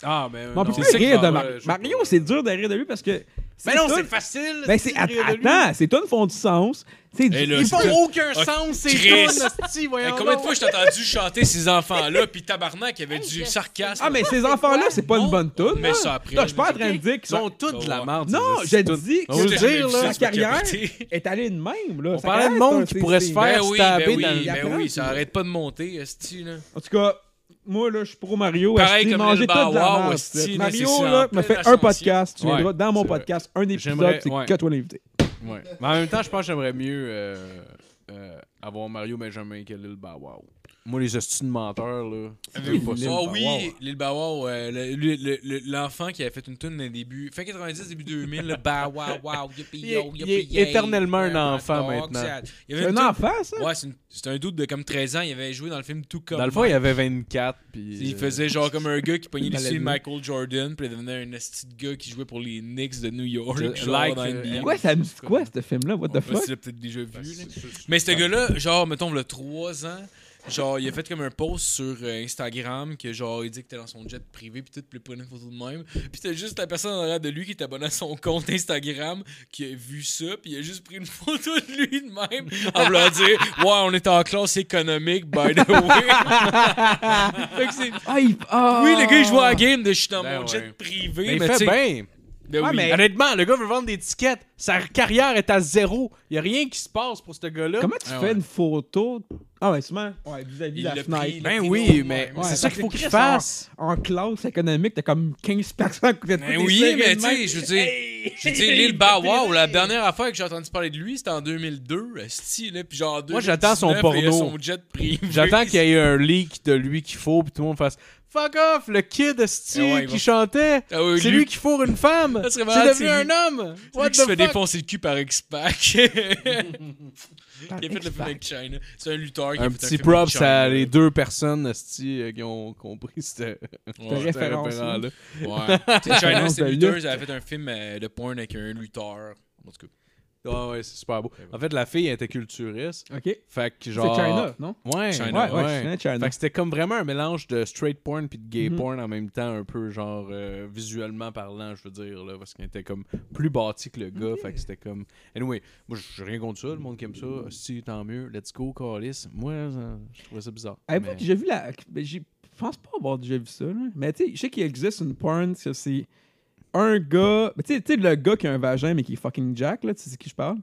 S3: ah, ben.
S2: on peut
S3: c'est
S2: plus
S3: ça qui
S2: rire
S3: va-
S2: de Mario.
S3: ouais, je-
S2: Mario, c'est dur de rire de lui parce que.
S3: Mais non,
S2: tout-
S3: c'est facile.
S2: Ben, c'est.
S3: de rire de lui.
S2: Attends, ces tunes font du sens. C'est
S3: Et là,
S2: ils
S3: c'est
S2: font-
S3: tout.
S4: aucun
S3: Ah,
S4: sens,
S3: Chris.
S4: tout, esti,
S3: Hey,
S4: voyons
S3: combien de
S4: donc.
S3: fois je t'ai entendu chanter ces enfants-là, puis tabarnak, il y avait
S5: Hey,
S3: du
S5: je-
S3: sarcasme.
S2: Ah, mais ces enfants-là, c'est pas
S3: Non,
S2: une bonne tune.
S3: mais
S2: là.
S3: ça après.
S2: Non, je suis pas en train de
S5: Ok.
S2: dire qu'ils
S4: Ils sont
S2: sont.
S4: tous de la marde.
S2: Non,
S4: ces
S2: je
S4: esti de-
S2: dis
S4: On va
S2: que
S4: le
S3: J'ai jamais
S4: dire,
S3: vu
S4: là,
S3: ça,
S2: sa
S3: c'est pas
S2: carrière
S3: capoté.
S2: est allée de même. Là.
S4: On
S2: Sa
S4: parlait de
S2: carrière,
S4: monde
S2: c'est-
S4: qui
S2: c'est-
S4: pourrait se
S2: c'est-
S4: faire
S3: Ben oui,
S4: stabber
S3: ben
S4: dans le
S3: oui, ben
S2: garage,
S3: oui, ça
S2: là.
S3: arrête pas de monter, esti, là.
S2: En tout cas, moi, là, je suis pro Mario.
S3: Pareil
S2: esti,
S3: comme
S2: mangez
S3: Lil
S2: toute la
S3: Bow Wow,
S2: merde,
S3: esti,
S2: esti.
S3: mais c'est
S2: Mario,
S3: ça,
S2: là,
S3: en
S2: me fait
S3: plein
S2: un podcast. Tu
S4: Ouais,
S2: viendras dans mon
S4: c'est vrai.
S2: podcast, un épisode,
S4: J'aimerais-
S2: c'est
S4: ouais.
S2: que toi l'invité.
S4: Ouais. Mais en même temps, je pense que j'aimerais mieux euh, euh, avoir Mario Benjamin que Lil Bow Wow. Moi, les hosties de menteurs, là. je veux
S2: qui,
S4: pas
S2: Lil
S4: ça.
S3: Ah
S2: Bow
S3: oui, Lil Bow Wow, euh, le- lui, le- le- l'enfant qui avait fait une tune dans les débuts, fin 90, début 2000, le Bow bah, Wow Wow, yuppie
S4: Il est-
S3: yo,
S4: il
S3: yuppie
S4: est
S3: yay,
S4: éternellement un
S3: Where my
S4: enfant
S3: dog
S4: maintenant.
S3: at. Il y avait
S2: C'est
S3: une
S2: un
S3: tune-
S2: enfant, ça?
S3: Ouais, c'est une- c'est un doute de comme 13 ans, il avait joué dans le film Tout comme.
S4: Dans le fond, il avait 24. Puis,
S3: Il
S4: euh,
S3: faisait genre comme un gars qui pognait les films
S2: Maladie.
S3: Michael Jordan, puis il devenait un esti de gars qui jouait pour les Knicks de New York.
S4: Je-
S3: genre
S4: like,
S3: dans
S4: euh,
S3: NBA.
S2: Ouais, ça me dit quoi, ce film-là? What the
S3: Je sais pas
S2: fuck?
S3: si tu l'as peut-être déjà vu. là.
S4: ben, c'est- c'est-
S3: Mais ce gars-là, genre, mettons, le 3 ans, genre, il a fait comme un post sur euh, Instagram que genre, il dit que t'es dans son jet privé, puis tout, puis il prenait une photo de même. Puis t'as juste la personne en arrière de lui qui est abonnée à son compte Instagram, qui a vu ça, puis il a juste pris une photo de lui de même, en voulant dire, ouais, on est en classe économique, by the way. Fait que c'est-
S2: Ah, il- ah.
S3: oui, le gars, il joue à la game de je suis dans
S4: Ben
S3: mon
S4: ouais.
S3: jet privé.
S4: Mais il
S3: mais tu
S4: fait
S3: sais-
S4: bien.
S3: Ben
S2: Ouais,
S3: oui.
S2: mais-
S4: Honnêtement, le gars veut vendre des tickets. Sa carrière est à zéro. Il n'y a rien qui se passe pour ce gars-là.
S2: Comment tu
S3: Ah,
S2: fais
S3: ouais.
S2: une photo? Ah, ouais, sûrement. Ouais, vis-à-vis
S3: Il
S2: de la
S3: l'a
S2: fenêtre.
S3: pris,
S4: Ben
S3: le
S4: oui,
S3: kilo,
S4: mais
S3: ouais.
S4: c'est
S2: Ouais,
S4: ça
S2: parce
S4: qu'il faut
S2: que
S4: qu'il
S2: Chris,
S4: fasse.
S2: en classe économique, t'as comme 15% qui coûtent
S3: Ben oui, mais tu sais, je veux dire, je veux dire, Lil Bow Wow, la dernière affaire que j'ai entendu parler de lui, c'était en 2002, esti, là, puis genre
S4: Moi, j'attends son
S3: 2019, il a
S4: porno.
S3: son jet privé.
S4: J'attends qu'il y ait un leak de lui qu'il faut, puis tout le monde fasse Fuck off, le kid esti
S3: Eh ouais, il
S4: qui
S3: va-
S4: chantait.
S3: Ah oui,
S4: c'est lui... qui fourre une femme.
S3: Ça
S4: C'est
S3: serait malade,
S4: devenu
S3: c'est
S4: un
S3: lui.
S4: homme.
S3: c'est lui
S4: What
S3: qui se
S4: the
S3: fait
S4: fuck?
S3: défoncer le cul par X-Pac. qui a fait
S2: Par
S3: le film
S2: X-Pac.
S3: avec China. C'est un lutteur qui a
S4: Un
S3: fait
S4: petit
S3: film avec
S4: props
S3: China,
S4: à
S3: là.
S4: les deux personnes esti, euh, qui ont compris cette
S3: Ouais,
S2: Cette référence-là.
S4: référence-là.
S3: ouais. Tu sais, China,
S2: Référence de
S3: cette lutteuse,
S2: lutte.
S3: elle a fait un film euh, de porn avec un lutteur. En tout cas,
S4: Ah ouais, c'est super beau. En fait, la fille elle était culturiste.
S2: Ok.
S4: Fait que
S2: C'est
S4: genre.
S2: China, non?
S4: Ouais,
S3: China,
S4: ouais,
S2: je connais China.
S4: Fait que c'était comme vraiment un mélange de straight porn puis de gay
S2: Mhm.
S4: porn en même temps, un peu genre euh, visuellement parlant, je veux dire, là, parce qu'il était comme plus bâti que le gars. Fait que c'était comme. Anyway, moi j'ai rien contre ça, le monde qui aime ça. Si, tant mieux. Let's go, Carlis. Moi, euh, je trouvais ça bizarre.
S2: Avez-vous
S4: Mais-
S2: déjà vu la. ben, j'ai- Je pense pas avoir déjà vu ça, là. Mais tu sais, je sais qu'il existe une porn, que c'est un gars. ben, Tu sais- tu sais, le gars qui a un vagin, mais qui est fucking Jack, là, tu sais de qui je parle?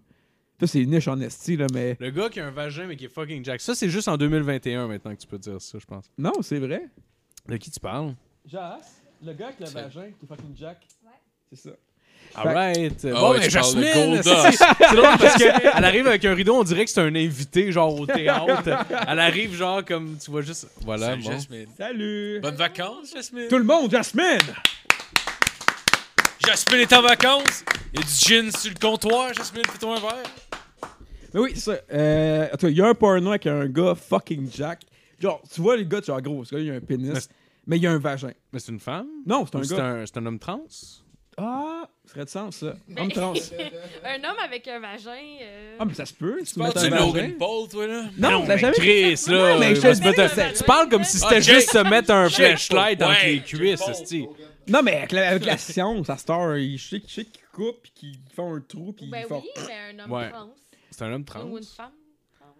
S2: Ça, c'est niche en esti, là, mais.
S4: Le gars qui a un vagin mais qui est fucking jack. Ça, c'est juste en 2021 maintenant que tu peux dire ça, je pense.
S2: Non, c'est vrai.
S4: De qui tu parles
S2: Jas, le gars avec le vagin, qui est fucking Jack.
S5: Ouais.
S2: C'est ça.
S4: Alright.
S3: Ah
S4: bon,
S3: ouais,
S4: mais
S3: tu parles de
S4: Jasmine,
S3: Gold
S4: c'est-
S3: Dust.
S4: c'est drôle parce qu'elle arrive avec un rideau, on dirait que c'est un invité, genre au théâtre. Elle arrive, genre, comme tu vois juste. Voilà,
S3: Salut,
S4: bon.
S3: Jasmine.
S2: Salut!
S3: Bonnes vacances, Jasmine.
S2: Tout le monde, Jasmine!
S3: Jasmine est en vacances. Il y a du gin sur le comptoir. Jasmine, fais-toi un verre.
S2: Mais oui, c'est ça. Euh, en tout cas, il y a un porno avec un gars fucking Jack. Genre, tu vois le gars, tu vois, gros, ce gars, il a un
S4: Mais
S2: pénis,
S4: c'est-
S2: mais il a un vagin.
S4: Mais c'est une femme
S2: Non, c'est un
S4: Ou c'est
S2: gars.
S4: un, c'est un homme trans
S2: Ah, ça serait de sens, ça.
S5: Ben-
S2: Homme trans.
S5: Un homme avec un vagin. euh,
S2: Ah, mais ça se peut. Tu mets
S3: Parles-tu
S2: un
S3: de
S2: vagin.
S3: Logan Paul, toi, là?
S2: Non, t'as jamais.
S4: Chris, là.
S2: Non, mais
S4: il
S2: je
S4: va
S2: te
S4: se
S2: dis,
S4: mettre un-
S5: c'est-
S4: Tu parles comme si c'était
S3: Ah, Jake-
S4: juste se mettre un flashlight entre
S3: Ouais,
S4: les
S3: Jake
S4: cuisses,
S3: Paul.
S4: esti.
S2: Non, mais avec la, avec la science, à Star, ils je sais je sais qu'ils coupent, puis qu'ils font un trou, puis
S5: Ben
S2: ils font.
S5: oui, mais un homme
S4: Ouais.
S5: trans.
S4: C'est un homme trans.
S5: Ou une femme.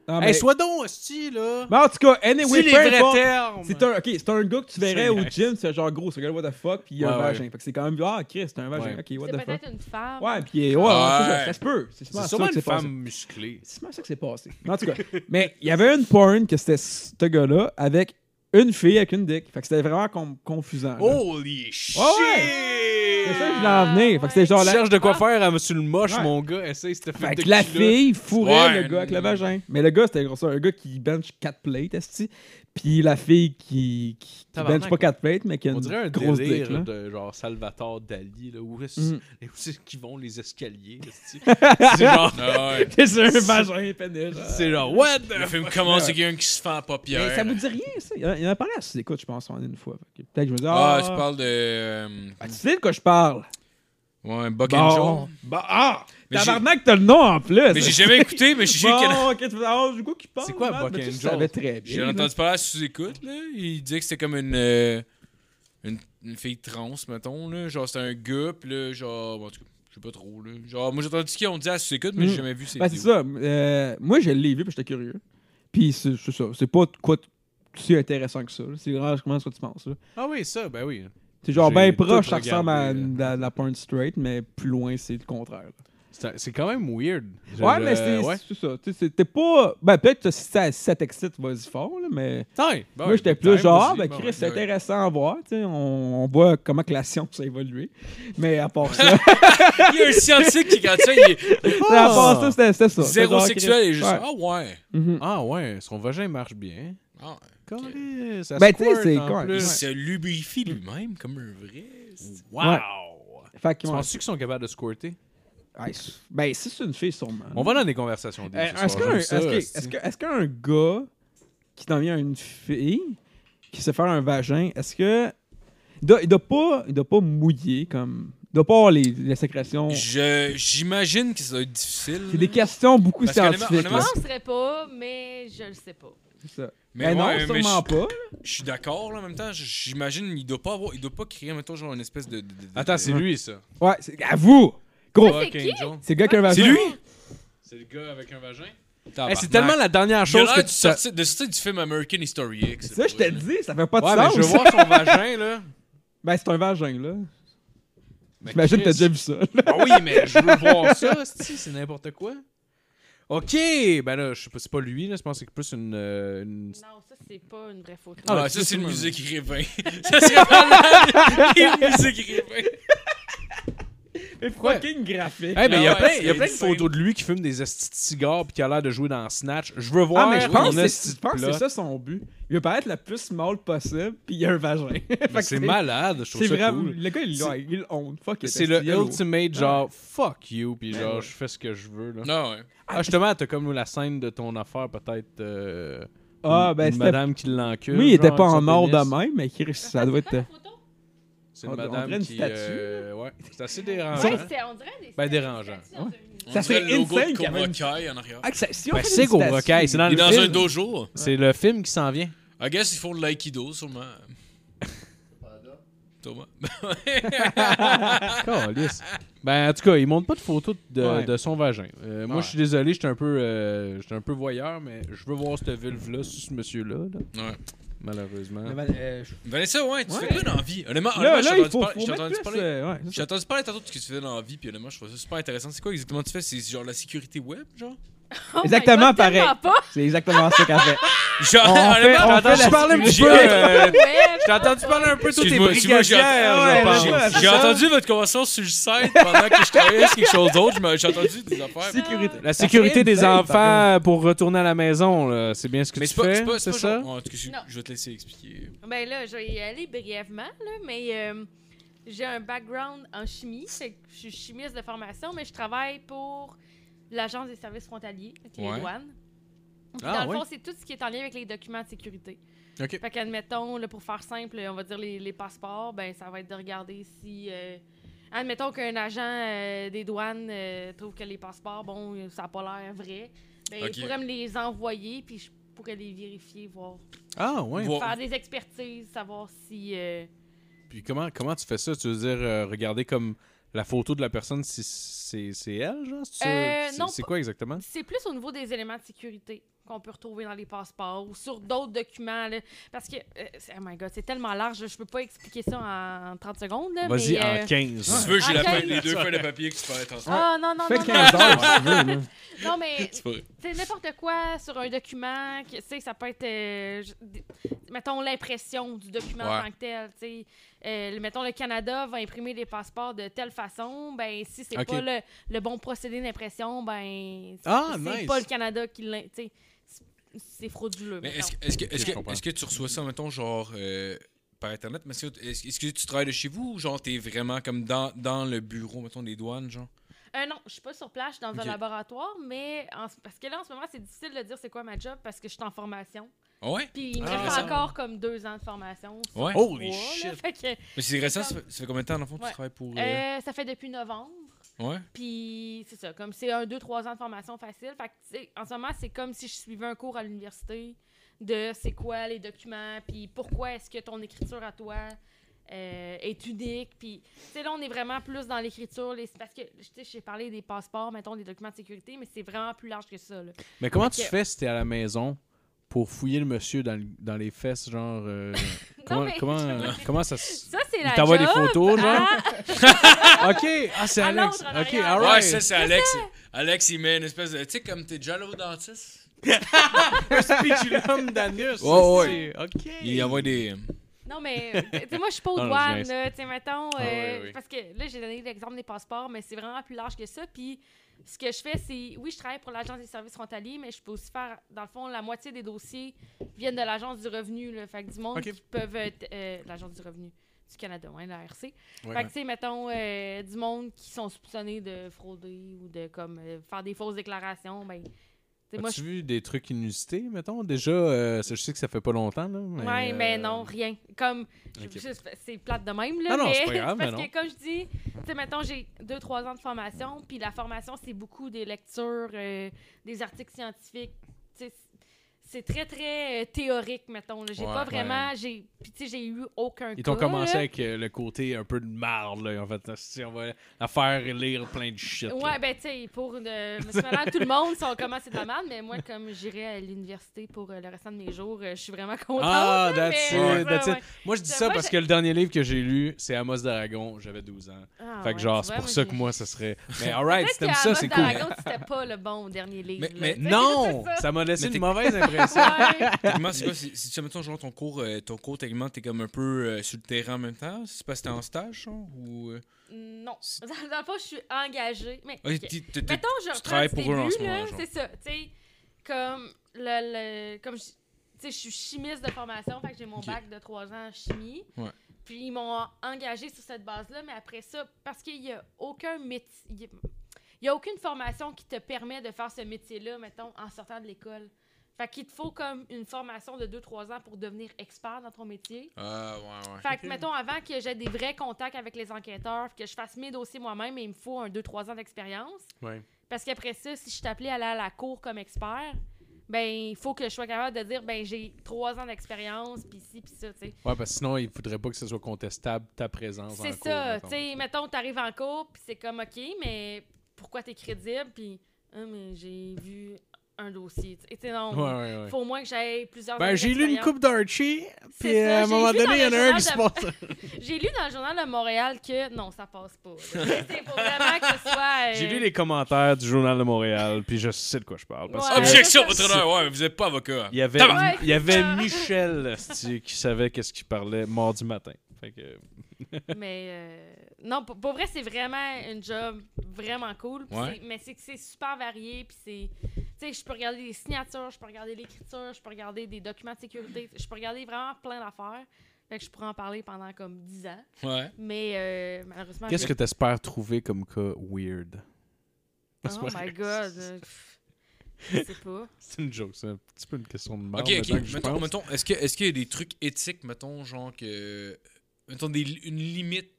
S2: Non, Ah, mais...
S4: Hey, sois donc, esti, là.
S2: mais en tout cas, anyway,
S4: Dis les
S2: peu
S4: vrais
S2: importe.
S4: termes.
S2: C'est un, ok, c'est un gars que tu verrais
S4: C'est
S2: au
S4: nice.
S2: gym, c'est genre gros, ce gars what the fuck, puis il a
S4: Ouais,
S2: un
S4: ouais.
S2: vagin. Fait que c'est quand même, ah, Chris, c'est un vagin,
S4: Ouais.
S2: ok, what
S5: C'est
S2: the fuck.
S5: peut-être une femme.
S2: Ouais, puis ouais, ouais,
S3: Ouais.
S2: c'est ça, ça se peut. C'est sûrement
S4: C'est
S2: ça
S4: sûrement
S2: que
S4: une
S2: c'est
S4: femme
S2: passé.
S4: musclée.
S2: C'est sûrement ça que c'est passé. En tout cas, mais il y avait une porn que c'était ce gars-là avec une fille avec une dick. Fait que c'était vraiment com- confusant. là.
S3: Oh,
S4: Holy shit!
S2: C'est ça que je voulais en venir. Fait que c'était genre
S4: Tu
S2: la,
S4: cherches de quoi faire à Monsieur le Moche,
S2: Ouais.
S4: mon gars. Essaye cette
S2: Fait
S4: fête
S2: que
S4: de
S2: la
S4: cul-là.
S2: fille fourrait
S3: Ouais,
S2: le gars avec le
S3: une-
S2: vagin. Mais le gars, c'était gros, ça, un gars qui bench 4 plates, esti. Puis la fille qui, qui, qui
S4: Tabarnak,
S2: bench pas quatre plates, mais qui a
S4: On
S2: une
S4: dirait un
S2: grosse
S4: délire
S2: dick. là.
S4: de genre Salvatore Dali, là, où est-ce
S2: Mm.
S4: et où est-ce qu'ils vont les escaliers? là, c'est- c'est genre,
S3: Ah ouais.
S2: C'est un vagin pénis.
S4: c'est genre, what
S3: Le
S4: the
S3: film commence avec quelqu'un qui se fait en paupière.
S2: Mais ça vous dit rien, ça. Il y en a- il y en a parlé à Écoute, je pense, on est une fois. Fait que Peut-être que je me dis,
S3: Ah,
S2: ah,
S3: tu parles de. euh,
S2: ah, tu sais de quoi je parle.
S3: ouais, Buck
S2: Bon.
S3: and Joe.
S2: Bah, ah!
S3: Mais j'ai-
S2: Tabarnak, t'as le nom en plus.
S3: Mais j'ai jamais écouté, mais je sais
S2: Bon,
S3: qu'il y en a-
S2: ok, tu fais, ah, du coup, qui parle.
S4: C'est quoi,
S2: man?
S4: Buck
S2: Mais tu
S4: and
S2: le savais
S4: Joe?
S2: très bien.
S3: J'ai
S2: là.
S3: entendu parler à sous-écoute, là. Il disait que c'était comme une, euh, une, une fille trans, mettons, là. Genre, c'était un gars, pis là, genre, bon, en tout cas, je sais pas trop, là. Genre, moi, j'ai entendu ce qu'ils ont dit à sous-écoute, mais
S2: Mm.
S3: j'ai jamais vu ces
S2: Ben, c'est
S3: vidéos.
S2: ça. euh, moi, je l'ai vu, puis j'étais curieux. Puis c'est c'est ça. C'est pas de quoi de si intéressant que ça. là. C'est vraiment comment ce que tu penses. là.
S4: Ah oui, ça, ben oui.
S2: C'est genre
S4: J'ai
S2: bien
S4: tout
S2: proche, ça ressemble à,
S4: regardé, euh,
S2: à la pointe straight, mais plus loin, c'est le contraire. là.
S4: C'est un- C'est quand même weird. Je-
S2: ouais,
S4: je-
S2: mais c'est
S4: ouais.
S2: c'est ça. Tu sais, C'était pas. Ben, peut-être si ça, si ça t'excite, vas-y fort, là, mais.
S4: Tiens, ben
S2: Moi,
S4: ouais,
S2: j'étais
S4: quand même,
S2: plus genre, ah,
S4: vas-y,
S2: ben,
S4: bon,
S2: Chris,
S4: ouais.
S2: c'est
S3: ouais.
S2: intéressant à voir. tu sais, On, on voit comment que la science a évolué. Mais à part ça,
S3: Il y a un scientifique qui, quand ça, il est
S2: à part ça, c'était c'était ça. C'était
S3: zéro
S2: genre,
S3: sexuel et
S2: Chris,
S3: juste,
S2: ouais.
S3: ah ouais.
S2: Mhm.
S4: Ah ouais, son vagin marche bien.
S3: Ah,
S4: Calais, ça
S2: Ben, tu sais,
S4: squirt
S2: c'est
S4: en
S2: con-
S3: il
S4: plus.
S3: se lubrifie lui-même comme un vrai. c'est-
S4: Wow!
S2: Fait que,
S4: Tu
S2: ouais.
S4: penses-tu qu'ils sont capables de squirter?
S2: Ouais, c'est- Ben, si c'est une fille, sûrement.
S3: Ah
S4: On va dans des conversations.
S2: Euh, Est-ce qu'un est-ce que- est-ce que- est-ce qu'un gars qui t'en vient à une fille qui sait faire un vagin, est-ce que. Il doit, il doit pas, il doit pas mouiller comme. Il doit pas avoir les, les sécrétions.
S3: Je- J'imagine que ça doit être difficile.
S2: C'est des questions beaucoup
S3: Parce qu'honnêtement-
S2: scientifiques.
S5: Je
S3: honnêtement,
S2: là.
S5: penserais pas, mais je le sais pas.
S2: C'est ça.
S3: Mais,
S2: Ben non,
S3: ouais, mais
S2: sûrement
S3: je-
S2: pas.
S3: Je suis d'accord, là, en même temps, j- j'imagine, il doit pas avoir, il doit pas créer, mettons, genre, une espèce de. de- de- de-
S4: Attends,
S3: de-
S4: c'est lui, ça.
S2: Ouais, c'est- à vous! Gros!
S5: Ouais. C'est qui?
S2: C'est le gars qui a un vagin.
S3: C'est lui?
S4: C'est le gars avec un vagin?
S2: Ah,
S4: Eh,
S2: bah,
S3: Tabarnak.
S4: c'est tellement la dernière
S3: Il a
S4: chose
S3: l'air
S4: que
S3: de,
S4: tu sais.
S3: sortir, de sortir du film American History X.
S2: Ça, je te le dis, ça fait pas de
S4: Ouais, mais
S2: sens.
S4: je veux voir son vagin, là.
S2: Ben, c'est un vagin, là.
S4: Mais
S2: J'imagine que t'as
S4: Chris.
S2: déjà vu ça.
S4: Ah oui, mais je veux voir ça, c'ti, c'est n'importe quoi. Ok, ben là, je sais pas, c'est pas lui, là, je pense que c'est plus une. euh, une-
S5: Non, ça, c'est pas une vraie photo.
S3: Ah,
S4: Ah,
S3: ça, c'est une
S4: sûrement.
S3: musique Révin. ça, c'est malade. Une musique Révin.
S2: Mais
S4: pourquoi?
S2: fucking graphique.
S4: Eh ben, il y a
S3: ouais,
S4: plein, il y a
S3: c'est
S4: plein de
S3: insane.
S4: photos de lui qui fume des estis de cigares puis qui a l'air de jouer dans Snatch. Je veux voir.
S2: Ah, mais je
S4: où
S2: pense,
S4: on
S2: que
S4: a
S2: c'est-
S4: ce
S2: je pense que
S4: type-là.
S2: c'est ça son but. Il veut paraître le plus small possible, puis il y a un vagin. Fait
S4: Mais
S2: que
S4: C'est malade, je trouve
S2: C'est
S4: ça
S2: vraiment.
S4: cool.
S2: Le gars, il
S4: C'est-
S2: il honte. Fuck it,
S4: C'est le
S2: il est lourd.
S4: ultimate genre fuck you
S2: Ben
S4: puis genre je fais ce que je veux là.
S3: Non, ouais.
S4: Ah justement, t'as comme la scène de ton affaire peut-être euh,
S2: Ah,
S4: une-
S2: ben,
S4: une
S2: c'était.
S4: madame qui l'encule.
S2: Lui, il était
S4: genre,
S2: pas
S4: avec
S2: en
S4: son
S2: ordre
S4: pénis.
S2: de même, mais Chris, ça doit être. euh,
S4: C'est une
S2: On- on
S4: madame
S2: dirait une
S4: qui
S2: statue,
S4: euh, ouais, c'est assez
S5: Ouais,
S4: dérangeant.
S5: c'est- on dirait des
S4: Ben, dérangeant.
S5: des statues dans une-
S3: On
S2: Ça
S3: dirait
S2: serait
S3: le logo
S2: insane
S3: de
S2: qu'il y avait
S3: Cobra
S2: une-
S3: Kai en arrière.
S2: Ah, que ça- si on
S4: Ben,
S2: fait
S4: c'est
S2: une
S4: Cobra
S2: statue-
S4: Kai, c'est dans
S3: Il est
S4: le
S3: dans
S4: film.
S3: un dojo.
S4: C'est le film qui s'en vient.
S3: I guess ils font de l'aïkido, sûrement. Thomas.
S4: Calisse. Ben, en tout cas, il montre pas de photos de,
S2: Ouais.
S4: de son vagin. Euh, Moi,
S3: Ouais.
S4: je suis désolé, j'étais un peu, euh, j'étais un peu voyeur, mais je veux voir cette vulve-là, sur ce monsieur-là, là,
S3: Ben, Ouais.
S4: malheureusement.
S2: Le vagin- euh, je-
S3: Vanessa, Ben, ouais, tu
S2: Ouais.
S3: fais quoi dans la vie? Honnêtement,
S2: Là,
S3: honnêtement,
S2: là,
S3: j'ai
S2: il
S3: entendu
S2: faut
S3: parler-
S2: faut
S3: j'ai
S2: mettre
S3: entendu
S2: plus.
S3: parler.
S2: euh, ouais, c'est
S3: J'ai
S2: ça.
S3: entendu parler tantôt de ce que tu fais dans la vie, puis honnêtement, je trouve ça super intéressant. C'est quoi exactement tu fais? C'est genre la sécurité web, genre?
S5: Oh my
S2: Exactement
S5: God,
S2: pareil.
S5: tellement pas.
S2: C'est exactement ça qu'elle fait.
S3: Genre,
S2: On fait- on
S3: Ah, honnêtement,
S2: fait la-
S3: J'ai-
S5: Ouais,
S4: euh, J'ai entendu parler un peu, tout est
S3: Excuse-moi, excuse-moi, j'ai-
S4: brigadière, je
S2: ouais, ouais,
S4: pense.
S2: c'est
S3: J'ai
S2: ça.
S3: entendu votre conversation sur le site pendant que je travaillais sur quelque chose d'autre. mais J'ai entendu des affaires.
S2: Sécurité.
S4: La sécurité
S2: serait
S4: des
S2: insane, par
S4: enfants pour retourner à la maison, là, c'est bien ce que
S3: Mais
S4: tu
S3: c'est pas,
S4: fais,
S3: c'est pas, c'est
S4: c'est
S3: pas
S4: ça?
S3: genre- Ouais, en tout cas, je,
S5: Non.
S3: je vais te laisser expliquer.
S5: Ben là, je vais y aller brièvement, là, mais euh, j'ai un background en chimie. fait que je suis chimiste de formation, mais je travaille pour l'Agence des services frontaliers, avec
S3: Ouais.
S5: les douanes. Puis
S4: Ah,
S5: dans
S4: oui.
S5: le fond, c'est tout ce qui est en lien avec les documents de sécurité.
S3: Ok.
S5: Fait qu'admettons, là, pour faire simple, on va dire les, les passeports, ben ça va être de regarder si. euh, admettons qu'un agent euh, des douanes euh, trouve que les passeports, bon, ça n'a pas l'air vrai. Ben,
S3: Ok.
S5: il pourrait me les envoyer, puis je pourrais les vérifier, voir
S4: Ah, ouais.
S3: Voir-
S5: faire des expertises, savoir si. euh,
S4: Puis comment, comment tu fais ça? Tu veux dire, euh, regarder comme la photo de la personne, si c'est c'est elle, genre? C'est-
S5: Euh,
S4: c'est-
S5: non,
S4: C'est
S5: pas-
S4: quoi exactement?
S5: C'est plus au niveau des éléments de sécurité qu'on peut retrouver dans les passeports ou sur d'autres documents. là. parce que, euh, c'est- oh my god, c'est tellement large, là, je peux pas expliquer ça en, 30 secondes. là,
S4: Vas-y,
S5: mais, euh,
S4: en 15.
S3: Si tu veux, j'ai la
S5: Ok.
S3: feuille- les deux feuilles de papier que tu peux être ensemble.
S5: Ah non, non,
S2: Fait
S5: non,
S2: 15
S5: non,
S2: heures, si tu veux, là.
S5: non, mais
S3: C'est pas vrai.
S5: c'est n'importe quoi sur un document, que, tu sais, ça peut être, euh, je- d- mettons, l'impression du document
S3: Ouais.
S5: en tant que tel, tu sais. Euh, le- mettons, le Canada va imprimer les passeports de telle façon, ben si c'est
S4: Ok.
S5: pas le, le bon procédé d'impression, ben c'est
S4: Ah,
S5: c'est
S4: nice.
S5: pas le Canada qui l'a, tu sais. C'est- c'est frauduleux.
S3: Mais
S5: mettons.
S3: est-ce que- est-ce que, est-ce
S4: je
S3: que-
S4: comprends.
S3: est-ce que tu reçois ça, mettons, genre euh, par Internet? Mais est-ce que- Est-ce est-ce que tu travailles de chez vous ou genre t'es vraiment comme dans, dans le bureau, mettons, des douanes, genre?
S5: Euh, non, je suis pas sur place, je suis dans
S3: Ok.
S5: un laboratoire, mais en ce- parce que là, en ce moment, c'est difficile de dire c'est quoi ma job parce que je suis en formation.
S3: Ah Ouais?
S5: Puis il me
S3: Ah,
S5: reste
S3: récent.
S5: encore comme deux ans de formation. sur
S3: Ouais.
S4: Holy
S5: trois, là.
S4: shit.
S5: Fait que,
S3: Mais c'est récent, ça fait, ça fait combien de temps, dans le fond, que
S5: Ouais.
S3: tu travailles pour. euh,
S5: euh, ça fait depuis novembre.
S3: Ouais?
S5: Puis c'est ça, comme c'est un, deux, trois ans de formation facile. Fait que, tu sais, en ce moment, c'est comme si je suivais un cours à l'université de c'est quoi les documents, puis pourquoi est-ce que ton écriture à toi euh, est unique. Puis, tu sais, là, on est vraiment plus dans l'écriture. les- Parce que, tu sais, j'ai parlé des passeports, mettons, des documents de sécurité, mais c'est vraiment plus large que ça. là.
S4: Mais comment
S5: Ok.
S4: tu fais si t'es à la maison pour fouiller le monsieur dans, le- dans les fesses, genre. euh, comment,
S5: mais-
S4: comment, comment ça se.
S5: Ça, c'est
S4: Il
S5: la
S4: t'envoie
S5: job. Ah,
S4: des photos, genre.
S5: à-
S4: Ok, ah, c'est
S5: À
S4: Alex.
S5: l'autre, en
S4: Ok,
S5: arrière.
S3: Ouais,
S4: alright.
S3: ça, c'est Alex. Alex, il met une espèce de. Tu sais, comme t'es déjà allé au dentiste?
S4: Pitulum d'anus.
S3: Ouais,
S4: ouais. Ok.
S3: Il envoie des. euh,
S5: Non, mais euh, tu sais, moi, je suis pas aux
S4: Non, non, je
S5: douanes,
S4: niaise.
S5: là. Tu sais, mettons,
S4: Ah,
S5: euh,
S4: oui, oui.
S5: parce que là, j'ai donné l'exemple des passeports, mais c'est vraiment plus large que ça. Puis, ce que je fais, c'est, oui, je travaille pour l'Agence des services frontaliers, mais je peux aussi faire, dans le fond, la moitié des dossiers viennent de l'Agence du revenu, là. Fait que du monde
S4: Ok.
S5: qui peuvent être. euh, L'Agence du revenu du Canada, hein, la RC.
S3: Ouais.
S5: Fait que, tu sais, mettons, euh, du monde qui sont soupçonnés de frauder ou de, comme, euh, faire des fausses déclarations, ben, tu sais, moi,
S4: As-tu
S5: je.
S4: vu des trucs inusités, mettons? Déjà, euh, ça, je sais que ça fait pas longtemps, là. Mais,
S5: Ouais, mais
S4: euh,
S5: non, rien. Comme, je-
S4: Ok.
S5: je- c'est plate de même, là,
S4: Ah non,
S5: mais
S4: c'est pas grave,
S5: parce
S4: mais non.
S5: que comme je dis, tu sais, mettons, j'ai 2-3 ans de formation, puis la formation, c'est beaucoup des lectures, euh, des articles scientifiques, tu sais, c'est très, très euh, théorique, mettons, là. J'ai
S3: Ouais,
S5: pas vraiment, j'ai, puis tu sais, j'ai eu aucun
S4: Ils
S5: cas,
S4: ont commencé
S5: là.
S4: avec euh, le côté un peu de marde, là. En fait, si on va la faire lire plein de shit. là.
S5: Ouais, ben, tu sais, pour euh, monsieur, madame, tout le monde, ça, on commence, ah, c'est de la merde, mais moi, comme j'irai à l'université pour euh, le restant de mes jours, euh, je suis vraiment contente.
S4: Ah,
S5: là,
S4: that's
S5: mais-
S4: it, that's
S5: Ouais,
S4: it.
S5: ouais.
S4: Moi, je dis
S5: Ben,
S4: ça
S5: moi,
S4: parce
S5: j'ai-
S4: que le dernier livre que j'ai lu, c'est Amos d'Aragon. J'avais 12 ans.
S5: Ah,
S4: fait
S5: ouais,
S4: que, genre,
S5: tu
S4: c'est
S5: vois,
S4: pour ça que
S5: j'ai-
S4: moi, ça serait. Mais alright,
S5: Peut-être
S4: si t'aimes
S5: que
S4: ça,
S5: Amos
S4: c'est
S5: dans
S4: cool.
S5: la Gaule, c'était pas le bon dernier livre. là.
S3: Mais- mais-
S5: Tu sais,
S4: Non!
S5: c'est ça.
S4: Ça m'a laissé
S3: Mais
S4: une
S3: t'es-
S4: mauvaise impression.
S5: Ouais.
S3: Techniquement, c'est quoi? Si si tu mets ton genre ton cours, euh, ton cours, techniquement, t'es comme un peu euh, sur le terrain en même temps? C'est parce que t'es en stage, genre? Ou. euh,
S5: Non.
S3: C'est-
S5: Dans dans le fond, je suis engagée. Mais,
S3: ouais,
S5: ok. Ben,
S3: t'es- t'es- t'es-
S5: Mettons, je reprends
S3: travailles
S5: du
S3: pour eux en
S5: début,
S3: ce moment,
S5: là,
S3: genre.
S5: C'est ça. Tu sais, comme, le, le- comme je, tu sais, je suis chimiste de formation, fait que j'ai mon
S3: Ok.
S5: bac de 3 ans en chimie.
S3: Ouais.
S5: Puis ils m'ont engagée sur cette base-là, mais après ça, parce qu'il n'y a aucun métier. Il n'y a aucune formation qui te permet de faire ce métier-là, mettons, en sortant de l'école. Fait qu'il te faut comme une formation de 2-3 ans pour devenir expert dans ton métier.
S3: Ah, ouais, ouais.
S5: Fait que, mettons, avant que j'ai des vrais contacts avec les enquêteurs, puis que je fasse mes dossiers moi-même, il me faut un 2-3 ans d'expérience.
S4: Ouais.
S5: Parce qu'après ça, si je suis appelée à aller à la cour comme expert, ben, il faut que je sois capable de dire, ben, j'ai 3 ans d'expérience, puis ci, puis ça, tu sais.
S4: Ouais, parce que sinon, il faudrait pas que ce soit contestable ta présence. en
S5: C'est
S4: cours,
S5: ça,
S4: mettons.
S5: tu sais. Mettons, t'arrives en cour, puis c'est comme, OK, mais pourquoi t'es crédible, puis, ah, mais j'ai vu un dossier, tu sais. Tu sais, non.
S4: Ouais, ouais, ouais.
S5: Faut au moins que j'aille plusieurs
S4: Ben,
S5: années
S4: j'ai lu une
S5: d'expérience.
S4: coupe d'Archie,
S5: C'est
S4: puis euh,
S5: ça,
S4: à un
S5: j'ai
S4: moment
S5: vu dans
S4: donné, il y en
S5: le
S4: a un
S5: journal
S4: qui se
S5: de-
S4: passe.
S5: J'ai lu dans le journal de Montréal que non, ça passe pas. là. C'est faut vraiment que ce soit. euh,
S4: J'ai lu les commentaires du Journal de Montréal, puis je sais de quoi je parle. parce que-
S5: Ouais.
S3: Objection,
S5: euh, ça,
S3: votre
S4: ça-
S3: honneur! Ouais, mais vous êtes pas avocat.
S4: Il y avait,
S3: Tabarnak.
S4: il y avait
S5: Ouais.
S4: Michel esti, qui savait qu'est-ce qu'il parlait mardi matin. Fait que,
S5: Mais euh, non, pour, pour vrai, c'est vraiment une job vraiment cool. Puis
S3: Ouais.
S5: c'est- Mais c'est que c'est super varié. Puis c'est. Tu sais, je peux regarder les signatures, je peux regarder l'écriture, je peux regarder des documents de sécurité. Je peux regarder vraiment plein d'affaires. Fait que je pourrais en parler pendant comme 10 ans.
S3: Ouais.
S5: Mais euh, malheureusement.
S4: Qu'est-ce que
S5: j'ai-
S4: tu espères trouver comme cas weird?
S5: Oh my god. euh, pff, Je sais pas.
S4: C'est une joke, c'est un petit peu une question de mort.
S3: Ok, ok. Mettons, mettons, est-ce que- est-ce qu'il y a des trucs éthiques, mettons, genre que. Mettons, des, une limite,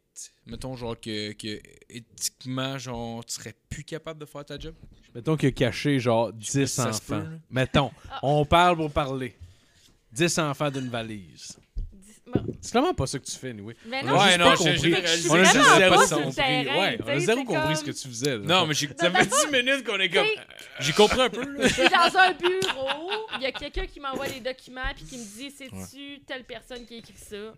S3: mettons, genre que, que éthiquement, genre, tu serais plus capable de faire ta job?
S4: Mettons qu'il a caché genre 10
S3: ça se
S4: enfants.
S3: peut, là.
S4: Mettons,
S5: Ah.
S4: on parle pour parler. 10 enfants d'une valise.
S5: Dis- bon,
S4: C'est clairement pas ça que tu fais, anyway.
S5: Mais
S4: Ouais,
S5: j'ai
S4: non,
S5: pas
S4: j'ai-
S5: compris.
S4: j'ai
S5: Fait que je suis
S4: On a
S5: vraiment
S4: juste
S5: pas
S4: zéro
S5: sur le
S4: compris.
S5: terrain,
S4: ouais,
S5: tu
S4: on a
S5: sais,
S4: zéro
S5: c'est
S4: compris
S5: comme-
S4: ce que tu faisais. là.
S3: Non, mais j'ai
S5: Ça fait
S3: 10 minutes qu'on est comme.
S5: T'sais,
S3: J'ai compris un peu, là.
S5: Je suis dans un bureau, il y a quelqu'un qui m'envoie les documents puis qui me dit c'est-tu telle personne qui a écrit ça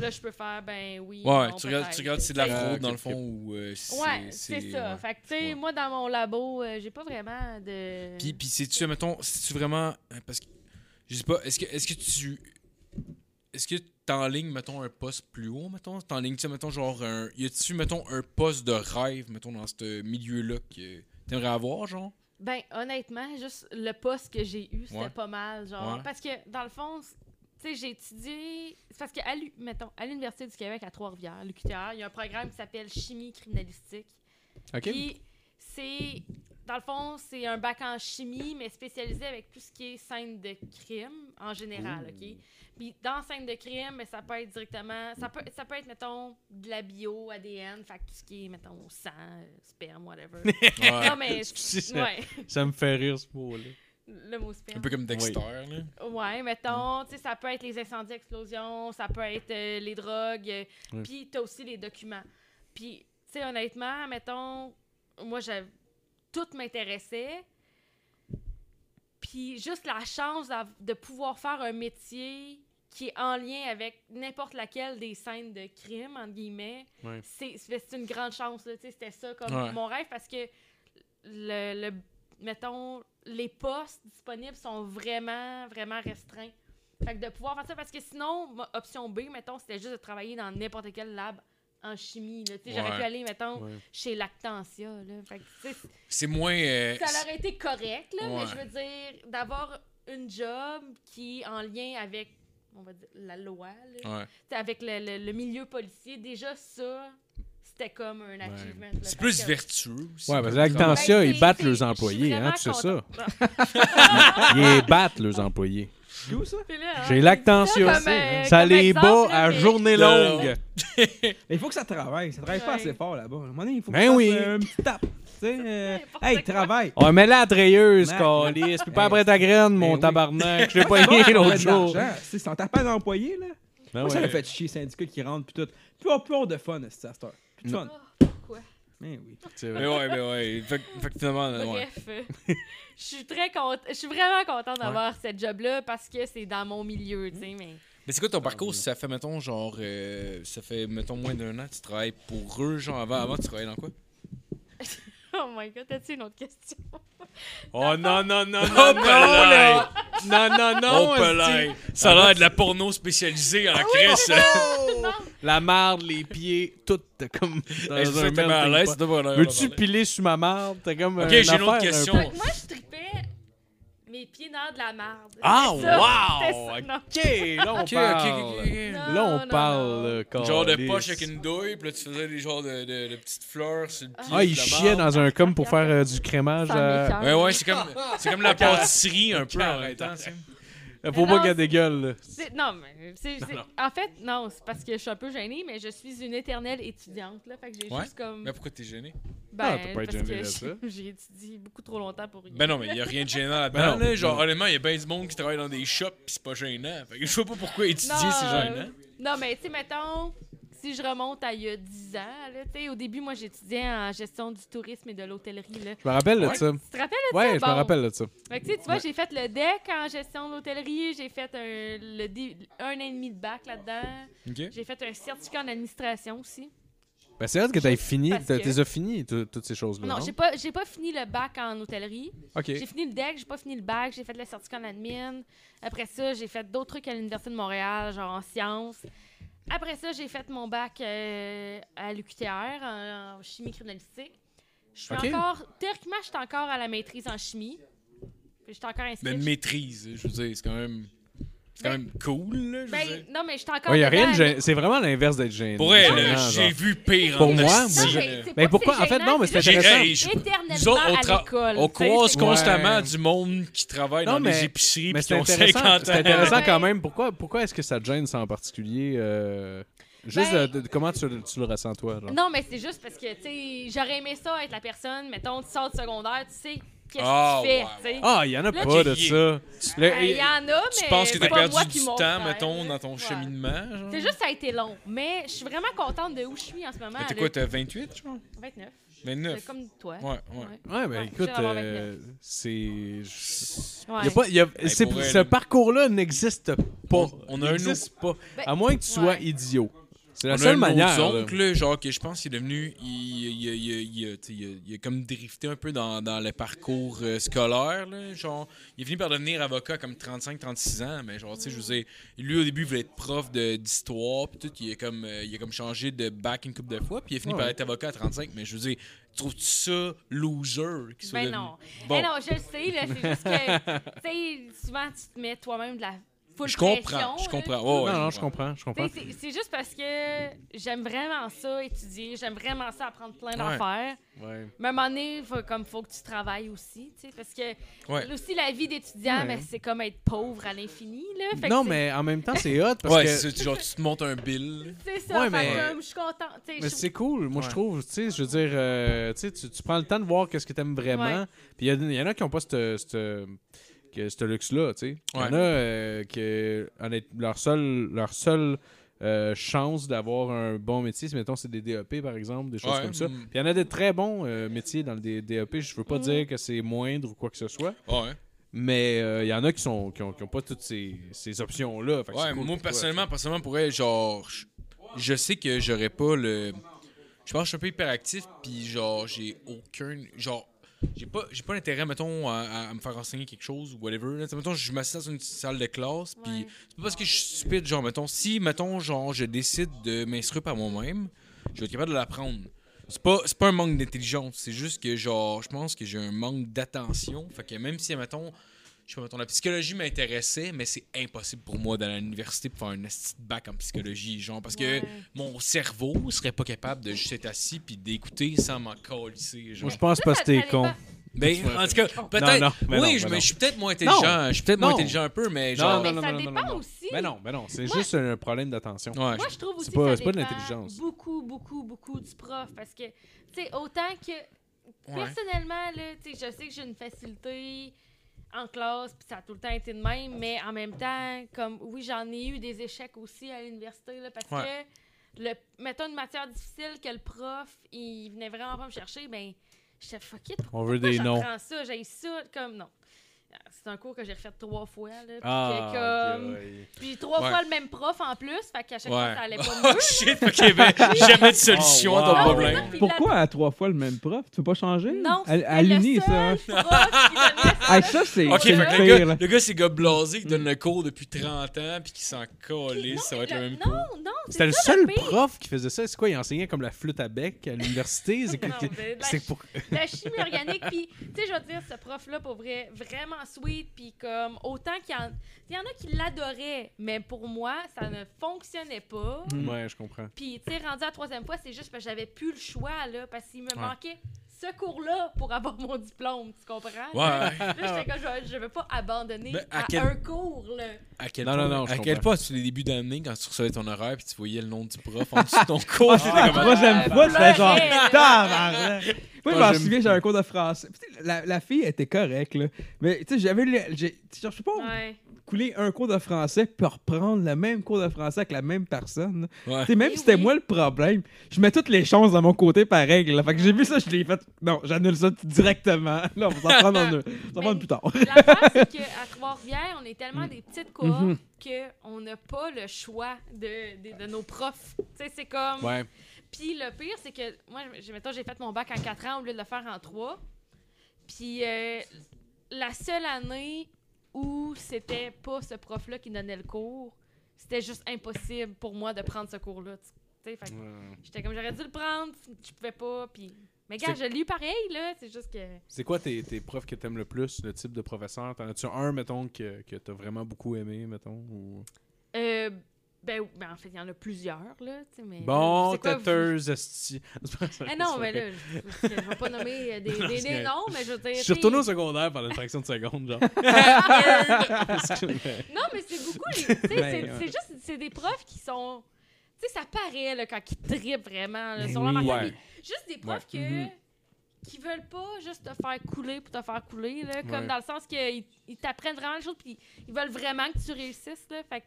S5: Là, je peux faire ben oui.
S3: Ouais,
S5: non,
S3: tu regardes,
S5: peut-être.
S3: tu regardes si c'est de la
S5: T'sais,
S3: fraude,
S4: Euh,
S3: dans
S4: ok,
S3: le fond,
S4: ok.
S3: ou. euh, si
S5: Ouais, c'est ça.
S3: ouais.
S5: Fait que, tu sais,
S3: Ouais.
S5: moi, dans mon labo, euh, j'ai pas vraiment de.
S3: Puis, puis c'est-tu, mettons, si tu vraiment. euh, Parce que. Je sais pas, est-ce que, est-ce que tu. Est-ce que t'enlignes, mettons, un poste plus haut, mettons T'enlignes-tu, mettons, genre un. Y a-tu, mettons, un poste de rêve, mettons, dans ce milieu-là que t'aimerais avoir, genre
S5: Ben, honnêtement, juste le poste que j'ai eu, c'était
S3: Ouais.
S5: pas mal. Genre,
S3: Ouais.
S5: parce que dans le fond, c- tu sais, j'ai étudié. c'est Parce que, à l'U- mettons, à l'Université du Québec à Trois-Rivières, l'UQTR, il y a un programme qui s'appelle Chimie criminalistique.
S4: OK?
S5: Puis, c'est. Dans le fond, c'est un bac en chimie, mais spécialisé avec tout ce qui est scène de crime en général, OK? Puis dans scène de crime, ben, ça peut être directement... Ça peut, ça peut être, mettons, de la bio, ADN, fait que tout ce qui est, mettons, sang, euh, sperme, whatever.
S3: Ouais.
S5: non, mais...
S4: Excusez, ça,
S5: Ouais,
S4: ça me fait rire ce mot-là.
S5: le mot
S3: Un
S5: sperme.
S3: peu comme Dexter, là.
S5: Ouais, mettons, tu sais, ça peut être les incendies, explosions, ça peut être euh, les drogues, euh,
S4: Ouais.
S5: puis t'as aussi les documents. Puis, tu sais, honnêtement, mettons, moi, j'avais- tout m'intéressait. Puis juste la chance d'av- de pouvoir faire un métier qui est en lien avec n'importe laquelle des scènes de crime, entre guillemets,
S4: Ouais.
S5: c'est c'est c'est une grande chance. là, tu sais, C'était ça comme
S3: Ouais.
S5: mon rêve parce que, le, le- mettons, les postes disponibles sont vraiment, vraiment restreints. Fait que de pouvoir faire ça, parce que sinon, ma- option B, mettons, c'était juste de travailler dans n'importe quel lab en chimie. là. Tu sais, J'aurais
S3: Ouais.
S5: pu aller, mettons,
S4: Ouais.
S5: chez Lactantia. Là. Fait que, tu sais,
S3: C'est moins. euh,
S5: ça aurait été correct, là,
S3: Ouais.
S5: mais je veux dire, d'avoir une job qui est en lien avec, on va dire, la loi, là.
S3: Ouais.
S5: T'sais, avec le, le- le milieu policier, déjà ça, c'était comme un achievement. là, parce
S3: C'est plus
S5: que-
S3: vertueux aussi.
S4: Ouais, parce que
S5: Ben,
S4: Lactantia,
S5: c'est-
S4: ils battent
S5: c'est-
S4: leurs
S5: je suis
S4: employés, hein,
S5: vraiment
S4: tu sais ça.
S5: contente.
S3: Ah.
S4: Ils battent leurs employés.
S2: C'est où ça?
S5: Puis là, hein,
S4: J'ai Lactantia.
S5: Ça, comme, euh,
S4: Ça
S5: comme
S4: les
S5: exemple,
S4: bat
S5: là,
S4: à
S5: mais-
S4: journée
S3: Non.
S4: longue.
S2: Mais il faut que ça travaille. Ça travaille pas
S5: Ouais.
S2: assez fort là-bas. À un moment donné, il faut que
S4: Ben
S2: ça
S4: oui.
S2: fasse, euh, un petit tape. Tu sais, euh,
S5: N'importe
S2: hey,
S5: quoi.
S2: travaille.
S4: On met la treilleuse,
S2: Ben,
S4: câlisse. Puis pas
S2: ben,
S4: après ta graine,
S2: ben
S4: mon
S2: oui.
S4: tabarnak. Je l'ai
S2: C'est bon,
S4: pogné
S2: on fait
S4: l'autre
S2: de
S4: jour.
S2: l'argent. Tu sais, Si on t'as pas d'employé, là,
S4: Ben
S2: moi, ça
S4: ouais.
S2: m'a fait chier, syndicat qui rentre, puis tout. Plus on, plus on de fun, c'est à cette heure. Plus de fun.
S5: Ah, pourquoi?
S2: Mais oui.
S4: C'est
S3: Mais
S4: vrai.
S3: ouais, mais ouais. Fait, que- fait que finalement, ouais.
S5: Bref, euh, je suis très contente, je suis vraiment contente d'avoir cette job-là parce que c'est dans mon milieu, tu sais, mais
S3: Mais c'est quoi ton parcours si ça fait, mettons, genre. euh, ça fait, mettons, moins d'un an que tu travailles pour eux, genre avant, avant, tu travaillais dans quoi
S5: oh my god, t'as-tu une autre question?
S4: Oh non, non, non,
S3: Oh,
S4: non, non,
S3: pelaille!
S4: là. non, non, non, Ah
S3: Oh,
S4: hostie.
S3: pelaille! Ça a l'air de la porno spécialisée en Chris.
S4: Oh. La marde, les pieds, tout euh, comme dans
S3: Hey, je
S4: un
S3: sais que t'es mal à l'aise,
S4: melting pot.
S3: t'as pas l'air.
S4: Veux-tu
S3: d'en parler.
S4: piler sur ma marde? T'as comme
S3: Ok,
S4: euh,
S3: j'ai une
S4: affaire
S3: autre question.
S4: un
S5: Fait que moi, je tripais mes pieds dans de la merde.
S4: Ah,
S5: C'est ça,
S4: wow!
S5: c'est ça, non.
S4: peu- Ok, là on
S3: Ok,
S4: parle.
S3: ok, ok, ok.
S5: Non,
S4: Là on
S5: non,
S4: parle. euh,
S5: non.
S4: là,
S3: Genre de
S4: câlisse.
S3: poche avec une douille, puis là tu faisais des genres de, de- de petites fleurs sur le pied.
S4: Ah, il
S3: de la
S4: chiait
S3: barbe.
S4: dans un com pour faire euh, du crémage.
S5: Sans
S4: euh,
S5: mes cœurs.
S3: Ouais, ouais, c'est comme, c'est comme la pâtisserie un peu en même
S4: hein,
S3: temps, tu sais.
S4: Faut pas
S5: Non,
S4: qu'elle dégueule. là.
S5: C'est- Non, mais c'est- c'est- en fait, non, c'est parce que je suis un peu gênée, mais je suis une éternelle étudiante, là, fait que j'ai
S3: Ouais.
S5: juste comme...
S3: Mais pourquoi t'es gêné?
S5: Ben,
S4: Ah, t'as pas été
S5: parce que
S4: gênée de ça.
S5: j'ai- J'ai étudié beaucoup trop longtemps pour rien.
S3: Ben non, mais il y a rien de gênant là-dedans.
S4: Ben non.
S3: là. genre, honnêtement, il y a bien du monde qui travaille dans des shops, pis c'est pas gênant. Fait que je sais pas pourquoi étudier,
S5: Non,
S3: c'est
S5: euh,
S3: gênant.
S5: Non, mais tu sais, mettons, si je remonte à il y a 10 ans, là, tu sais, au début, moi, j'étudiais en gestion du tourisme et de l'hôtellerie, là.
S4: Je me rappelle de
S5: Ouais.
S4: ça.
S5: Tu te rappelles?
S4: Ouais, je me
S5: bon.
S4: rappelle de ça.
S5: Fait que, tu sais, tu vois, j'ai fait le DEC en gestion de l'hôtellerie, j'ai fait un, le, dé- un an et demi de bac là-dedans,
S3: Ok.
S5: j'ai fait un certificat en administration aussi.
S4: Ben, c'est vrai que t'as fini,
S5: Parce
S4: t'as-
S5: que-
S4: t'es as fini tout- toutes ces choses-là.
S5: Non,
S4: non?
S5: j'ai pas, j'ai pas fini le bac en hôtellerie.
S4: Ok.
S5: J'ai fini le deck, j'ai pas fini le bac, j'ai fait le certificat en admin. Après ça, j'ai fait d'autres trucs à l'Université de Montréal, genre en sciences. Après ça, j'ai fait mon bac euh, à l'UQTR en, en chimie criminalistique. Je suis
S4: Ok.
S5: encore. Théoriquement, je suis encore à la maîtrise en chimie. Puis Je suis encore
S3: Mais
S5: inscrite.
S3: une maîtrise, je veux dire, c'est quand même. C'est quand même cool, là, je
S5: Ben,
S3: veux dire.
S5: non, mais je suis encore.
S4: Ouais, y a rien
S5: dedans,
S4: de gêne- C'est vraiment l'inverse d'être gêné.
S3: Pour elle,
S4: C'est
S3: là,
S4: gênant,
S3: j'ai
S4: genre.
S3: vu pire
S4: Pour
S3: en
S4: moi,
S5: Non,
S3: esti,
S4: moi,
S5: mais,
S3: là.
S5: c'est
S4: Mais
S5: pas
S4: pourquoi?
S5: que c'est
S4: En fait,
S5: gênant,
S4: non, mais c'est
S5: juste que
S4: intéressant.
S5: je suis
S3: Hey, je- Nous
S5: Éternellement
S3: autres, on, tra-
S5: à l'école.
S3: on
S5: tu sais,
S3: croise
S5: c'est-
S4: Ouais.
S3: constamment du monde qui travaille
S4: Non,
S3: dans les
S4: mais-
S3: épiceries pis
S4: Mais
S3: qui
S4: c'est
S3: ont
S4: intéressant,
S3: 50
S4: c'est
S3: ans.
S4: intéressant
S5: Ouais.
S4: quand même. Pourquoi, pourquoi est-ce que ça te gêne ça en particulier? euh, juste
S5: Ben-
S4: de- de- de- comment tu, le- tu le ressens toi? genre?
S5: Non, mais c'est juste parce que, tu sais, j'aurais aimé ça être la personne, mettons, tu sors du secondaire, tu sais, qu'est-ce
S3: Ah,
S5: que tu fais,
S3: ouais,
S5: tu sais.
S4: Ah, il y en a
S5: Là,
S4: pas
S3: j'ai-
S4: de ça. Le-
S5: Ben, Il y en a, mais.
S3: Tu penses que
S5: c'est
S3: t'as
S5: pas moi
S3: perdu
S5: qui
S3: du
S5: m'en
S3: temps,
S5: sers,
S3: mettons,
S5: là.
S3: dans ton
S5: Ouais.
S3: cheminement, genre?
S5: C'est juste, ça a été long, mais je suis vraiment contente de où je suis en ce moment.
S3: Mais T'es
S5: là.
S3: quoi, t'as 28, genre?
S5: 29. C'est
S3: 29?
S5: comme toi.
S3: Ouais, ouais.
S4: Ouais, ben
S5: Ouais,
S4: écoute,
S5: j'ai l'air
S4: euh, c'est.
S5: Ouais.
S4: Y a pas, y a- c'est-
S3: pour elle,
S4: ce
S3: là.
S4: parcours-là n'existe pas.
S3: On- on a un
S4: N'existe pas.
S5: Ben,
S4: à moins que tu sois
S5: ouais.
S4: idiot.
S3: On
S4: C'est la
S3: a
S4: seule
S3: un de nos
S4: manière. là.
S3: oncles, genre, que je pense qu'il est devenu. Il, il, il- il- il- tu sais, il a- il a comme drifté un peu dans, dans le parcours euh, scolaire. là, genre, il est fini par devenir avocat comme 35-36 ans, mais genre, tu sais, je vous ai. Lui, au début, il voulait être prof de- d'histoire, puis tout. Il a, comme, euh, il a comme changé de bac une couple de fois, puis il a fini
S4: Ouais.
S3: par être avocat à 35. Mais je vous ai. Trouves-tu ça loser? qu'il soit
S5: Ben
S3: devenu-
S5: non.
S3: Bon.
S5: Eh non, je le sais, là, c'est juste que, tu sais, souvent, tu te mets toi-même de la full
S3: Je
S5: pression,
S3: comprends, je
S5: là.
S3: comprends. Ouais, ouais,
S4: Non, non, je comprends, je
S5: Tu
S4: comprends.
S5: sais, C'est c'est juste parce que j'aime vraiment ça, étudier, j'aime vraiment ça, apprendre plein
S3: Ouais.
S5: d'affaires.
S4: Ouais.
S5: Mais à un moment donné, faut, comme faut que tu travailles aussi, tu sais, parce que
S3: Ouais.
S5: aussi la vie d'étudiant,
S4: Ouais.
S5: ben, c'est comme être pauvre à l'infini, là. Fait que
S4: Non,
S5: c'est-
S4: mais en même temps, c'est hot parce
S3: Ouais,
S4: que.
S3: c'est ça, tu- genre, tu te montes un bill.
S5: C'est ça,
S4: Ouais,
S5: fait
S4: mais-
S5: comme, je suis contente, tu sais,
S4: Mais
S5: je-
S4: c'est cool, moi je
S3: Ouais.
S4: trouve, tu sais, je veux dire, euh, tu sais, tu, tu prends le temps de voir qu'est-ce que t'aimes vraiment.
S5: Ouais.
S4: Puis il y, a- il y en a qui n'ont pas cette- cette- que- ce luxe-là, tu sais. Il y en
S3: Ouais.
S4: a euh, que honnête- leur seule, leur seule euh, chance d'avoir un bon métier, c'est, mettons, c'est des DEP par exemple, des choses
S3: Ouais,
S4: comme ça.
S3: mm.
S4: Puis il y en a des très bons euh, métiers dans le D- DEP, je
S5: Mm.
S4: veux pas dire que c'est moindre ou quoi que ce soit,
S3: Ouais.
S4: mais euh, il y en a qui sont qui ont, qui ont pas toutes ces, ces options-là. Fait que
S3: Ouais,
S4: c'est cool
S3: moi
S4: pour toi,
S3: personnellement, personnellement pour elle, genre, je, je sais que j'aurais pas le. Je pense que je suis un peu hyperactif, puis genre, j'ai aucun. Genre, j'ai pas, j'ai pas l'intérêt, mettons, à, à- à me faire enseigner quelque chose ou whatever. là. Tu sais, Mettons, je m'assieds dans une salle de classe, puis
S5: Ouais.
S3: c'est pas parce que je suis stupide, genre, mettons, si, mettons, genre, je décide de m'instruire par moi-même, je vais être capable de l'apprendre. C'est pas, c'est pas un manque d'intelligence, c'est juste que, genre, je pense que j'ai un manque d'attention. Fait que même si, mettons, je sais pas, mettons, la psychologie m'intéressait, mais c'est impossible pour moi d'aller à l'université pour faire un esti de bac en psychologie, genre, parce que
S5: Ouais.
S3: mon cerveau serait pas capable de juste être assis puis d'écouter sans m'en calisser,
S4: Moi
S3: genre.
S4: je pense pas que
S5: ça
S4: t'es
S5: dépend.
S4: con.
S3: Ben, en tout cas,
S4: non,
S3: peut-être.
S4: mais non, mais
S3: Oui, je
S4: non.
S3: me- je suis peut-être moins intelligent. Je suis peut-être moins
S4: Non.
S3: intelligent un peu, mais
S4: Non,
S3: genre.
S5: Mais
S4: non,
S5: ça
S4: non, non,
S5: dépend
S4: non, non.
S5: aussi.
S4: Mais non, mais non, c'est
S5: Moi-
S4: juste un problème d'attention.
S3: Ouais,
S5: Moi, je trouve aussi
S4: C'est pas-
S5: que ça
S4: c'est pas de
S5: dépend
S4: l'intelligence.
S5: beaucoup, beaucoup, beaucoup du prof. Parce que, tu sais, autant que...
S3: ouais.
S5: Personnellement, là, tu sais, je sais que j'ai une facilité en classe, puis ça a tout le temps été de même, mais en même temps, comme, oui, j'en ai eu des échecs aussi à l'université, là, parce
S3: Ouais.
S5: que, le, mettons une matière difficile que le prof, il venait vraiment pas me chercher, ben, j'étais fuck it,
S4: On veut
S5: pourquoi
S4: des noms.
S5: j'apprends ça, j'ai ça, comme, non. C'est un cours que j'ai refait trois fois, là, puis
S4: Ah,
S5: que, comme...
S4: aïe, aïe.
S5: Puis trois
S3: Ouais.
S5: fois le même prof en plus, fait qu'à chaque fois,
S3: Ouais.
S5: ça allait pas mieux.
S3: Oh shit, ok, ben, jamais de solution à ton
S4: Oh, wow.
S3: problème.
S5: Puis
S2: Pourquoi à trois fois le même prof? Tu peux pas changer?
S5: Non,
S2: à, à
S5: c'était le
S2: l'uni,
S5: seul
S2: ça. hein?
S5: prof qui donnait ça.
S2: Ah, ça, c'est
S3: Ok,
S2: c'est
S3: fait
S2: le
S3: que le Mm.
S2: pire,
S3: gars,
S2: là.
S3: le gars, c'est le gars blasé qui donne le cours depuis 30 ans puis qui s'en calisse, ça va être le
S5: Le-
S3: même cours.
S5: Non, non, c'est
S4: C'était le
S5: ça,
S4: seul
S5: pire.
S4: prof qui faisait ça. C'est quoi, il enseignait comme la flûte à bec à l'université? C'est
S5: Non, mais la
S4: c'est pour...
S5: La chimie organique, puis, tu sais, je veux dire, ce prof-là, pour vrai, vraiment sweet, puis comme, autant qu'il y en... Il y en a qui l'adoraient, mais pour moi, ça ne fonctionnait pas.
S4: Ouais, je comprends.
S5: Puis, tu sais, rendu à la troisième fois, c'est juste parce que j'avais plus le choix, là, parce qu'il me
S3: Ouais.
S5: manquait ce cours-là pour avoir mon diplôme, tu comprends?
S3: Ouais.
S5: Là, j'étais comme, je, je veux pas abandonner
S3: Ben, à
S5: à,
S3: quel-
S5: un cours, là.
S3: À quel
S4: Non,
S3: point,
S4: non, non, je
S3: à quel
S4: comprends.
S3: point, sur les débuts d'année, quand tu recevais ton horaire puis tu voyais le nom du prof en dessous de ton cours, c'était Oh,
S2: Ah, La
S3: comme
S5: Ah,
S2: troisième fois, c'était genre.
S5: pleurait, là.
S2: Tabarnak! Moi, je
S4: Moi,
S2: m'en
S4: j'aime
S2: souviens, j'avais un cours de français. Puis, tu sais, La, la fille était correcte, là. Mais, tu sais, j'avais. le- j'ai- tu sais, Je sais pas,
S5: Ouais.
S2: couler un cours de français puis reprendre le même cours de français avec la même personne.
S4: Ah.
S3: Ouais.
S2: Tu sais, même
S5: Eh
S2: si c'était
S5: oui.
S2: moi le problème, je mets toutes les chances de mon côté pareil. Là. Fait que j'ai vu ça, je l'ai fait. Non, j'annule ça directement. Là, on va s'en prendre, un- on s'en prendre plus tard.
S5: L'affaire, c'est qu'à Trois-Rivières, on est tellement des petites cohortes
S2: Mhm.
S5: qu'on n'a pas le choix de, de, de nos profs. Tu sais, c'est comme.
S4: Ouais.
S5: Puis le pire, c'est que moi, je- mettons, j'ai fait mon bac en quatre ans au lieu de le faire en trois. Puis euh, la seule année où c'était pas ce prof-là qui donnait le cours, c'était juste impossible pour moi de prendre ce cours-là. Tu sais, fait que j'étais comme j'aurais dû le prendre, je pouvais pas. Puis. Mais gars, je l'ai eu pareil, là. C'est juste que.
S4: C'est quoi tes, tes profs que t'aimes le plus, le type de professeur? T'en as-tu un, mettons, que, que t'as vraiment beaucoup aimé, mettons? Ou...
S5: Euh, ben, ben, en fait, il y en a plusieurs, là, tu sais, mais... Eh,
S4: Bon,
S5: c'est quoi, vous-
S4: têteuse, esti.
S5: Ah non, mais là, je je vais pas nommer euh, des, des, des noms, mais je veux dire...
S4: Je
S5: tu sais,
S4: suis retourné au secondaire pendant une fraction de seconde,
S5: Ah,
S4: genre.
S5: ben, Non, mais c'est beaucoup, les- tu sais, c'est
S2: Ben, ouais.
S5: c'est juste, c'est des profs qui sont... Tu sais, ça paraît, là, quand ils trippent vraiment, là,
S2: Ben
S5: sur leur
S2: oui.
S5: marque.
S4: Ouais. Mm-hmm.
S5: Puis Juste des profs que...
S2: Mhm.
S5: Qui veulent pas juste te faire couler pour te faire couler, là, comme
S4: Ouais.
S5: dans le sens qu'ils ils t'apprennent vraiment les choses, puis ils veulent vraiment que tu réussisses, là, fait que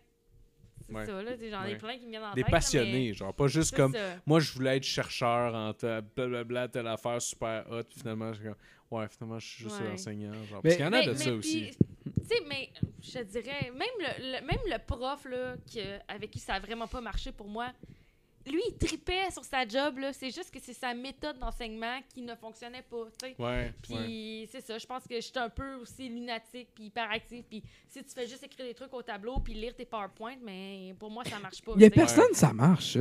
S5: c'est
S4: Ouais.
S5: ça, là, tu sais, j'en ai
S4: Ouais.
S5: plein qui me viennent en
S4: Des
S5: tête, là, mais
S4: passionnés, genre, pas juste
S5: c'est
S4: comme
S5: ça.
S4: Moi, je voulais être chercheur en ta- blablabla, telle affaire super hot. puis Finalement, je suis comme, ouais, finalement, je suis juste
S5: Ouais.
S4: enseignant. Genre.
S2: Mais-
S4: Parce qu'il y en a de
S5: Mais-
S4: ça
S5: mais
S4: aussi.
S5: puis, Tu sais, mais je te dirais, même le, le- même le prof là, que- avec qui ça a vraiment pas marché pour moi, lui, il tripait sur sa job, là. C'est juste que c'est sa méthode d'enseignement qui ne fonctionnait pas, tu sais.
S4: Ouais.
S5: Puis c'est ça, je pense que je suis un peu aussi lunatique, puis hyperactive. Puis si tu fais juste écrire des trucs au tableau, puis lire tes PowerPoint, mais pour moi, ça marche pas.
S2: Il y a
S5: tu sais.
S2: personne, ça marche, ça.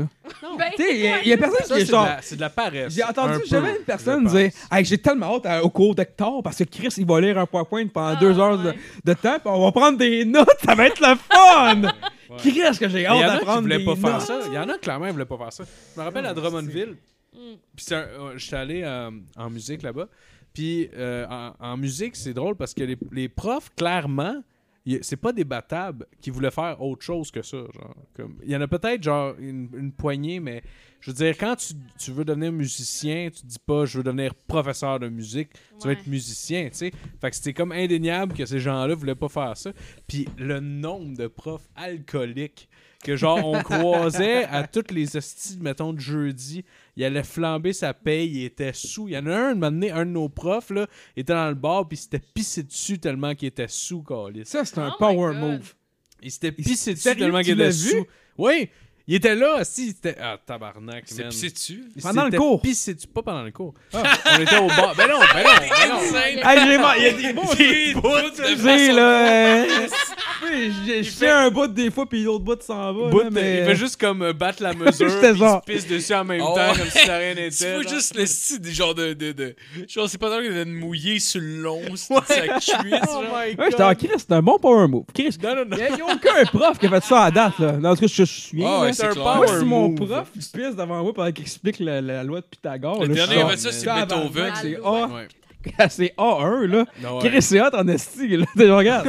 S5: Ben,
S2: Tu sais, il y a- il y a personne qui est genre.
S4: c'est de la paresse.
S2: J'ai entendu
S4: un
S2: jamais
S4: peu,
S2: une personne
S4: je pense.
S2: dire hey, J'ai tellement hâte à- au cours d'Hector parce que Chris, il va lire un PowerPoint
S5: Ah,
S2: pendant deux heures de,
S5: ouais.
S2: de temps, puis on va prendre des notes, ça va être le fun
S4: Ouais.
S2: Chris, que j'ai
S4: Il y
S2: hâte
S4: en a qui
S2: d'apprendre des
S4: voulaient pas
S2: notes. Ah,
S4: faire ça. Il y en a clairement qui voulaient pas faire ça. Je me rappelle à Drummondville,
S5: Mm.
S4: puis c'est un- euh, j'étais allé euh, en musique là-bas. Puis euh, en, en musique, c'est drôle parce que les, les profs, clairement, y- c'est pas des battables qui voulaient faire autre chose que ça. genre. Comme- Il y en a peut-être genre une, une poignée, mais je veux dire, quand tu, tu veux devenir musicien, tu dis pas je veux devenir professeur de musique, tu vas
S5: Ouais.
S4: être musicien, tu sais. Fait que c'était comme indéniable que ces gens-là voulaient pas faire ça. Puis le nombre de profs alcooliques que genre on croisait à toutes les hosties, mettons, de jeudi, il allait flamber sa paye, il était sous. Il y en a un, un moment donné, un de nos profs, là, était dans le bar, puis il s'était pissé dessus tellement qu'il était sous, calice.
S2: Ça, c'est un
S5: Oh my
S2: power
S5: God.
S2: move.
S4: Il s'était
S2: Il-
S4: pissé dessus
S2: Sérieux,
S4: tellement
S2: tu
S4: qu'il était
S2: l'as vu?
S4: sous. Oui, il était là, si, il était... Ah, tabarnak,
S3: C'est
S4: man.
S3: pissé dessus.
S4: Il
S2: Pendant le
S4: s'était
S2: cours. Ah.
S4: pissé dessus, pas pendant le cours. on était au bar. Ben non, ben non, ben non.
S2: Hey, j'ai mar- il y a des bouts,
S3: Des bouts de
S2: j'ai,
S3: façon-
S2: là. euh, oui, Je je fais un bout des fois, puis l'autre bout s'en va.
S4: Bout,
S2: là,
S4: Il
S2: mais...
S4: fait juste comme euh, battre la mesure,
S2: Juste
S4: puis il se
S2: genre.
S4: pisse dessus en même
S3: Oh,
S4: temps,
S3: ouais.
S4: comme si ça rien
S3: Tu
S4: n'était.
S3: vois
S4: genre.
S3: juste le style des genres de, de, de. Genre, c'est pas drôle de mouiller sur le long, sur sa cuisse. genre.
S4: Oh my
S2: Ouais,
S4: god.
S2: j'étais en Chris, c'est un bon power move. Chris,
S4: Non, non, non.
S2: il n'y a aucun prof qui a fait ça à date, là. Dans ce cas, je suis souviens.
S3: Ah,
S2: là.
S3: ouais,
S4: C'est un
S3: clair.
S2: Moi,
S4: power
S2: si mon
S4: move.
S2: prof il se pisse devant moi pendant qu'il explique la, la loi de Pythagore,
S3: Le
S2: là, je
S3: dernier
S2: suis
S3: avait ça,
S2: genre,
S3: c'est Beethoven.
S2: tabarnak, C'est A,
S4: Ouais.
S2: c'est A1, là.
S4: Non, ouais.
S2: Chris, c'est hot en esti, là. T'es genre, regarde.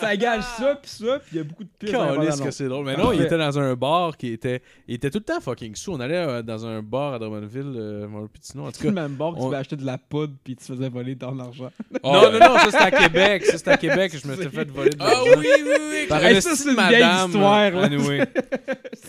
S2: ça gage ça, pis ça, pis il y a beaucoup de pisse. dans la
S4: Calisse
S2: bande
S4: que
S2: annonce.
S4: c'est drôle. Mais non,
S2: Parfait.
S4: il était dans un bar qui était. Il était tout le temps fucking sous. On allait euh, dans un bar à Drummondville, euh, mon petit nom. En tout
S2: C'est
S4: cas.
S2: le même bord que
S4: on-
S2: tu vas acheter de la poudre, puis tu faisais voler ton argent.
S4: non, non, non, ça c'était à Québec. Ça c'était à Québec. Je m'étais fait voler de
S3: Ah
S4: l'argent.
S3: oui, oui, oui.
S4: Par
S2: Hey,
S4: une
S2: ça,
S4: hostie
S2: c'est
S4: de
S2: une vieille
S4: madame.
S2: histoire, là.
S4: Anyway.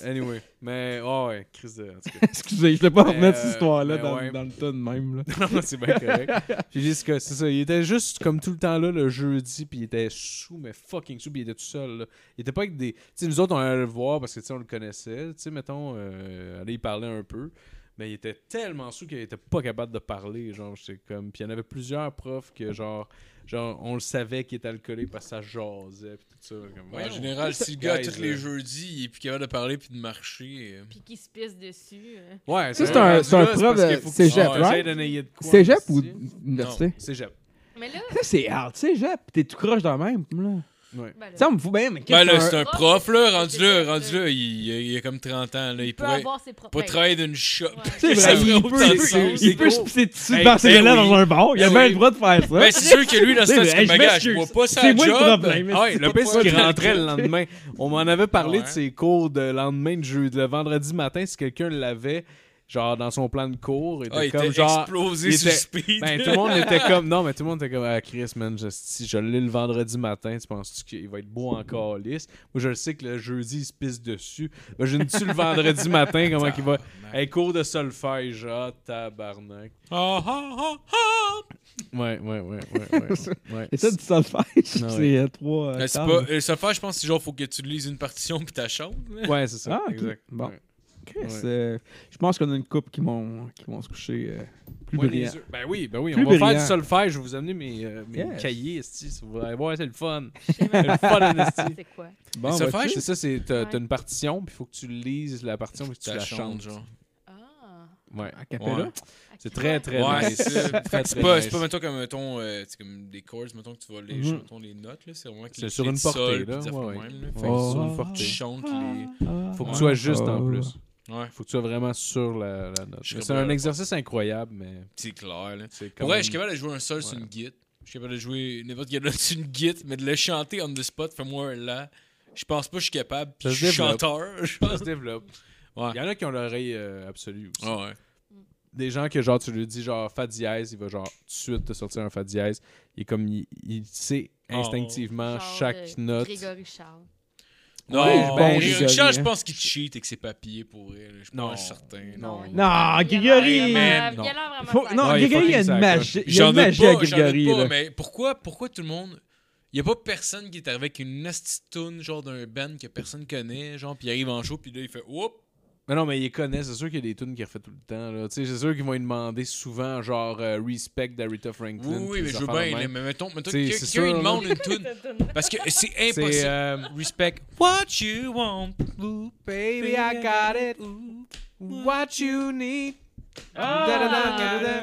S4: anyway. Mais, oh, ouais, Chris de. En tout cas.
S2: Excusez, je vais pas
S4: Mais,
S2: remettre cette
S4: euh,
S2: histoire-là
S4: mais
S2: dans,
S4: ouais.
S2: dans le ton de même, là.
S4: Non, non, c'est bien correct. Puis juste que c'est ça, il était juste comme tout le temps là le jeudi, puis il était sous, mais fucking sous, puis il était tout seul. là. Il était pas avec des. Tu sais, nous autres, on allait le voir parce que tu sais, on le connaissait. Tu sais, mettons, euh, allait y parler un peu. Mais il était tellement sous qu'il était pas capable de parler. Genre, c'est comme. Puis il y en avait plusieurs profs que, genre, genre on le savait qu'il était alcoolique parce que ça jasait, puis tout ça. Comme,
S3: Ouais,
S4: voyons.
S3: en général, si le gars,
S4: Guys,
S3: tous les
S4: euh,
S3: jeudis, il est plus capable de parler puis de marcher. euh.
S5: Puis qui se pisse dessus. euh.
S4: Ouais,
S2: Ça, c'est un- c'est un prof de cégep, right? Cégep ou université?
S4: Cégep.
S5: Mais là,
S2: Ça, c'est hard, cégep, pis t'es tout croche dans le même, là.
S4: Ouais.
S5: ben là,
S2: Ça, on me fout bien, mais
S3: Ben
S2: qu'est-ce
S3: là,
S2: que
S3: c'est un prof, là, rendu là, rendu là, il, il a comme 30 ans, là,
S5: il
S3: il
S5: peut
S3: pourrait
S5: avoir ses propres.
S3: pas travailler d'une shop.
S5: Ouais.
S2: C'est
S3: Ça
S2: vrai,
S3: ferait
S2: il
S3: autant
S2: peut,
S3: de sens.
S2: il peut
S4: C'est
S2: se pisser dessus
S4: Hey,
S2: par ses
S3: ben
S2: élèves
S3: oui.
S2: dans un bar. Il a
S3: Ben
S2: bien
S3: oui.
S2: le droit de faire ça.
S3: Ben, c'est sûr que lui, dans ce
S2: C'est
S3: temps,
S2: vrai,
S3: c'est
S2: je
S3: comme bagage. Je
S2: m'excuse.
S3: bois pas sa
S2: C'est moi le
S3: job.
S2: problème.
S4: Ah ouais,
S3: C'est
S4: le
S3: pas
S4: pire, c'est
S3: toi
S4: qu'il
S3: qui
S4: rentrait le lendemain. On m'en avait parlé
S3: Ouais.
S4: de ses cours de lendemain de jeudi, le vendredi matin, si quelqu'un l'avait, genre dans son plan de cours, il était
S3: Ah, il
S4: comme
S3: était
S4: genre.
S3: explosé
S4: il
S3: sur
S4: était-
S3: speed.
S4: Ben, tout le monde était comme. Non, mais tout le monde était comme. Ah, Chris, man, je, si je l'ai le vendredi matin, tu penses qu'il va être beau encore lisse? Moi, je le sais que le jeudi, il se pisse dessus. Ben, je ne tue le vendredi matin, comment qu'il va. Hey, cours de solfège, ah, tabarnak.
S3: Ah, ah, ah, ah.
S4: Ouais, ouais, ouais, ouais. ouais,
S2: Et
S4: ouais.
S2: ça, du solfège,
S4: ouais.
S2: c'est euh, trois. euh,
S3: Ben, c'est
S2: tables.
S3: pas. euh, Ça fait, je pense, c'est genre, faut que tu lises une partition puis ta chambre.
S4: Ouais, c'est ça.
S2: Ah, ok.
S4: Exact.
S2: Bon.
S4: Ouais.
S2: Chris,
S4: Ouais.
S2: euh, je pense qu'on a une couple qui vont, qui vont se coucher euh, plus
S4: Ouais,
S2: brillant.
S4: les yeux. Ben oui, ben oui.
S2: Plus
S4: on va faire
S2: brillant.
S4: du solfège. Je vais vous amener mes, euh, mes
S2: Yes.
S4: cahiers, esti, si vous allez voir, c'est le fun.
S5: Je sais
S4: C'est
S5: même
S4: le fun,
S5: pas
S4: esti.
S5: c'est quoi.
S2: Bon,
S3: Mais ça
S2: vas-tu?
S3: fait,
S4: C'est ça, c'est t'as t'as
S5: Ouais.
S4: une partition, puis il faut que tu lises la partition, puis que tu
S3: Ta
S4: la
S3: chambre,
S4: chantes.
S3: genre.
S5: Ah.
S4: Ouais.
S2: À Capella.
S3: Ouais.
S4: C'est très, très
S3: Ouais,
S4: nice.
S3: c'est ça.
S4: Très,
S3: C'est
S4: très
S3: pas,
S4: nice.
S3: c'est pas, mettons, comme, mettons, euh, c'est comme des chords, mettons que tu vas les,
S2: Mhm.
S3: mettons, les notes, là. C'est vraiment que
S4: C'est
S3: les
S4: sur
S3: clés
S4: une
S3: de
S4: portée,
S3: sol,
S4: là,
S3: puis des affaires
S4: ouais,
S3: de même, là.
S4: Fait
S3: Fait
S4: que
S2: Oh.
S4: sur une
S3: que tu
S4: portée.
S3: chantes les.
S4: Faut que
S3: Ouais.
S4: tu sois juste en
S2: Ah.
S4: plus.
S3: Ouais,
S4: Faut que tu sois vraiment sur la, la note.
S3: Je
S4: Mais C'est
S3: comprends.
S4: un exercice incroyable, mais
S3: c'est clair, là.
S4: c'est quand
S3: Pour vrai,
S4: même-
S3: je suis capable de jouer un sol sur
S4: Ouais.
S3: une guitare. Je suis capable de jouer n'importe quelle note sur une guitare, mais de le chanter on the spot, fais-moi un là. Je pense pas que je suis capable. puis
S4: Ça
S3: Je
S4: se
S3: suis
S4: développe.
S3: chanteur. je
S4: Ça
S3: pense.
S4: se développe.
S3: Ouais.
S4: Il y en a qui ont l'oreille euh, absolue aussi.
S3: Ah ouais.
S4: des gens que genre tu lui dis genre fa dièse, il va genre tout de suite te sortir un fa dièse. Il est comme il, il sait
S3: Oh.
S4: instinctivement
S5: Genre,
S4: chaque
S5: euh,
S4: note.
S5: Grégory Charles.
S3: Non,
S2: je pense
S3: mais
S2: que j'ai
S3: Richard,
S2: gagné,
S3: je
S2: hein.
S3: pense qu'il cheat et que c'est papillé pour elle. Je
S4: Non.
S3: pense certain.
S5: Non.
S4: Non.
S2: Non,
S5: Il y a l'air
S2: Grégory!
S5: vraiment-
S4: Non.
S5: Il y a l'air vraiment.
S2: Faut-
S5: sale.
S2: Non,
S4: Ouais, il est
S2: Grégory, il y
S4: fucking
S2: a une
S4: sale,
S2: magie. Il y
S3: J'en
S2: a une
S3: doute
S2: magie
S3: pas,
S2: à
S3: j'en doute
S2: Grégory,
S3: pas,
S2: là.
S3: mais pourquoi, pourquoi tout le monde... Il a pas personne qui est arrivé avec une nasty tune, genre d'un band que personne connaît, genre, puis il arrive en show, puis là, il fait « Oups!
S4: Mais non, mais ils connaissent. C'est sûr qu'il y a des tunes qu'il refait tout le temps. là. Tu sais, C'est sûr qu'ils vont lui demander souvent, genre euh, Respect d'Arita Franklin.
S3: Oui, oui,
S4: puis
S3: mais
S4: des
S3: je veux
S4: affaires de
S3: bien.
S4: même.
S3: là, Mais mettons, mettons
S4: C'est-
S3: que
S4: c'est
S3: quelqu'un il
S4: sûr, là.
S3: demande une tune. Parce que c'est
S4: C'est.
S3: impossible.
S4: euh,
S3: Respect. What you want. Ooh,
S4: Baby, I got it. What you need. Ah!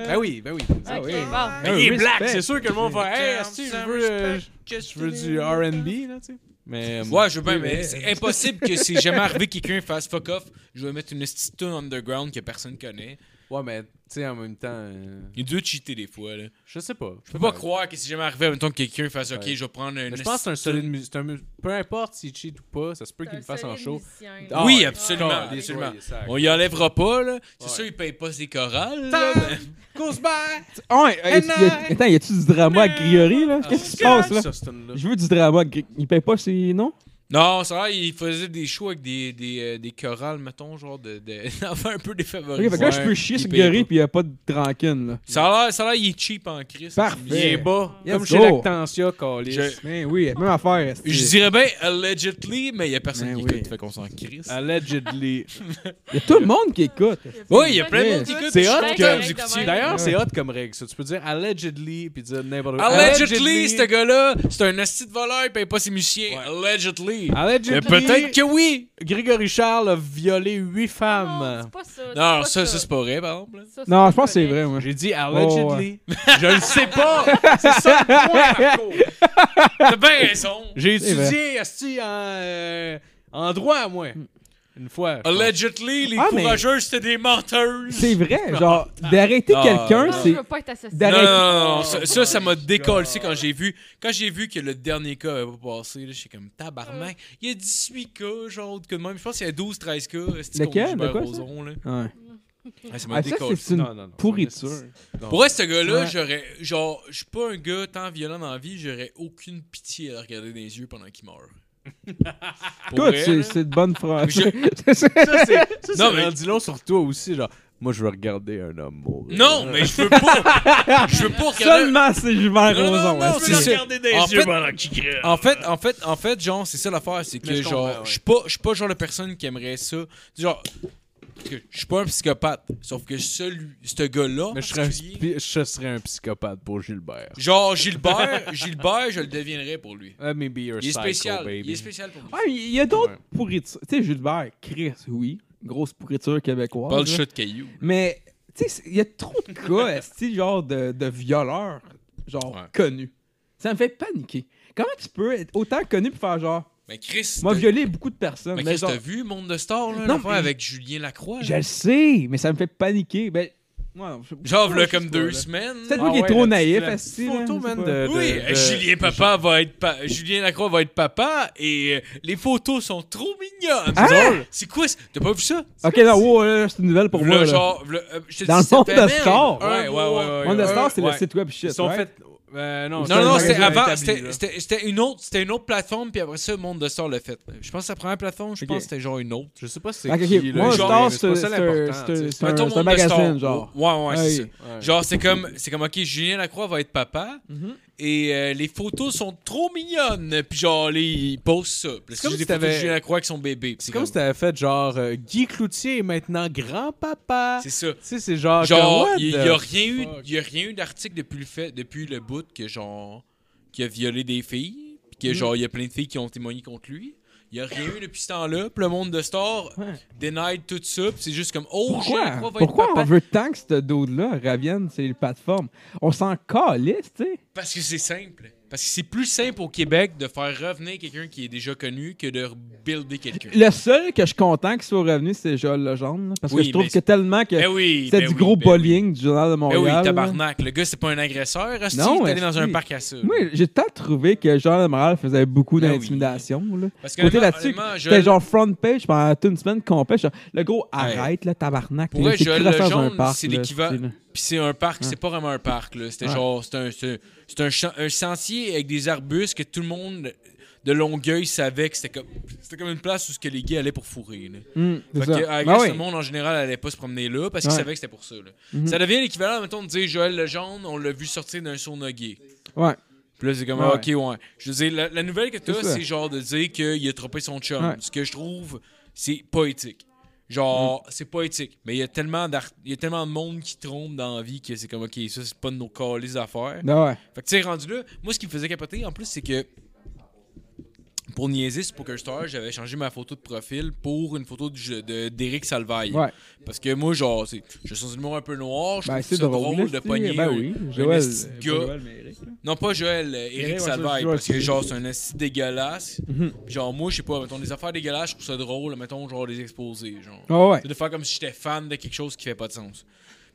S4: Ben oui, ben oui. Ben
S5: Ah, ok,
S2: oui.
S5: bon.
S3: Mais il est
S4: Respect.
S3: black,
S4: C'est sûr que le monde va Hey, est-ce que je veux, euh, je veux du RB, là, tu sais. Mais. euh,
S3: Ouais, je veux bien, mais c'est impossible que si jamais arrivé quelqu'un fasse fuck off, je vais mettre une petite tune underground que personne connaît.
S4: Ouais, mais tu sais, en même temps. euh,
S3: Il doit cheater des fois, là.
S4: Je sais pas.
S3: Je peux pas croire que si jamais arrivé, mettons que quelqu'un fasse ok,
S4: Ouais.
S3: je vais prendre une.
S4: Mais je pense que c'est un
S3: esti de
S4: solide musicien. Peu importe s'il cheat ou pas, ça se peut
S5: C'est
S4: qu'il
S5: un
S4: le fasse en
S5: solide
S4: show.
S5: musicien,
S3: Ah,
S5: là.
S3: oui,
S4: ouais,
S3: absolument,
S4: ouais, ouais,
S3: absolument.
S4: ouais, ça-
S3: On y enlèvera pas, là. C'est
S4: Ouais.
S3: sûr, il paye pas ses chorales. là, mais-
S4: Time goes by.
S2: Ah, ouais, hey, est-ce qu'il y a- Attends, y a-tu du drama à Grigori, là? Qu'est-ce qui se passe, là?
S4: Ça, ce tune-là.
S2: Je veux du drama. à Gri- Il paye pas ses noms?
S3: Non, ça va, il faisait des shows avec des, des, euh, des chorales, mettons, genre de. de... enfin, un peu
S2: Ok,
S3: défavorisés.
S2: fait que là, je peux chier
S3: il
S2: sur
S3: paye
S2: Grigori
S3: pas.
S2: pis y a pas de rancune, là.
S3: Ça a l'air, ça a l'air, il est cheap en Christ.
S2: Parfait.
S4: Il est bas.
S2: Let's
S4: Comme chez
S2: go.
S4: Lactantia, Calis.
S3: Je-
S2: Ben oui, même affaire. est-ce que-
S3: Je dirais bien allegedly, mais il y a personne
S2: Ben
S3: qui
S2: oui.
S3: écoute, fait qu'on s'en crisse.
S4: Allegedly.
S2: Y a tout le monde qui écoute.
S3: Oui, il y a plein de monde
S2: Ouais.
S3: qui écoute.
S4: C'est
S3: je suis
S4: hot
S3: content
S5: euh,
S4: que-
S3: d'écouter.
S5: Ouais.
S4: D'ailleurs, c'est hot comme règle, ça. Tu peux dire allegedly puis dire n'importe quoi.
S3: Allegedly, ce gars-là, c'est un asti de voleur, il paye pas ses musiciens. Allegedly. Mais
S4: Allegedly.
S3: peut-être que oui.
S4: Grégory Charles a violé huit
S5: Non,
S4: femmes.
S5: c'est pas ça.
S3: Non,
S5: c'est
S3: ça,
S5: pas
S3: ça, c'est pas vrai, par exemple.
S5: Ça,
S2: Non,
S5: pas
S2: je pense que c'est
S5: correct.
S2: vrai, moi.
S4: J'ai dit
S2: Oh,
S4: allegedly.
S2: ouais.
S4: Je le sais pas. C'est ça le point, Marco.
S3: T'as bien raison.
S4: J'ai
S2: C'est vrai.
S4: étudié asti, en, euh, en droit, moi. Une fois. je
S3: Allegedly, les
S2: Ah, mais-
S3: courageux, c'était des menteurs.
S2: C'est vrai, genre, d'arrêter
S3: Ah,
S2: quelqu'un,
S5: Non, je
S2: c'est.
S5: veux pas être associé.
S2: d'arrêter-
S3: Non,
S2: Arrête.
S3: non, non, non, ça, ça, ça m'a décollé quand j'ai vu quand j'ai vu que le dernier cas avait pas passé, là, j'étais comme tabarnak. Il y a 18 cas, genre autre que de même. Je pense qu'il y a 12 13 cas, c'est
S2: Lequel? De quoi, ça?
S3: là.
S2: Ouais.
S3: Ah, ça m'a
S2: Ah, ça,
S3: décollé.
S2: c'est
S4: Non, non,
S2: une
S4: non.
S2: pourriture.
S3: Pour vrai, ce gars-là,
S2: Ouais.
S3: j'aurais genre je suis pas un gars tant violent dans la vie, j'aurais aucune pitié à le regarder dans les yeux pendant qu'il meurt. Pour
S2: Écoute,
S3: vrai,
S2: c'est-
S3: là.
S2: c'est de bonnes phrases.
S3: Je-
S4: pense. Ça, c'est. Ça,
S3: Non,
S4: non,
S3: mais-
S4: mais. Dis long sur toi aussi, genre. Moi, je veux regarder un homme mourir. Euh,
S3: Non, mais je veux pas je veux pas regarder
S2: Seulement c'est Gilbert
S3: Non, non,
S2: Rozon.
S3: non,
S2: hein,
S3: non,
S2: c'est
S3: mais
S2: ça.
S3: regarde- En fait- En fait, en fait, en fait, genre, c'est ça l'affaire, c'est que
S4: Mais je comprends,
S3: genre,
S4: ouais.
S3: je suis pas, je suis pas genre la personne qui aimerait ça. Genre, parce que je suis pas un psychopathe, sauf que celui, ce gars-là, en
S4: Mais je serais, un,
S3: particulier,
S4: spi- je serais un psychopathe pour Gilbert.
S3: genre Gilbert, Gilbert, je le deviendrais pour lui.
S4: Let me be your
S3: Il est
S4: psycho,
S3: spécial,
S4: baby.
S3: il est spécial pour lui.
S2: Ah, il y a d'autres
S4: Ouais.
S2: pourritures. Tu sais, Gilbert, Chris, oui. Grosse pourriture québécoise.
S3: Pas le
S2: là.
S3: chat de caillou.
S2: Mais, tu sais, c'est- il y a trop de cas, esti, genre, de, de violeurs, genre,
S3: Ouais.
S2: connus. Ça me fait paniquer. Comment tu peux être autant connu pour faire genre,
S3: Mais Chris,
S2: moi,
S3: t'as-
S2: violer beaucoup de personnes?
S3: mais
S2: mais
S3: Chris,
S2: genre,
S3: t'as vu Monde de Star là,
S2: Non,
S3: l'affaire
S2: mais-
S3: avec Julien Lacroix.
S2: je
S3: là?
S2: le sais, mais ça me fait paniquer. Ben, ouais, je-
S3: Genre,
S2: je
S3: là,
S2: sais
S3: comme
S2: pas,
S3: deux
S2: là.
S3: semaines.
S2: Peut-être
S4: Ah
S2: moi qui est
S4: ouais, la
S2: trop
S4: petite-
S2: naïf,
S4: la petite
S2: esti, là,
S4: photo,
S2: je sais
S4: man,
S2: pas.
S4: de-
S3: Oui, euh,
S4: de-
S3: Julien
S4: de-
S3: Papa va être pa- Julien Lacroix va être papa et euh, les photos sont trop mignonnes.
S2: Hein?
S3: C'est drôle. C'est quoi ça? T'as pas vu ça?
S2: Ok, non, wow, là, là, c'est une nouvelle pour
S3: V'là,
S2: moi. là.
S3: genre, v'là, euh, je te
S2: Dans
S3: dis,
S2: le
S3: ça
S2: monde
S3: fait
S2: de
S3: même.
S2: Star.
S3: Ouais, ouais, ouais. ouais,
S2: Monde de
S3: ouais.
S2: Star, c'est le
S4: ouais.
S2: site web shit.
S4: Ils sont
S2: right?
S4: faits. euh, non,
S3: Non, non, non, c'était
S2: magasin
S3: avant.
S4: établi,
S3: C'était
S4: là.
S3: c'était- c'était une, autre- c'était une autre plateforme, puis après ça, Monde de Star l'a fait. Je pense que la première plateforme, je
S2: Ok.
S3: pense que c'était genre une autre.
S4: Je sais pas c'est
S2: Ok, ok,
S4: qui,
S2: Moi,
S4: là.
S3: genre,
S2: Star,
S4: mais c'est
S2: c'est
S4: pas
S2: c'est
S4: ça
S2: un-
S4: l'important, tu sais.
S2: c'est
S3: Mettons
S2: un- c'est un
S3: Monde de Star.
S2: magazine, genre. Ah
S3: Ouais, ouais, c'est
S2: Hey.
S3: ça. Genre, c'est comme, c'est comme, ok, Julien Lacroix va être papa,
S2: Mhm.
S3: et euh, les photos sont trop mignonnes. Puis genre, les, ils posent ça. Puis là,
S4: C'est
S3: c'est
S4: comme
S3: juste
S4: si
S3: des photos de
S4: t'avais-
S3: Julien Lacroix avec son bébé.
S4: C'est comme si t'avais fait genre euh, Guy Cloutier est maintenant grand-papa. Tu
S3: C'est ça.
S4: sais, c'est genre.
S3: Genre,
S4: comme, what
S3: il
S4: the
S3: n'y a rien eu,
S4: fuck?
S3: il y a rien eu d'article depuis le fait, depuis le bout que genre, qui a violé des filles, puis que genre il y a plein de filles qui ont témoigné contre lui. Il n'y a rien eu depuis ce temps-là. Puis le monde de Star
S2: Ouais.
S3: denied tout ça. Puis c'est juste comme oh, je
S2: Pourquoi?
S3: crois va
S2: Pourquoi
S3: être
S2: on
S3: papa.
S2: veut tant que ce dude-là revienne sur les plateformes? On s'en calisse, tu sais.
S3: Parce que c'est simple. Parce que c'est plus simple au Québec de faire revenir quelqu'un qui est déjà connu que de rebuilder quelqu'un.
S2: Le seul que je suis content qu'il soit revenu, c'est Joël Legendre. là, Parce
S3: Oui,
S2: que je trouve
S3: mais-
S2: que tellement que
S3: Ben oui.
S2: c'était
S3: ben
S2: du
S3: oui,
S2: gros
S3: ben oui.
S2: bullying du Journal de
S3: Ben
S2: Montréal.
S3: oui,
S2: là.
S3: tabarnak. Le gars, c'est pas un agresseur. Est-ce
S2: Non,
S3: qu'il est allé dans un
S2: esti.
S3: parc à ça?
S2: Moi, j'ai tant trouvé que Journal de Montréal faisait beaucoup
S3: Ben oui.
S2: d'intimidation. là.
S3: Parce que
S2: Côté
S3: honnêtement-
S2: là-dessus,
S3: honnêtement,
S2: c'était
S3: Joël-
S2: genre front page pendant toute une semaine complète. genre, Le gros, arrête, là, tabarnak.
S3: Pour
S2: t'es-
S3: vrai,
S2: t'es
S3: Joël
S2: crassé dans un
S3: Legendre,
S2: parc,
S3: c'est
S2: là,
S3: l'équivalent-
S2: tu sais, là.
S3: Puis c'est un parc,
S2: Ouais.
S3: c'est pas vraiment un parc. là. C'était
S2: Ouais.
S3: genre, c'est un, c'est un- c'est un, champ- un sentier avec des arbustes que tout le monde de Longueuil savait que c'était comme, c'était comme une place où ce que les gays allaient pour fourrer. Là.
S2: Hum, c'est
S3: Fait
S2: ça.
S3: que, euh, I
S2: Ben
S3: guess,
S2: oui.
S3: le monde en général allait pas se promener là parce qu'ils
S2: Ouais.
S3: savaient que c'était pour ça. là.
S2: Mhm.
S3: Ça devient l'équivalent, mettons, de dire Joël Legendre, on l'a vu sortir d'un sauna gay.
S2: Ouais.
S3: Puis là, c'est comme,
S2: Ouais.
S3: ah, ok, ouais. Je veux dire, la, la nouvelle que t'as,
S2: C'est ça.
S3: c'est genre de dire qu'il a trompé son chum.
S2: Ouais.
S3: Ce que je trouve, c'est poétique. Genre,
S2: Mhm.
S3: c'est pas éthique. Mais il y a tellement d'art- il y a tellement de monde qui trompe dans la vie que c'est comme, OK, ça, c'est pas de nos calices affaires.
S2: Ah ouais.
S3: Fait que tu sais, rendu là, moi ce qui me faisait capoter en plus, c'est que pour niaiser sur PokerStar, j'avais changé ma photo de profil pour une photo du jeu- de- d'Éric Salvaille.
S2: Ouais.
S3: Parce que moi, genre, c'est- je suis humour un peu noir, je
S2: Ben,
S3: trouve ça
S2: c'est
S3: drôle,
S2: drôle.
S3: de
S2: esti.
S3: pogner.
S2: Ben
S3: un-
S2: oui.
S3: un
S2: Joël.
S3: esti de gars. Non, pas Joël, euh, Éric
S2: Éric, ouais,
S3: Salvaille.
S2: ça, je-
S3: parce que
S2: ouais,
S3: genre, c'est un esti dégueulasse.
S2: Mhm.
S3: Puis Genre, moi, je sais pas, mettons des affaires dégueulasses, je trouve ça drôle, mettons, genre, les exposer. Genre.
S2: Ah ouais.
S3: C'est de faire comme si j'étais fan de quelque chose qui fait pas de sens.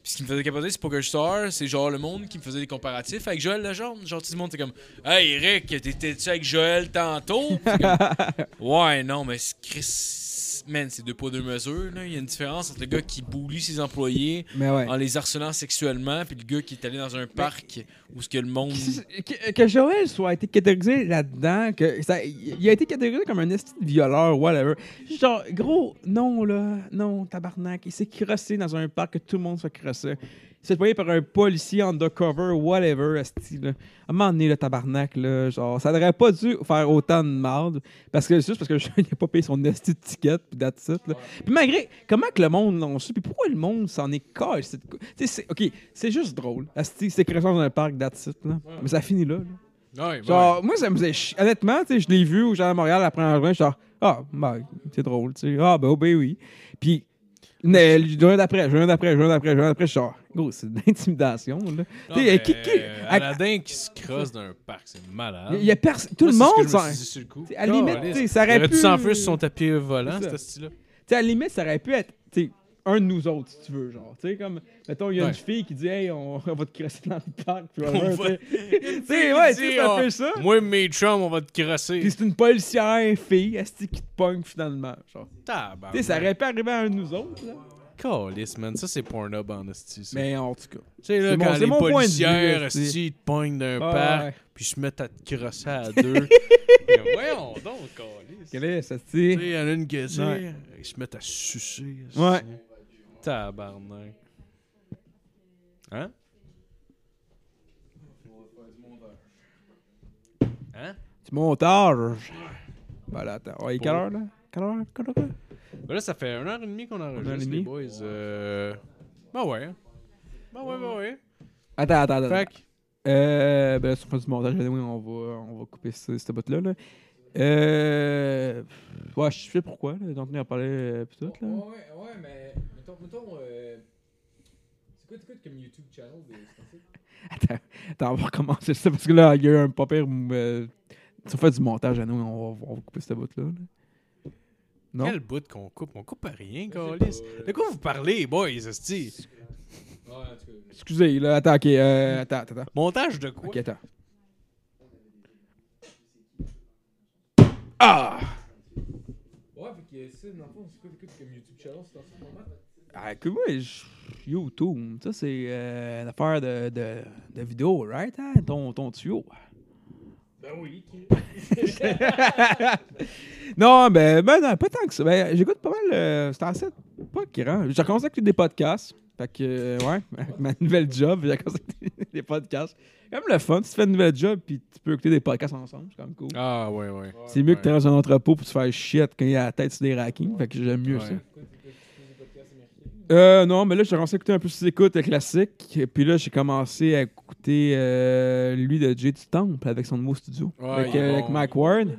S3: Puis ce qui me faisait capoter, c'est Poker Star, c'est genre le monde qui me faisait des comparatifs avec Joël Lejeune. Genre, tout le monde était comme Hey Eric, t'étais-tu avec Joël tantôt Puis comme, Ouais, non, mais c'est- Chris, man, c'est deux poids, deux mesures. là. Il y a une différence entre le gars qui bully ses employés
S2: Mais Ben ouais.
S3: en les harcelant sexuellement, puis le gars qui est allé dans un parc où ce que le monde.
S2: Que, que Joël soit été catégorisé là-dedans, que ça- il a été catégorisé comme un esti de violeur, whatever. Genre, gros, non, là, non, tabarnak. Il s'est crossé dans un parc que tout le monde se crossait. Il s'est payé par un policier undercover, whatever, esti, là. À un moment donné, le tabarnak, là, genre, ça n'aurait pas dû faire autant de marde. Parce que, juste parce que Joël n'a pas payé son esti de ticket, puis that's it, là. Puis malgré, comment que le monde l'ont su, puis pourquoi le monde s'en est collé? c'est- tu sais, c'est- OK, c'est juste drôle. Asti, c'est création dans un parc, that's it, là. Mais ça finit là. là. Genre, moi, ça me faisait chier. Honnêtement, tu sais, je l'ai vu au genre à Montréal la première journée, j'étais genre, ah, ben, c'est drôle, tu sais. Ah, ben, oh, ben oui. Puis, mais, le jour d'après, le jour d'après, le jour d'après, le jour d'après, je suis genre, gros, c'est de l'intimidation, là. Tu sais, qui- qui-
S4: euh,
S2: à-
S4: Aladdin qui se crosse d'un parc, c'est malade.
S2: Il y a personne. Tout le monde,
S4: ça.
S2: s'en- tu sais, à la limite, tu sais,
S4: Il
S2: ça aurait
S4: aurait
S2: pu.
S4: dû s'enfuir sur son tapis volant,
S2: C'est
S4: ce
S2: ça.
S4: style-là.
S2: Tu sais, à la limite, ça aurait pu être tu sais, un de nous autres, si tu veux. Genre, tu sais, comme, mettons, il y a
S4: Ouais.
S2: une fille qui dit, hey, on, on va te crasser dans le parc. Puis
S4: On
S2: whatever,
S4: va-
S2: tu sais. Tu sais, ouais, tu sais, c'est un peu ça.
S4: Moi et mes chums, on va te crasser.
S2: Puis c'est une policière fille, asti, qui te pogne finalement. Genre, tu sais, ça aurait pu arriver à un de nous autres. là.
S4: Calice, man. Ça, c'est pornob en esti. ça.
S2: Mais en tout cas.
S4: Tu sais, là,
S2: c'est mon-
S4: quand
S2: c'est
S4: les
S2: mon point de vue,
S4: policières,
S2: esti.
S4: esti, ils te pognent d'un
S2: Ah, ouais.
S4: parc, puis ils se mettent à te crosser à deux. Voyons donc, calice.
S2: Quelle est cette
S4: Tu sais, il y en a une qui dit,
S2: Ouais.
S4: ils se mettent à sucer. esti.
S2: Ouais.
S4: Tabarnak. Hein? Hein?
S2: Du montage. Voilà, attends. Ouais, quelle heure, là? Quelle heure? Quelle heure?
S4: Ben là, ça fait un heure et demie qu'on
S2: Une heure et
S4: enregistre, les
S2: demie.
S4: boys. Euh... Ben ouais. hein. Ben ouais, ben ouais.
S2: Attends, attends, attends.
S4: Fait que-
S2: Euh, ben là, sur le point du montage, anyway, on va, on va couper ce, cette botte-là. Là. Euh, ouais, je sais pourquoi. Là, Anthony en parlait euh, pis tout. Là.
S3: ouais, mais. Mettons. euh, c'est quoi, comme YouTube channel
S2: Attends, attends, on va recommencer ça parce que là, il y a eu un pas pire. euh, si on fait du montage, anyway, on va, on va couper cette botte-là. là. Non?
S4: Quel bout qu'on coupe? On coupe à rien, Calis. De quoi vous parlez, boys, esti?
S2: Excusez, là, attends, ok, euh, attends, attends, attends.
S4: Montage de quoi?
S2: Ok, attends. Ah!
S3: Ouais, fait que euh, ça, dans le fond, c'est quoi, t'écoutes comme YouTube channel, c'est dans ce moment?
S2: Ah, que moi, je- YouTube, ça c'est euh, une affaire de, de, de vidéo, right? hein? Ton, ton tuyau.
S3: Ben oui.
S2: non, ben, ben non, pas tant que ça. Ben, j'écoute pas mal. Euh, c'est assez pas grand. J'ai commencé à écouter des podcasts. Fait que, euh, ouais, avec ma nouvelle job, j'ai commencé à écouter des podcasts. C'est quand même le fun. Tu te fais une nouvelle job puis tu peux écouter des podcasts ensemble. C'est quand même cool.
S4: Ah, ouais, ouais.
S2: c'est mieux que tu restes dans un entrepôt pour te faire shit quand il y a la tête sur des rackings. Fait que j'aime mieux
S4: Ouais.
S2: ça. Euh, non, mais là, j'ai commencé à écouter un peu ses écoutes euh, classiques. Et puis là, j'ai commencé à écouter euh, lui de Jay du Temple avec son nouveau studio.
S4: Ouais,
S2: avec,
S4: il est
S2: euh, avec
S4: bon.
S2: Mike Ward.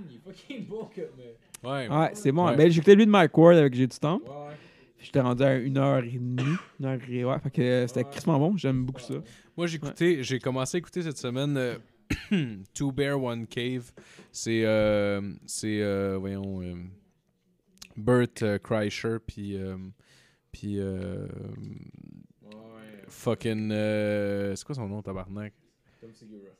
S4: Ouais.
S2: Ouais, c'est bon.
S4: Ouais.
S2: Ben, j'écoutais lui de Mike Ward avec Jay du Temple.
S3: Ouais.
S2: J'étais rendu à une heure et demie. Une heure et... Ouais, fait que euh, c'était crissement bon. J'aime beaucoup ça.
S4: Moi, j'ai écouté- j'ai commencé à écouter cette semaine euh, Two Bear, One Cave. C'est, euh, c'est euh, voyons, euh, Bert euh, Kreischer, puis, euh, puis euh, fucking, euh, c'est quoi son nom, tabarnak?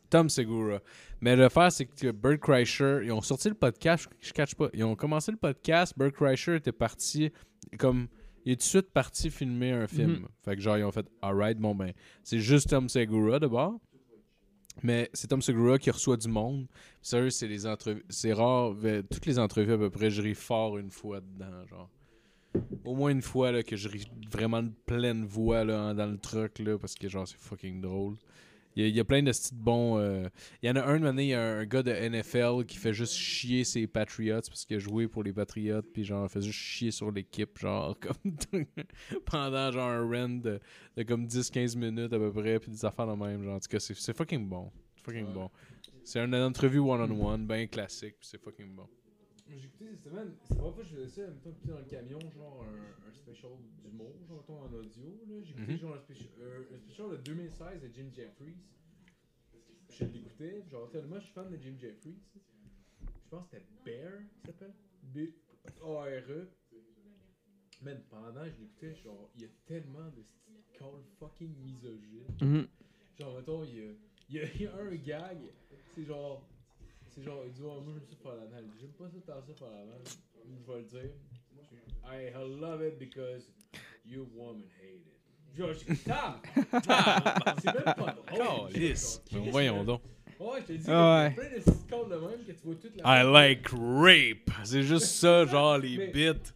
S4: Tom Segura. Mais le faire, c'est que Bert Kreischer, ils ont sorti le podcast, je, je catch pas. Ils ont commencé le podcast, Bert Kreischer était parti, comme, il est tout de suite parti filmer un film. Fait que genre, ils ont fait, alright, bon ben, c'est juste Tom Segura d'abord. Mais c'est Tom Segura qui reçoit du monde. Sérieux, c'est les entrevues. C'est rare. euh, Toutes les entrevues, à peu près, je ris fort une fois dedans. Genre. Au moins une fois
S3: hein,
S4: là, que je ris vraiment de pleine voix là, en- dans le truc. Là, parce que genre, c'est fucking drôle.
S3: Il y, a, il y a plein de petits bons. euh, Il y en a un, un, moment donné, il y a un gars de NFL qui fait juste chier ses Patriots parce qu'il a joué pour les Patriots, puis genre, il fait juste chier sur l'équipe, genre, comme pendant genre un run de, de comme 10-15 minutes à peu près, puis des affaires de même, genre. En tout cas, c'est c'est fucking bon. C'est fucking
S6: Ouais.
S3: bon. C'est une entrevue one-on-one, bien classique, puis c'est fucking bon.
S4: J'ai écouté cette semaine, c'est la première fois que je faisais ça, en même temps, écouter dans le camion, genre un, un special d'humour, genre ton en audio. là. J'ai écouté
S3: Mhm.
S4: genre un spécial, un special de 2016 de Jim Jeffries. Je l'écoutais, genre tellement je suis fan de Jim Jeffries. Je pense que c'était Bear qui s'appelle. B-A-R-E. E. Man, pendant que je l'écoutais, genre, il y a tellement de sti- calls fucking misogynes.
S2: Mhm.
S4: Genre, mettons, il y a, il y a- il y a un gag, c'est genre, c'est genre, il dit, ouais, moi, je me suis faire l'anal. J'aime pas ça tant ça faire l'anal. Je vais le dire. I love it because you woman hate it. Genre, je suis Ah! Ah! C'est même pas drôle.
S3: Calisse.
S4: Genre, Chris,
S3: Voyons
S4: man.
S3: donc.
S4: Ouais, je te dis,
S2: Ah
S4: il y a plein de petites calls de même que tu vois toute la.
S3: I like rape. C'est juste ça, genre les
S4: Mais-
S3: bits.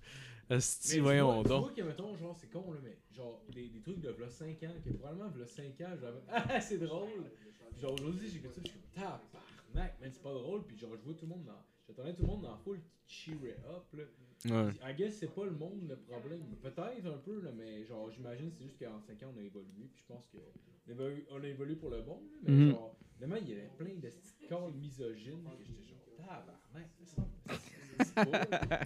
S4: Mais
S3: Esti,
S4: tu vois-
S3: voyons
S4: Tu
S3: donc.
S4: vois que, mettons, genre, c'est con, là, mais genre, des, des trucs de v'là 5 ans, que probablement v'là 5 ans, j'avais. Ah, c'est drôle! Puis genre, aujourd'hui, j'écoute ça, puis je suis comme, tabarnak, man, c'est pas drôle, puis genre, je vois tout le monde dans. J'attendais tout le monde dans la foule qui cheerait up, là.
S3: Ouais.
S4: Puis, I guess c'est pas le monde le problème. Peut-être un peu, là, mais genre, j'imagine c'est juste qu'en 5 ans, on a évolué, puis je pense que. On a évolué, on a évolué pour le bon, là, mais
S2: Mhm.
S4: genre, vraiment, il y avait plein de petites calls misogynes que j'étais genre, tabarnak, ça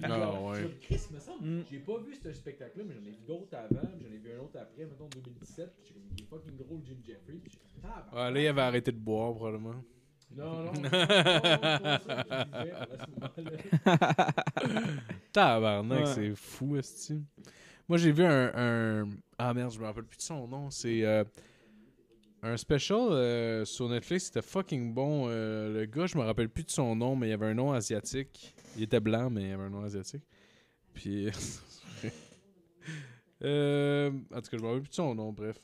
S3: Ah, ouais.
S4: Chris, me semble,
S2: Mm.
S4: j'ai pas vu ce spectacle-là, mais j'en ai vu d'autres avant, puis j'en ai vu un autre après, mettons 2017, puis j'ai comme, il est fucking drôle, Jim Jeffries. puis j'ai comme, tabarnak.
S3: Ouais, là, il avait arrêté de boire, probablement.
S4: Non, non, non, non, pas ça que je disais à ce moment-là.
S3: Tabarnak,
S2: Ouais.
S3: c'est fou, Esti. Moi, j'ai vu un, un- Ah merde, je me rappelle plus de son nom. C'est euh, un special euh, sur Netflix. C'était fucking bon. Euh, le gars, je me rappelle plus de son nom, mais il avait un nom asiatique. Il était blanc, mais il avait un nom asiatique. Puis. euh, en tout cas, je me rappelle plus de son nom, bref.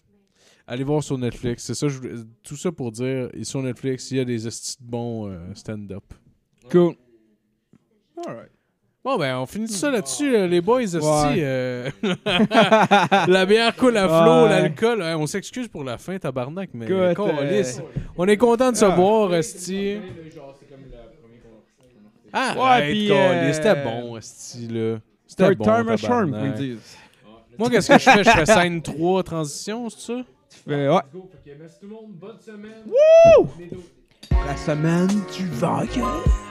S3: Allez voir sur Netflix. C'est ça, je voulais- tout ça pour dire. et sur Netflix, il y a des esti de bons euh, stand-up.
S2: Cool. Alright.
S3: Bon, ben, on finit ça là-dessus, euh, les boys. esti,
S2: Ouais.
S3: euh, la bière coule à flot,
S2: Ouais.
S3: l'alcool. hein, on s'excuse pour la fin, tabarnak, mais
S2: Écoute,
S3: câlisse,
S2: euh,
S3: on est content de se
S2: ah.
S3: voir,
S4: Ouais,
S3: Esti.
S4: c'est le genre, c'est comme le premier qu'on qu'on a fait.
S3: Ah,
S2: Ouais, puis, euh,
S3: c'était bon, Esti, là. C'était
S2: Third
S3: bon.
S2: time a charm,
S3: tabarnak.
S2: comme ils disent.
S4: Ah,
S3: Moi, qu'est-ce que je fais Je fais scène 3 transition, c'est ça
S2: Tu fais, ouais,
S4: Let's go, fait que merci tout le monde, bonne semaine. Wouh!
S2: la semaine du vainqueur.